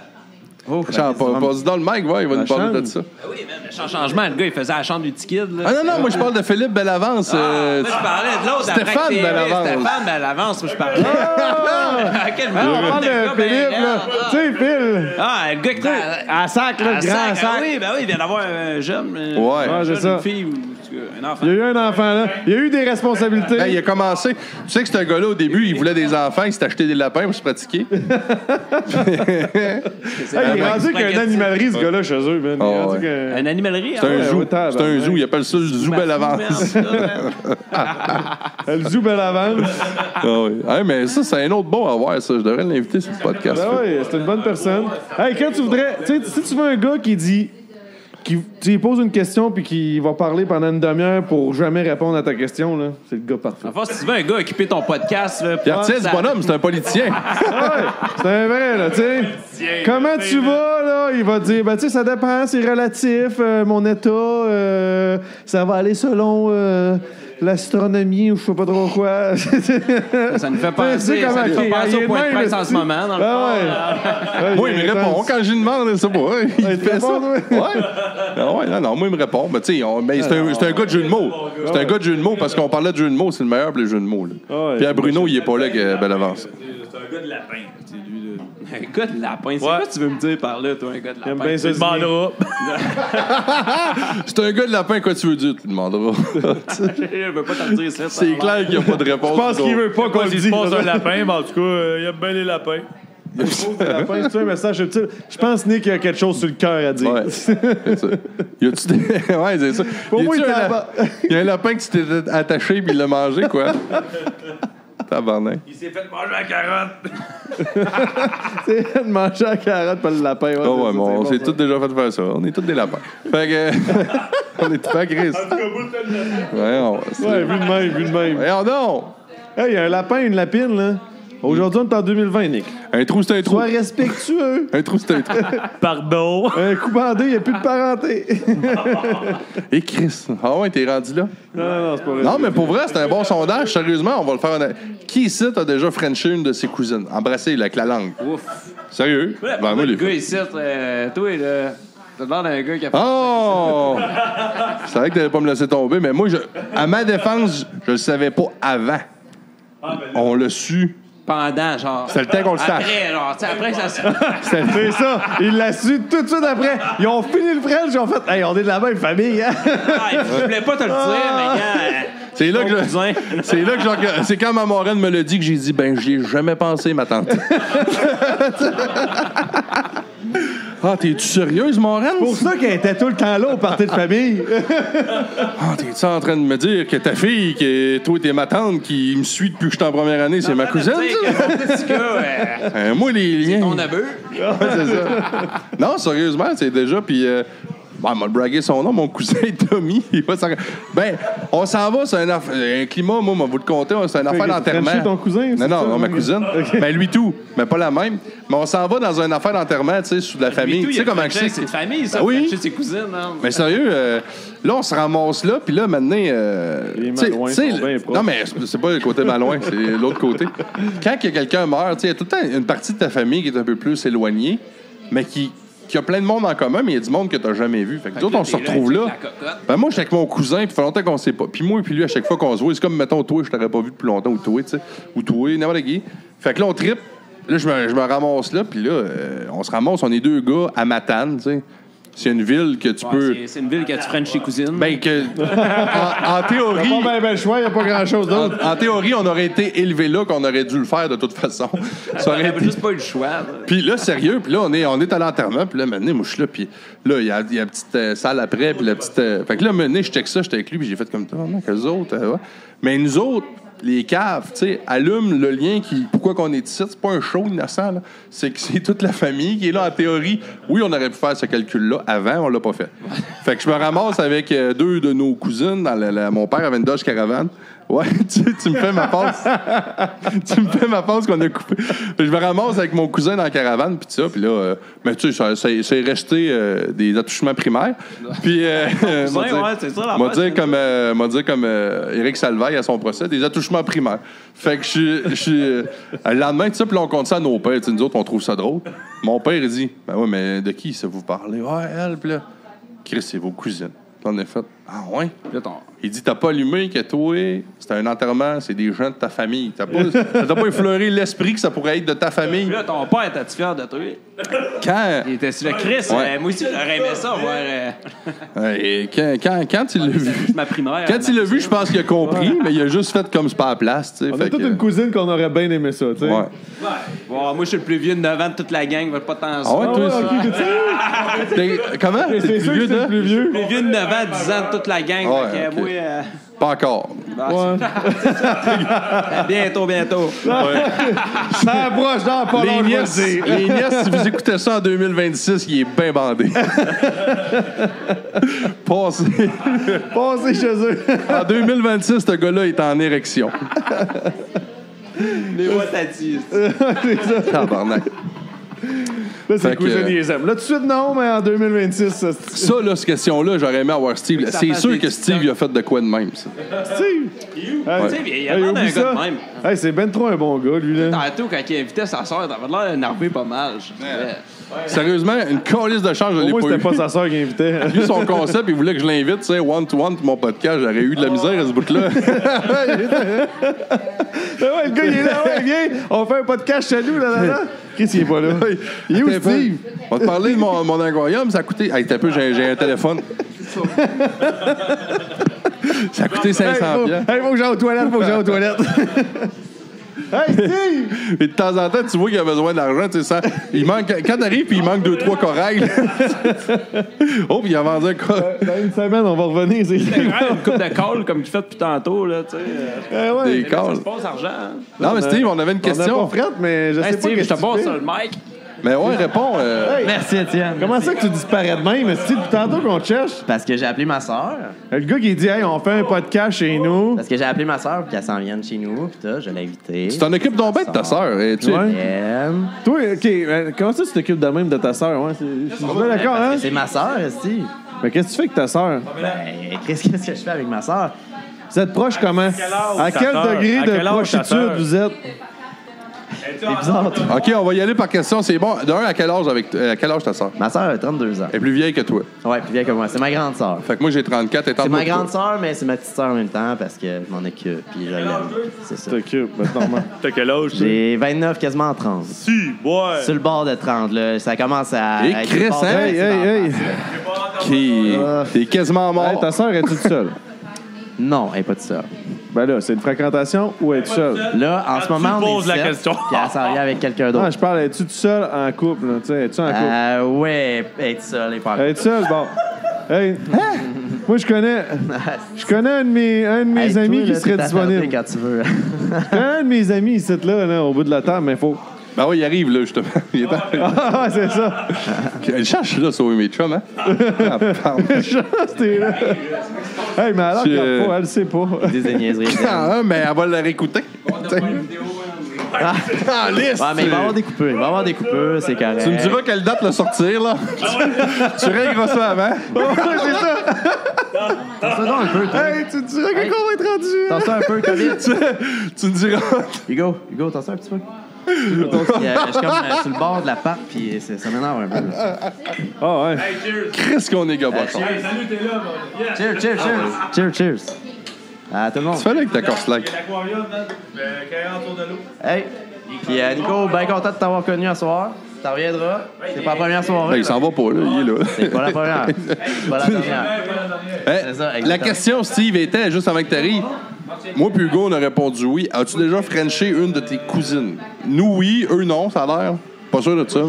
S1: Pas pas- dans le mic, ouais, il va nous parler de ça.
S7: Ben oui, man, le ch- changement, le gars, il faisait la chambre du petit kid. Là,
S1: Ah non, non, moi je parle de Philippe Bellavance. euh,
S6: Ah,
S7: Moi, je parlais de l'autre après
S1: Stéphane
S7: que t'es-
S1: Bellavance.
S7: Stéphane Bellavance, moi, je parlais.
S6: Ah!
S7: <laughs> à quel moment
S6: On parle
S7: le gars,
S6: de
S7: ben,
S6: Philippe, là.
S7: regarde,
S6: Tu sais, Phil.
S7: Ah, le gars qui
S6: À sac, là,
S7: Ah,
S6: le grand
S7: sac, ah
S6: sac.
S7: oui, ben oui, il vient d'avoir un jeune. euh,
S1: Ouais.
S7: un
S6: Ouais,
S7: jeune,
S6: c'est ça.
S7: Une fille ou en tout cas, un enfant.
S6: Il y a eu un enfant, là. Il y a eu des responsabilités.
S1: Hey, il a commencé. Tu sais que ce gars-là, au début, il voulait des enfants, il s'est acheté des lapins pour se pratiquer.
S6: Hey, il est rendu
S7: c'est
S6: qu'il y a
S7: spaghetti.
S6: une animalerie, ce gars-là, chez eux, man. Il est
S1: Ah,
S6: rendu
S1: ouais.
S6: que-
S7: Une animalerie.
S1: C'est un
S6: ouais,
S1: zoo.
S6: ouais, tabarnak.
S1: C'est un zoo. Il appelle ça le zoo Bellavance.
S6: Le zoo Bellavance.
S1: Ah oui. Hey, mais ça, c'est un autre bon à voir, ça. Je devrais l'inviter sur le podcast.
S6: Ben oui, c'est une bonne personne. Hey, quand tu voudrais. Tu sais, si tu veux un gars qui dit. Qui, tu lui poses une question puis qui va parler pendant une demi-heure pour jamais répondre à ta question, là, c'est le gars parfait.
S7: Enfin, si tu veux un gars occuper ton podcast, là,
S1: Pierre Thiel,
S6: Ah,
S7: ça-
S1: ce bonhomme, c'est un
S6: <laughs>
S1: politicien.
S6: C'est un vrai, là, tu sais. Comment tu vas, là? Il va te dire, ben, tu sais, ça dépend, c'est relatif, euh, mon état, euh, ça va aller selon euh, l'astronomie ou je sais pas trop quoi. <laughs> Tu sais comment-
S7: Ça nous fait penser, ça nous fait
S6: ok,
S7: penser
S6: il est
S7: au point de
S6: même,
S7: presse en
S6: esti.
S7: ce moment.
S5: Oh
S7: Dans le
S6: Ben
S7: fond.
S6: ouais. Ouais,
S1: Moi, il me répond. Quand je lui demande, c'est pas. hein, Il
S6: il te
S1: fait ça.
S6: répond,
S1: Ouais. Ah ouais, non, non, moi, il me répond. Mais tu sais, on- mais c'est un, c'est un gars de jeu de mots. C'est un gars de jeu de mots parce qu'on parlait de jeu de mots. C'est le meilleur pour les jeux de mots. là.
S6: Ah ouais.
S1: Pierre Bruno, il est pas là que Bellavance.
S5: C'est un gars de lapin. tu sais, lui, là.
S7: Un gars de lapin, c'est
S5: Ouais.
S7: quoi tu veux me dire par là, toi, un gars de
S6: J'aime
S7: lapin?
S6: bien Ben, ça.
S5: Il se demandera. <laughs>
S1: C'est un gars de lapin, quoi tu veux dire, tu lui demanderas.
S7: Je veux pas t'en dire ça.
S1: C'est clair qu'il n'y a pas de réponse.
S6: Je pense qu'il veut pas qu'on
S5: Quoi
S6: le
S5: s'il
S6: dise.
S5: se passe
S6: <laughs>
S5: un lapin, mais en tout cas, euh, il aime bien les lapins.
S6: Lapin, c'est-tu un message subtil? Je pense, Nick, qu'il y a quelque chose sur le cœur à dire.
S1: Ouais, c'est ça. Y a-tu des... <laughs> Ouais, c'est ça.
S6: Pour
S1: Y
S6: moi, il
S1: a-tu
S6: était
S1: un
S6: là-bas.
S1: <laughs> Y a un lapin que tu t'es attaché puis il l'a mangé, quoi. Tabarnak.
S5: Il s'est fait manger la carotte.
S6: <laughs> de manger la carotte, pas le lapin. Ouais,
S1: Oh, ouais,
S6: ça,
S1: bon, on
S6: bon,
S1: s'est
S6: ça.
S1: tous déjà fait faire ça. On est tous des lapins. Fait que. <laughs> on est tous pas gris. Ouais, on
S6: Ouais, vu de même, vu de même.
S1: Voyons donc! oh
S6: Hey, il y a un lapin, une lapine, là. Aujourd'hui, on est en 2020, Nick.
S1: Un trou, c'est un trou.
S6: Sois respectueux.
S1: Un trou, c'est un trou.
S5: Pardon.
S6: Un coup bandé, il n'y a plus de parenté.
S1: Et Chris. Ah ouais, t'es rendu là?
S6: non, non, non, c'est pas vrai.
S1: Non, mais pour vrai, c'est un bon sondage. Sérieusement, on va le faire. en- Qui ici t'a déjà frenché une de ses cousines? Embrassé avec la langue.
S7: Ouf.
S1: Sérieux?
S7: Ouais,
S1: Ben, moi,
S7: le
S1: les
S7: gars ici, euh, toi, là, t'as l'air d'un gars qui
S6: Ah.
S7: a
S1: Oh! Je savais que t'allais pas me laisser tomber, mais moi, je, à ma défense, je le savais pas avant.
S6: Ah, ben,
S1: On l'a su.
S7: pendant, genre.
S1: C'est le temps qu'on le sache.
S7: Après, genre, tu sais, après que
S1: <laughs>
S7: ça se.
S6: C'est ça. Il l'a su tout de suite après. Ils ont fini le French. Ils ont fait Hey, on est de la même famille. Hein?
S7: Ah, je voulais pas te le
S1: Ah.
S7: dire,
S1: C'est là que
S7: mais
S1: je-
S7: gars.
S1: C'est là que je- c'est quand ma moraine me l'a dit que j'ai dit ben j'y ai jamais pensé ma
S6: <laughs>
S1: tante. ah t'es tu sérieuse moraine
S6: Pour ça qu'elle était tout le temps là au parti de famille.
S1: Ah t'es tu en train de me dire que ta fille que toi t'es ma tante qui me suit depuis que je suis en première année c'est ma cousine. ça?
S7: Petit gars, euh,
S1: Euh, moi les liens.
S7: ton aveu.
S1: Ouais, c'est ça. Non, sérieusement, c'est déjà. Puis euh, Ben, m'a bragué son nom, mon cousin <laughs> Tommy. Il va s'en- ben, on s'en va, c'est un, aff- un climat, moi, moi, vous le compter, c'est une affaire
S6: que tu
S1: d'enterrement.
S6: frenchies ton cousin,
S1: Non,
S6: c'est
S1: non,
S6: ça?
S1: non, ma
S6: <laughs>
S1: cousine. Ben, lui tout, mais pas la même. Mais on s'en va dans une affaire d'enterrement, tu sais, sous
S7: Ben,
S1: la famille. Tu sais comment que c'est.
S7: C'est de famille, ça.
S1: Ah oui?
S7: Chez ses cousines, hein.
S1: Mais sérieux, euh, là, on se ramasse là, puis là, maintenant. euh,
S6: Les
S1: tu sais-
S6: malouins
S1: tu sais,
S6: sont
S1: le-
S6: bien proches.
S1: Non, mais c'est- c'est pas le côté malouin, c'est l'autre côté. Quand que quelqu'un meurt, tu sais, il y a tout le temps une partie de ta famille qui est un peu plus éloignée, mais qui, qui a plein de monde en commun, mais il y a du monde que t'as jamais vu. Fait que nous autres, on se retrouve là. Ben moi, j'étais avec mon cousin, puis ça fait longtemps qu'on sait pas. Puis moi, puis lui, à chaque fois qu'on se voit, c'est comme, mettons, toi, je t'aurais pas vu depuis longtemps, ou toi, tu sais, ou toi, n'importe qui. Fait que là, on tripe. Là, je me, je me ramasse là, puis là, euh, on se ramasse, on est deux gars à Matane, tu sais. C'est une ville que tu peux.
S7: C'est- C'est une ville que tu freines chez cousine.
S1: Ben que. en, en théorie.
S6: Pas bien ben le choix, il n'y a pas grand-chose d'autre.
S1: En, en théorie, on aurait été élevé là qu'on aurait dû le faire de toute façon. Ça aurait
S7: J'avais
S1: été-
S7: juste pas eu le choix. là.
S1: Puis là, sérieux, puis là, on est, on est à l'enterrement, puis là, maintenant, moi, je suis là, puis là, il y a, il y a la petite euh, salle après, puis la petite. euh, fait que là, maintenant, je check ça, j'étais avec lui, puis j'ai fait comme toi, que les autres. euh, ouais. Mais nous autres, les caves, tu sais, allument le lien qui. Pourquoi qu'on est ici, c'est pas un show innocent, là. C'est que c'est toute la famille qui est là, en théorie. Oui, on aurait pu faire ce calcul-là avant, on l'a pas fait. Fait que je me ramasse avec euh, deux de nos cousines, dans la- la- mon père avait une Dodge Caravane. Ouais, <laughs> tu, tu me fais ma passe. <laughs> tu me fais ma passe qu'on a coupée. Puis Je me ramasse avec mon cousin dans la caravane, puis tout ça. Puis là, euh, mais tu sais, ça- ça- c'est resté euh, des attouchements primaires. Puis,
S7: <laughs>
S1: euh, <laughs> m'a dit-
S7: ouais, c'est ça, la
S1: m'a
S7: face,
S1: dit
S7: c'est
S1: comme, euh, m'a dit comme euh, Éric Salvaille à son procès, des attouchements primaires. Fait que je suis- je suis. euh, Le lendemain, tu sais, puis là, on compte ça à nos pères. Tu sais, nous autres, on trouve ça drôle. Mon père, il dit Ben ouais, mais de qui ça vous parlez Ouais, elle, puis là. Chris, c'est vos cousines. T'en as fait. Ah ouais?
S7: Là, ton-
S1: Il dit T'as pas allumé que toi, c'est un enterrement, c'est des gens de ta famille. T'as pas, ça t'a pas effleuré l'esprit que ça pourrait être de ta famille.
S7: Là, ton père, t'as-tu fier de toi?
S1: Quand,
S7: Il était sur le Chris.
S1: Ouais.
S7: euh, moi aussi, j'aurais aimé ça, voir
S1: <laughs>
S7: euh,
S1: euh, et quand, quand, quand il l'a vu,
S7: ma primaire.
S1: quand il l'a vu, je pense qu'il a compris, mais il a juste fait comme c'est pas à la place. tu sais.
S6: On
S1: Fait
S6: a toute
S1: que-
S6: une cousine qu'on aurait bien aimé ça, tu sais.
S1: Ouais.
S7: Bon, moi, je suis le plus vieux de 9 ans de toute la gang, va pas tant ça.
S1: Ah ouais,
S6: Ah ouais,
S1: toi,
S6: ok, t'es-
S1: c'est- t'es- Comment? T'es
S6: c'est
S1: plus
S6: sûr
S1: vieux, hein?
S6: que c'est
S1: toi?
S6: le plus vieux. hein?
S7: Le plus vieux de 9 ans, 10 ans de toute la gang.
S1: Ouais,
S7: fait que,
S1: ok.
S7: moi, euh,
S1: Pas encore.
S6: Ouais.
S7: bientôt,
S1: <laughs>
S7: bientôt.
S6: Ça approche dans pas long,
S1: Les
S6: Ah, je vais
S1: nièces,
S6: le dire.
S1: les nièces, si vous écoutez ça en 2026, il est bien
S6: <laughs>
S1: bandé. Passez.
S6: Passez chez eux.
S1: En 2026, ce gars-là est en érection.
S7: Les Watatis.
S1: Tabarnak.
S6: Là, c'est
S1: Fait
S6: le cousin,
S1: que-
S6: il les aime. Là, tout de suite, non, mais en 2026, ça se
S1: Ça, là, cette question-là, j'aurais aimé avoir Steve.
S7: ça
S1: C'est
S7: fasse
S1: sûr
S7: des
S1: que
S7: petits
S1: Steve,
S7: temps.
S1: il a fait de quoi de même, ça?
S6: Steve.
S7: Tu sais, il y a pas d'un gars de même.
S6: Hey, c'est ben trop un bon gars, lui, là.
S7: Tantôt, quand il invitait sa soeur, t'avais l'air énervé pas mal. je dirais.
S1: Sérieusement, une calice de change, je
S6: Au
S1: l'ai
S6: moins,
S1: pas
S6: c'était
S1: eu.
S6: pas sa soeur
S1: <laughs>
S6: qui invitait.
S1: Lui, son concept, il voulait que je l'invite, tu sais, one-to-one pour mon podcast. J'aurais eu de la misère à ce
S6: <laughs>
S1: bout-là.
S6: ouais, <laughs> le gars, il est là, ouais, viens, on fait un podcast chez nous, là, là, là. <laughs> Qu'est-ce qu'il est pas là? Il est où,
S1: Attends un peu.
S6: Steve?
S1: On va te parler de mon, mon aquarium, ça a coûté... Hey, t'as un peu, j'ai j'ai un téléphone. ça a coûté
S6: Hey,
S1: 500
S6: faut,
S1: piastres.
S6: hey, faut que j'aille aux toilettes, faut que j'aille aux <laughs> toilettes. hey, Steve!
S1: Et de temps en temps, tu vois qu'il a besoin d'argent, tu sais, ça. Il manque, quand t'arrives, puis il manque deux, trois corails. <laughs> oh, puis il a vendu un cor-
S6: Dans une semaine, on va revenir. c'est-
S7: <laughs> Ouais, Une coupe de colle comme tu fait depuis tantôt, là, tu sais. euh,
S6: Eh ouais.
S1: des
S7: Ça
S1: corps.
S7: se passe argent. hein.
S1: Non, mais Steve, on avait une
S6: Euh, On
S1: question.
S6: a pas frette, mais je sais
S7: Hey,
S6: pas
S7: Steve,
S6: qu'est-ce
S7: je te
S6: que tu
S7: passe
S6: fais.
S7: sur le mic.
S1: Mais ouais, réponds. euh,
S4: Merci, Étienne.
S6: Comment ça que tu disparais de même? Steve, depuis tantôt qu'on te cherche.
S4: Parce que j'ai appelé ma sœur.
S6: Le gars qui dit, hey, on fait un podcast chez nous.
S4: Parce que j'ai appelé ma sœur pour qu'elle s'en vienne chez nous. Puis là, je l'ai invitée.
S1: Tu t'en occupes donc bête, ta sœur. Et tu-
S6: Ouais.
S4: Étienne.
S6: Toi, OK, euh, comment ça tu t'occupes de même de ta sœur? Ouais, c'est- je suis pas d'accord, hein?
S4: C'est ma sœur, aussi.
S6: Mais qu'est-ce que tu fais avec ta sœur?
S4: Ben, qu'est-ce qu'est-ce que je fais avec ma sœur?
S6: Vous êtes proche comment? À
S5: ta
S6: quel
S5: sœur?
S6: degré
S5: À
S6: de
S5: quel âge ta
S6: prochitude
S5: sœur?
S6: vous êtes?
S4: C'est bizarre, toi.
S1: OK, on va y aller par question. C'est bon. D'un, à quel âge avec euh, à quel âge ta sœur?
S4: Ma sœur a 32 ans.
S1: Elle est plus vieille que toi.
S4: Ouais, plus vieille que moi. C'est ma grande sœur.
S1: Fait que moi, j'ai 34. elle est en
S4: C'est ma
S1: bas de toi.
S4: grande sœur, mais c'est ma petite sœur en même temps parce que je m'en occupe. Puis je l'aime. C'est ça.
S6: T'occupes, ben, c'est normal.
S5: T'as quel âge? tu
S4: J'ai 29, quasiment 30.
S5: Si, ouais.
S4: Sur le bord de 30, là. Ça commence à.
S1: Et
S4: à être
S1: Chris,
S4: le bord de-
S1: hein?
S6: Hey, hey, hey.
S1: Qui- T'es quasiment mort.
S6: Hey, ta sœur est toute seule?
S4: Non, elle n'est pas de ça.
S6: Ben là, c'est une fréquentation ou est-tu seule?
S4: Là, en ce
S5: tu
S4: moment, on est
S5: poses la
S4: sept,
S5: question.
S4: Puis elle s'en vient avec quelqu'un
S6: Non,
S4: d'autre.
S6: je parle, es-tu toute seule en couple? là, Tu sais, es-tu en couple?
S4: Ah ouais, être seul et pas.
S6: Es-tu seule? Bon. Hey.
S4: Hein?
S6: Moi, je connais, je connais un de mes, un de mes amis qui serait disponible.
S4: Quand tu veux. <laughs>
S6: J'ai un de mes amis ici, là, là, au bout de la table, mais faut. <laughs>
S1: Ben oui, il arrive, là, justement. <laughs> Il est en-
S6: Ah, c'est ça.
S1: Je cherche, là, sauver mes chums, hein? Ah, pardon.
S6: C'était là. Hey, mais alors,
S1: Tu,
S6: regarde
S1: euh,
S6: pas, elle sait pas.
S4: Dis des niaiseries.
S1: <laughs>
S4: <laughs>
S1: Ah, hein, mais elle va le réécouter. <laughs> En liste!
S4: Ouais, mais il va y avoir des coupures. Il va y avoir des coupures, c'est correct.
S1: Tu me diras quelle date le sortir, là? tu règleras ça avant?
S4: T'en sors un peu, toi.
S6: Hey, tu te dirais que qu'on va être rendu.
S4: T'en sors un peu, Covid.
S1: Tu me diras. <laughs>
S4: Hugo, Hugo, t'en sors un petit peu. Puis, euh, je suis comme euh, sur le bord de la patte, puis c'est- ça m'énerve un peu. là.
S6: Ah, ouais.
S1: Chris, qu'on est gobard. Tu
S4: cheers. Cheers, cheers, cheers. Cheers, cheers. À tout le monde.
S1: fais là avec ta corse slack.
S5: L'aquarium, man, Ben, le carré autour de l'eau.
S4: Hey. Puis euh, Nico, bien content de t'avoir connu à soir. T'en reviendras. C'est pas la première
S1: Ben,
S4: soirée.
S1: il
S4: là.
S1: s'en va pas, là. Il est là.
S4: C'est
S1: <laughs>
S4: pas la première. C'est pas la dernière.
S1: Hey,
S4: C'est ça, exactement.
S1: la question, Steve, était juste avant que t'arrives. Moi, puis Hugo, on a répondu oui. As-tu déjà frenché une de tes cousines? Nous, oui. Eux, non, ça a l'air. Pas sûr de ça.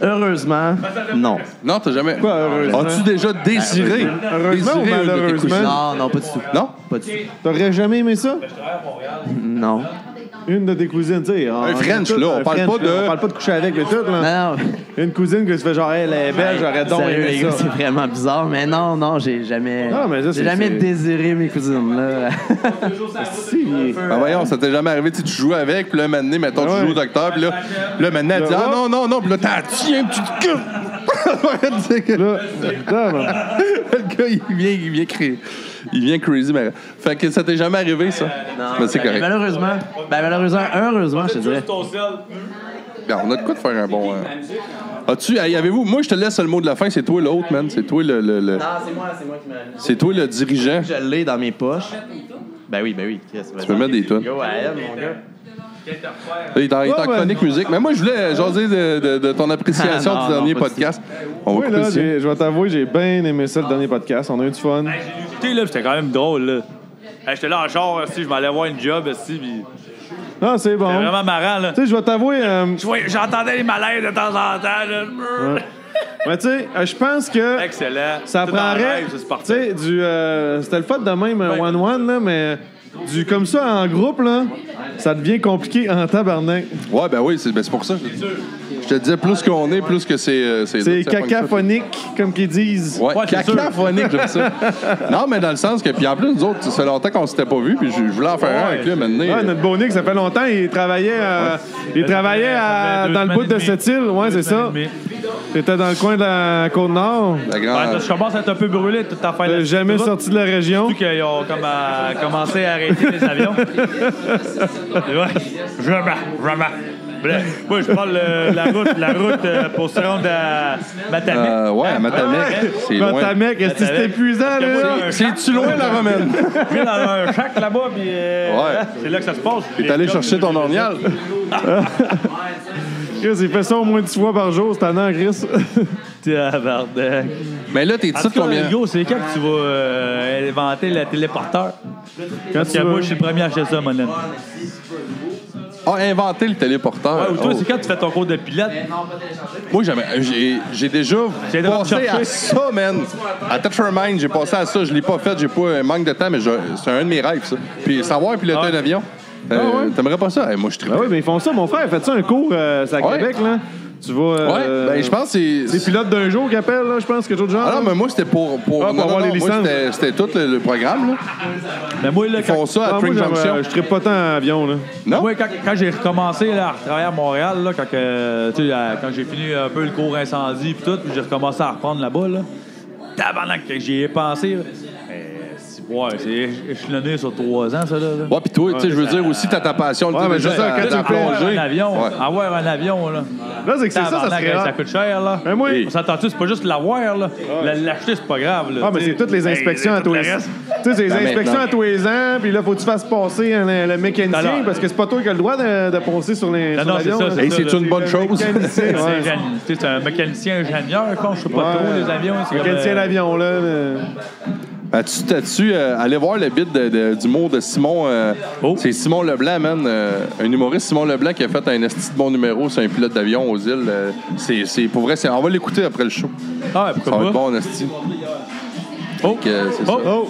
S4: Heureusement, non.
S1: Non, t'as jamais.
S6: Quoi, heureusement?
S1: As-tu déjà désiré?
S6: Heureusement ou
S1: désiré une de tes
S6: malheureusement?
S1: cousines?
S4: Non, non, pas du tout.
S1: Non?
S4: Pas du tout.
S6: T'aurais jamais aimé ça?
S4: Non.
S6: Une de tes cousines, tu sais. Un
S1: French, là, on parle pas de-
S6: On parle pas de coucher avec le tout, là.
S4: Non, non.
S6: Une cousine que tu fais genre, elle est belle, <laughs> j'aurais donc
S4: Hein? Sérieux, les
S6: aimé
S4: gars,
S6: ça.
S4: C'est vraiment bizarre, mais non, non, j'ai jamais,
S6: Non, mais ça,
S4: j'ai
S6: c'est-
S4: jamais
S6: c'est-
S4: désiré mes cousines. <laughs> Là.
S1: Ben voyons, ça t'est jamais arrivé. Tu sais, tu joues avec, puis là, maintenant, mettons,
S6: Ah ouais.
S1: tu joues au docteur, puis là, puis là maintenant, elle dit
S6: Là,
S1: Ah non, non, non, puis là, t'as tiens, tu te cul.
S6: <laughs> Là, putain, là.
S1: Le gars, il vient, il vient créer. Il vient crazy, mais. Fait que ça t'est jamais arrivé, ça?
S4: Non,
S1: Mais c'est
S4: ben,
S1: correct.
S4: Malheureusement, ben, malheureusement, heureusement, je te dirais.
S1: Ben, on a de quoi de faire un bon. hein. As-tu. hey, Avez-vous. Moi, je te laisse le mot de la fin. C'est toi l'autre, man. C'est toi le. le- le-
S4: Non, Ah, c'est moi, c'est moi qui m'a mis.
S1: C'est toi le dirigeant.
S4: Je l'ai dans mes poches. Ben oui, ben oui.
S1: Tu peux mettre des tonnes.
S4: Go à elle, mon gars.
S1: Il est en, il est en
S6: Ouais, ouais.
S1: chronique musique. Mais moi, je voulais jaser de, de- de ton appréciation
S4: <laughs> Ah, non,
S1: du dernier
S4: non, pas du
S1: podcast. On va
S6: Oui,
S1: couper
S6: là,
S1: ici.
S6: j'ai- je vais t'avouer, j'ai bien aimé ça, le dernier podcast. On a eu du fun.
S5: hein. J'ai écouté, là, puis c'était quand même drôle, là. Hey, J'étais là en char, si je m'allais voir une job, si, puis
S6: Non, c'est bon.
S7: Ah.
S5: c'était vraiment marrant, là.
S6: Tu sais, je vais t'avouer. euh,
S5: Je voyais- J'entendais les malaises de temps en temps, là.
S6: mais tu sais, euh, je pense que
S5: Excellent.
S6: ça
S5: Tout en
S6: prendrait.
S5: rêve, ça,
S6: Tu
S5: c'est Ben, parti.
S6: sais, du. euh, C'était le fun de même, euh, one-one, là, mais du comme ça en groupe, là, ça devient compliqué en tabarnak.
S1: Ouais, ben oui, c'est ben, c'est pour ça. que Je, je te disais, plus qu'on est, plus que c'est. euh,
S6: C'est
S1: ça pogne ça.
S6: cacaphonique, comme qu'ils disent.
S1: Ouais,
S5: Ouais, c'est sûr.
S1: cacaphonique, j'aime ça. Non, mais dans le sens que, puis en plus, nous autres, ça fait longtemps qu'on s'était pas vus, puis je, je voulais en faire un avec lui maintenant.
S6: Ouais, notre beau Nick, ça fait longtemps, il travaillait, euh, il travaillait à-
S5: deux
S6: dans le
S5: semaines
S6: bout de
S5: et demie.
S6: cette île, ouais, c'est ça.
S5: Mais-
S6: T'étais dans le coin de la Côte-Nord,
S1: La grande-
S5: Ouais, je commence à être un peu brûlé, toute affaire.
S6: t'es
S5: là.
S6: jamais
S5: Tout
S6: sorti de la région.
S5: Surtout qu'ils ont comme, euh, commencé à arrêter les avions. ouais, vraiment, vraiment. Bref, moi, je parle euh, la route, la route euh, pour se rendre à Matamec.
S1: Euh, ouais, à Matamec, c'est loin.
S6: Matamec, est-ce que c'est
S5: Matamec.
S6: épuisant,
S5: Parce que moi,
S6: là?
S5: j'ai un chac-
S1: C'est-tu loin, la romaine?
S5: Je vis dans un chac là-bas, puis euh,
S1: Ouais.
S5: c'est là que ça se passe.
S1: T'es allé chercher ton ornial?
S6: Chris, il fait ça au moins 10 fois par jour, c'est an, <laughs> Chris.
S5: Tabarnak.
S1: Mais là, t'es titre combien?
S5: Hugo, c'est quand que tu vas euh, inventer le téléporteur?
S6: Quand
S5: Parce que
S6: tu vas-
S5: moi, je suis le premier à acheter ça, mon ami.
S1: Ah, inventer le téléporteur.
S5: Ouais, ou toi,
S1: Oh.
S5: c'est quand tu fais ton cours de pilote?
S1: Moi, jamais. J'ai, j'ai déjà
S5: J'ai déjà
S1: passé
S5: cherché.
S1: à ça, man. À Tetramine, j'ai passé à ça. Je l'ai pas fait. J'ai pas un manque de temps, mais je- c'est un de mes rêves, ça. Puis savoir piloter
S5: Ah.
S1: un avion. Euh, T'aimerais pas ça? Eh, moi, je tripe.
S6: Ben oui, mais ils font ça, mon frère, fait ça un cours, euh, c'est à
S1: Ouais.
S6: Québec, là. Tu vas... euh,
S1: ouais, ben, je pense que
S6: C'est
S1: c'est.
S6: pilote d'un jour qui appelle, là, je pense, quelque chose de genre.
S1: Ah non, mais moi, c'était pour. pour,
S6: Ah, pour
S1: non, non,
S6: avoir les
S1: non, moi,
S6: licences.
S1: c'était, c'était tout le, le programme, là.
S5: Mais moi, là,
S1: Ils
S5: quand-
S1: font ça à
S6: Ah, moi,
S1: Train
S6: j'aime,
S1: Junction.
S6: euh, je tripe pas tant en avion, là.
S1: non?
S5: Moi, quand, quand j'ai recommencé là, à travailler à Montréal, là, quand, que, tu sais, à- quand j'ai fini un peu le cours incendie puis tout, puis j'ai recommencé à reprendre là-bas, là, tabarnak, que j'y ai pensé. là. Mais, si- ouais, c'est éche- échelonné sur trois ans, ça, là. là.
S1: Ouais, puis toi, tu sais, je veux dire aussi, t'as ta passion.
S6: Ouais,
S1: tu sais,
S6: mais
S1: déjà,
S6: je sais,
S1: dans-
S6: quand
S5: Là,
S6: tu
S1: dans
S5: tu peux
S1: la
S5: avoir un
S1: plongée.
S5: avion,
S1: Ouais.
S5: avoir un avion, là.
S6: Là, c'est que c'est ça, ça
S5: Tabarnak,
S6: serait...
S5: hey, ça
S6: rare.
S5: coûte cher, là.
S6: Ben oui.
S5: On s'entend-tu, c'est pas juste l'avoir, là. La- L'acheter, c'est pas grave, là.
S6: Ah, mais c'est toutes les inspections à tous les ans. Tu sais, c'est les
S1: Ben,
S6: inspections
S1: maintenant.
S6: à tous les ans, puis là, faut que tu fasses passer un- le, mécanicien,
S5: Alors.
S6: parce que c'est pas toi qui as le droit de, de poncer sur les.
S5: Non,
S6: sur
S5: non,
S6: l'avion,
S5: c'est ça,
S6: là.
S5: c'est
S1: Et c'est une bonne
S6: Le
S1: chose. <laughs>
S6: mécanicien,
S5: C'est
S6: ouais.
S5: ingénieux. Tu sais, c'est un mécanicien ingénieur, quoi. Je sais pas
S6: Ouais.
S5: trop, les avions. c'est comme,
S6: Mécanicien
S5: euh,
S6: l'avion, là. euh,
S1: As-tu, t'as-tu euh, allé voir le bit de- de- du mot de Simon? euh,
S5: Oh.
S1: C'est Simon Leblanc, man. euh, un humoriste, Simon Leblanc, qui a fait un esti de bon numéro sur un pilote d'avion aux îles. euh, c'est, c'est- pour vrai, c'est, on va l'écouter après le show.
S5: Ah,
S1: Ça va
S5: pourquoi
S1: être
S5: pas?
S1: bon, esti.
S5: Oh.
S1: Fait que, euh, c'est ça.
S5: Oh.
S6: Oh!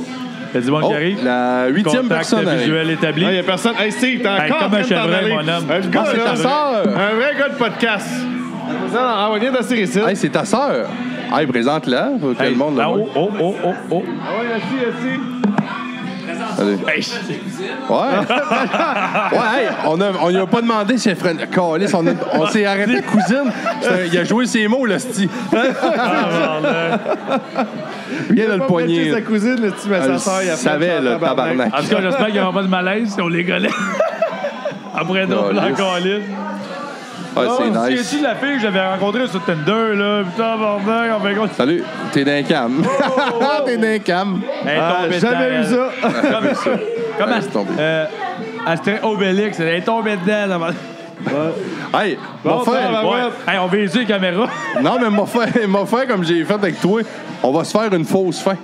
S5: Il y a du monde
S1: Oh,
S5: qui arrive.
S1: la huitième
S5: Contact
S1: personne arrive.
S5: visuel établi.
S6: Ah, Il n'y a personne. Hey Steve, t'es
S5: Hey,
S6: encore
S5: comme
S6: en train de
S5: un
S6: t'en
S5: chevreuil,
S6: aller.
S5: mon homme.
S6: Un
S5: Ah,
S6: gars,
S1: c'est
S6: là,
S1: ta sœur.
S6: Un vrai gars de podcast. Non, non, on vient d'assister ici.
S1: Hey, c'est ta sœur. Hey, présente-la. Faut que
S5: Hey,
S1: le monde la
S5: ah,
S1: voie.
S5: oh, oh, oh, oh, oh.
S6: Ah ouais, assis, assis.
S1: Allez. Ouais. ouais, hey, on a, on lui a pas demandé si elle ferait une- Calisse, on, a- on s'est
S6: <laughs>
S1: arrêté cousine. C'est un- Il a joué ses mots, le sti. Viens de le
S6: Pas prêter
S1: poignet. Ah,
S6: sa cousine, le petit
S1: Elle
S6: massacre.
S1: savait, le tabarnak.
S6: Ah,
S5: En tout cas, j'espère qu'il n'y aura pas de malaise si on les connaît. <laughs> Après
S1: Oh,
S5: d'autres,
S1: yes.
S5: encore là.
S1: Ah,
S5: C'est
S1: c'est nice.
S5: Oh, tu la fille que j'avais rencontrée sur Tinder, là? Putain, bordel, on fait quoi?
S1: Salut, t'es d'un cam.
S6: Oh.
S1: <laughs> t'es d'un cam.
S5: Elle est tombée
S6: Ah, Jamais eu
S5: dedans, <laughs>
S6: ça.
S5: elle. Comme ça. Comme
S1: Elle est tombée.
S5: Ast- euh, Astérix Obélix, elle est tombée dedans. là, bordel.
S1: Hey,
S6: Bon,
S1: m'a fait-
S6: ben,
S5: Ouais. Hey, on vise les caméras.
S1: Non, mais m'a fait, m'a fait comme j'ai fait avec toi. On va se faire une fausse fin.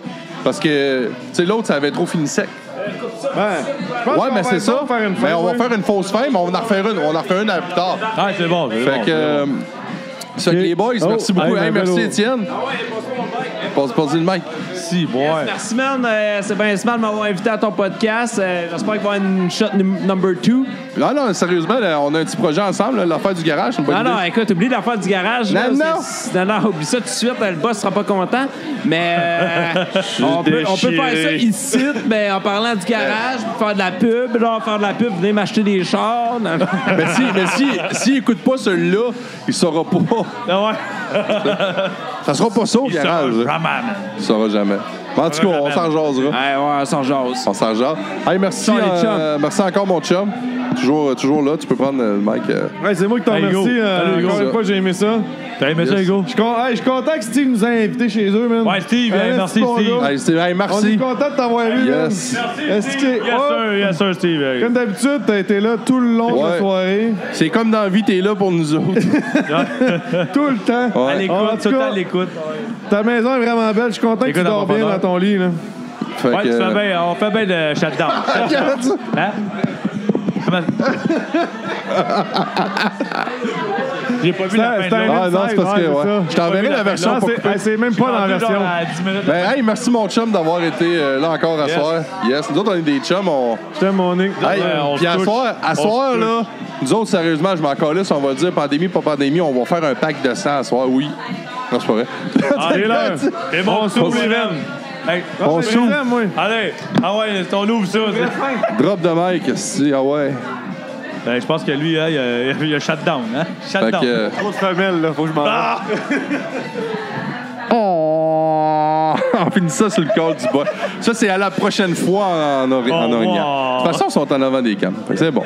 S1: Parce que, tu sais, l'autre, ça avait trop fini sec.
S6: Ben, je pense
S1: Ouais,
S6: qu'on
S1: mais
S6: va
S1: c'est ça.
S6: essayer de Ah, faire une
S1: Mais
S6: fin,
S1: on va
S6: ouais.
S1: faire une fausse fin, mais on va en refaire une. On en refait une à plus tard.
S5: Ah, c'est bon, c'est
S1: Fait
S5: bon,
S1: que. euh, ça fait que les boys,
S6: Oh,
S1: merci beaucoup.
S6: hey,
S1: Hey,
S6: ben,
S1: merci,
S6: ben,
S1: Étienne. Passe pas le mic.
S5: Si, ouais.
S7: Merci, man. Euh, c'est bien smart de m'avoir invité à ton podcast. Euh, J'espère qu'il va y avoir une shot num- number two.
S1: Non, non, sérieusement, là, on a un petit projet ensemble, là, l'affaire du garage. c'est Une bonne
S7: Non,
S1: idée.
S7: non, écoute, oublie l'affaire du garage. là,
S1: Non,
S7: c'est- non, non, oublie ça tout de suite. hein, Le boss sera pas content.
S1: <laughs>
S7: Mais euh, on, peut, on peut
S5: déchiré.
S7: faire ça ici, mais en parlant du garage, faire de la pub, genre faire de la pub, venez m'acheter des chars.
S1: <laughs>
S7: Non.
S1: Mais si, mais si, s'il écoute pas celui-là, il saura pas.
S5: Ah ouais.
S1: Ça sera pas ça au garage.
S5: Ça,
S1: là.
S5: Raman.
S1: Il saura jamais. Mais en tout cas, on s'en jasera.
S7: Ouais, ouais, sans jase.
S1: On s'en jase. Hey, merci,
S7: Ciao, les
S1: euh,
S7: chums.
S1: merci encore, mon chum. Toujours, toujours là, tu peux prendre euh, le mic. euh.
S6: Ouais, c'est moi qui t'en
S5: Hey,
S6: remercie.
S5: go.
S6: euh,
S5: Salut,
S6: Encore
S1: go.
S6: une fois, j'ai aimé ça.
S5: T'as aimé ça,
S1: Yes.
S5: Hugo?
S6: Je suis con- hey, je suis content que Steve nous a invités chez eux, man.
S5: Ouais, Steve,
S6: Un
S5: euh, merci,
S6: petit bon
S5: Steve.
S6: gars.
S1: Hey, c'est- hey,
S6: On est
S1: merci.
S6: content de t'avoir vu, man.
S1: Yes.
S6: Est-ce
S5: Steve.
S6: que-
S5: Yes,
S6: Oh!
S5: sir, yes, sir, Steve. hey.
S6: Comme d'habitude, t'as été là tout le long de
S1: Ouais.
S6: la soirée.
S1: C'est comme dans la vie, t'es là pour nous <laughs> autres.
S6: Tout le temps.
S1: Ouais.
S5: À
S6: En tout
S5: l'écoute, tout le
S6: cas,
S5: temps à l'écoute.
S6: Ta maison est vraiment belle. Je suis content que
S5: Écoute,
S6: tu dors
S5: en
S6: bien
S5: profondeur.
S6: dans ton lit. Là.
S1: Fait
S5: Ouais,
S1: que,
S5: tu
S1: euh,
S5: fais bien, on fait bien
S6: <laughs>
S5: de shutdown. Hein? Comment- J'ai pas vu la
S6: C'est
S5: fin de
S6: un
S5: l'autre.
S1: Ah, non, c'est parce
S6: inside,
S1: que,
S6: ouais,
S1: ouais.
S6: ça.
S1: Je t'enverrai
S5: J'ai pas
S1: la
S5: vu la
S1: version
S6: Non,
S1: pas
S6: c'est-
S1: coupée.
S6: hey, c'est même pas dans la
S5: Rendu
S6: version.
S5: genre à 10 minutes.
S1: Ben, hey, merci mon chum d'avoir été euh, là encore à
S5: Yes.
S1: soir. Yes, nous autres on est des chums. On...
S6: Je t'aime, mon nez.
S1: Hey,
S5: Ouais, on
S1: puis
S5: se
S1: à
S5: touche.
S1: soir, à
S5: On se
S1: soir
S5: touche.
S1: là, nous autres sérieusement, je m'en calisse, on va dire pandémie, pas pandémie, on va faire un pack de sang à soir, oui. Non, c'est pas vrai.
S5: Ah,
S6: <laughs>
S5: c'est l'heure. C'est bon, on s'ouvre les veines. Hey,
S1: On
S6: Je
S1: s'ouvre.
S6: t'aime, moi.
S5: Allez, ah ouais, on ouvre ça.
S1: <laughs>
S5: c'est-
S1: Drop de mic, si, ah ouais.
S5: Ben, je pense que lui, hein, il a, <laughs> il a shutdown. Hein?
S1: Fait que,
S5: Shutdown.
S1: euh,
S6: Trop de femelles, là. Faut que je m'en
S5: Ah!
S1: Oh! euh, <laughs> On finit ça sur le col du bas. Ça, c'est à la prochaine fois en, Ori- en
S5: Oh,
S1: Orignan. De
S5: wow.
S1: toute façon, ils sont en avant des cams. Fait que C'est bon.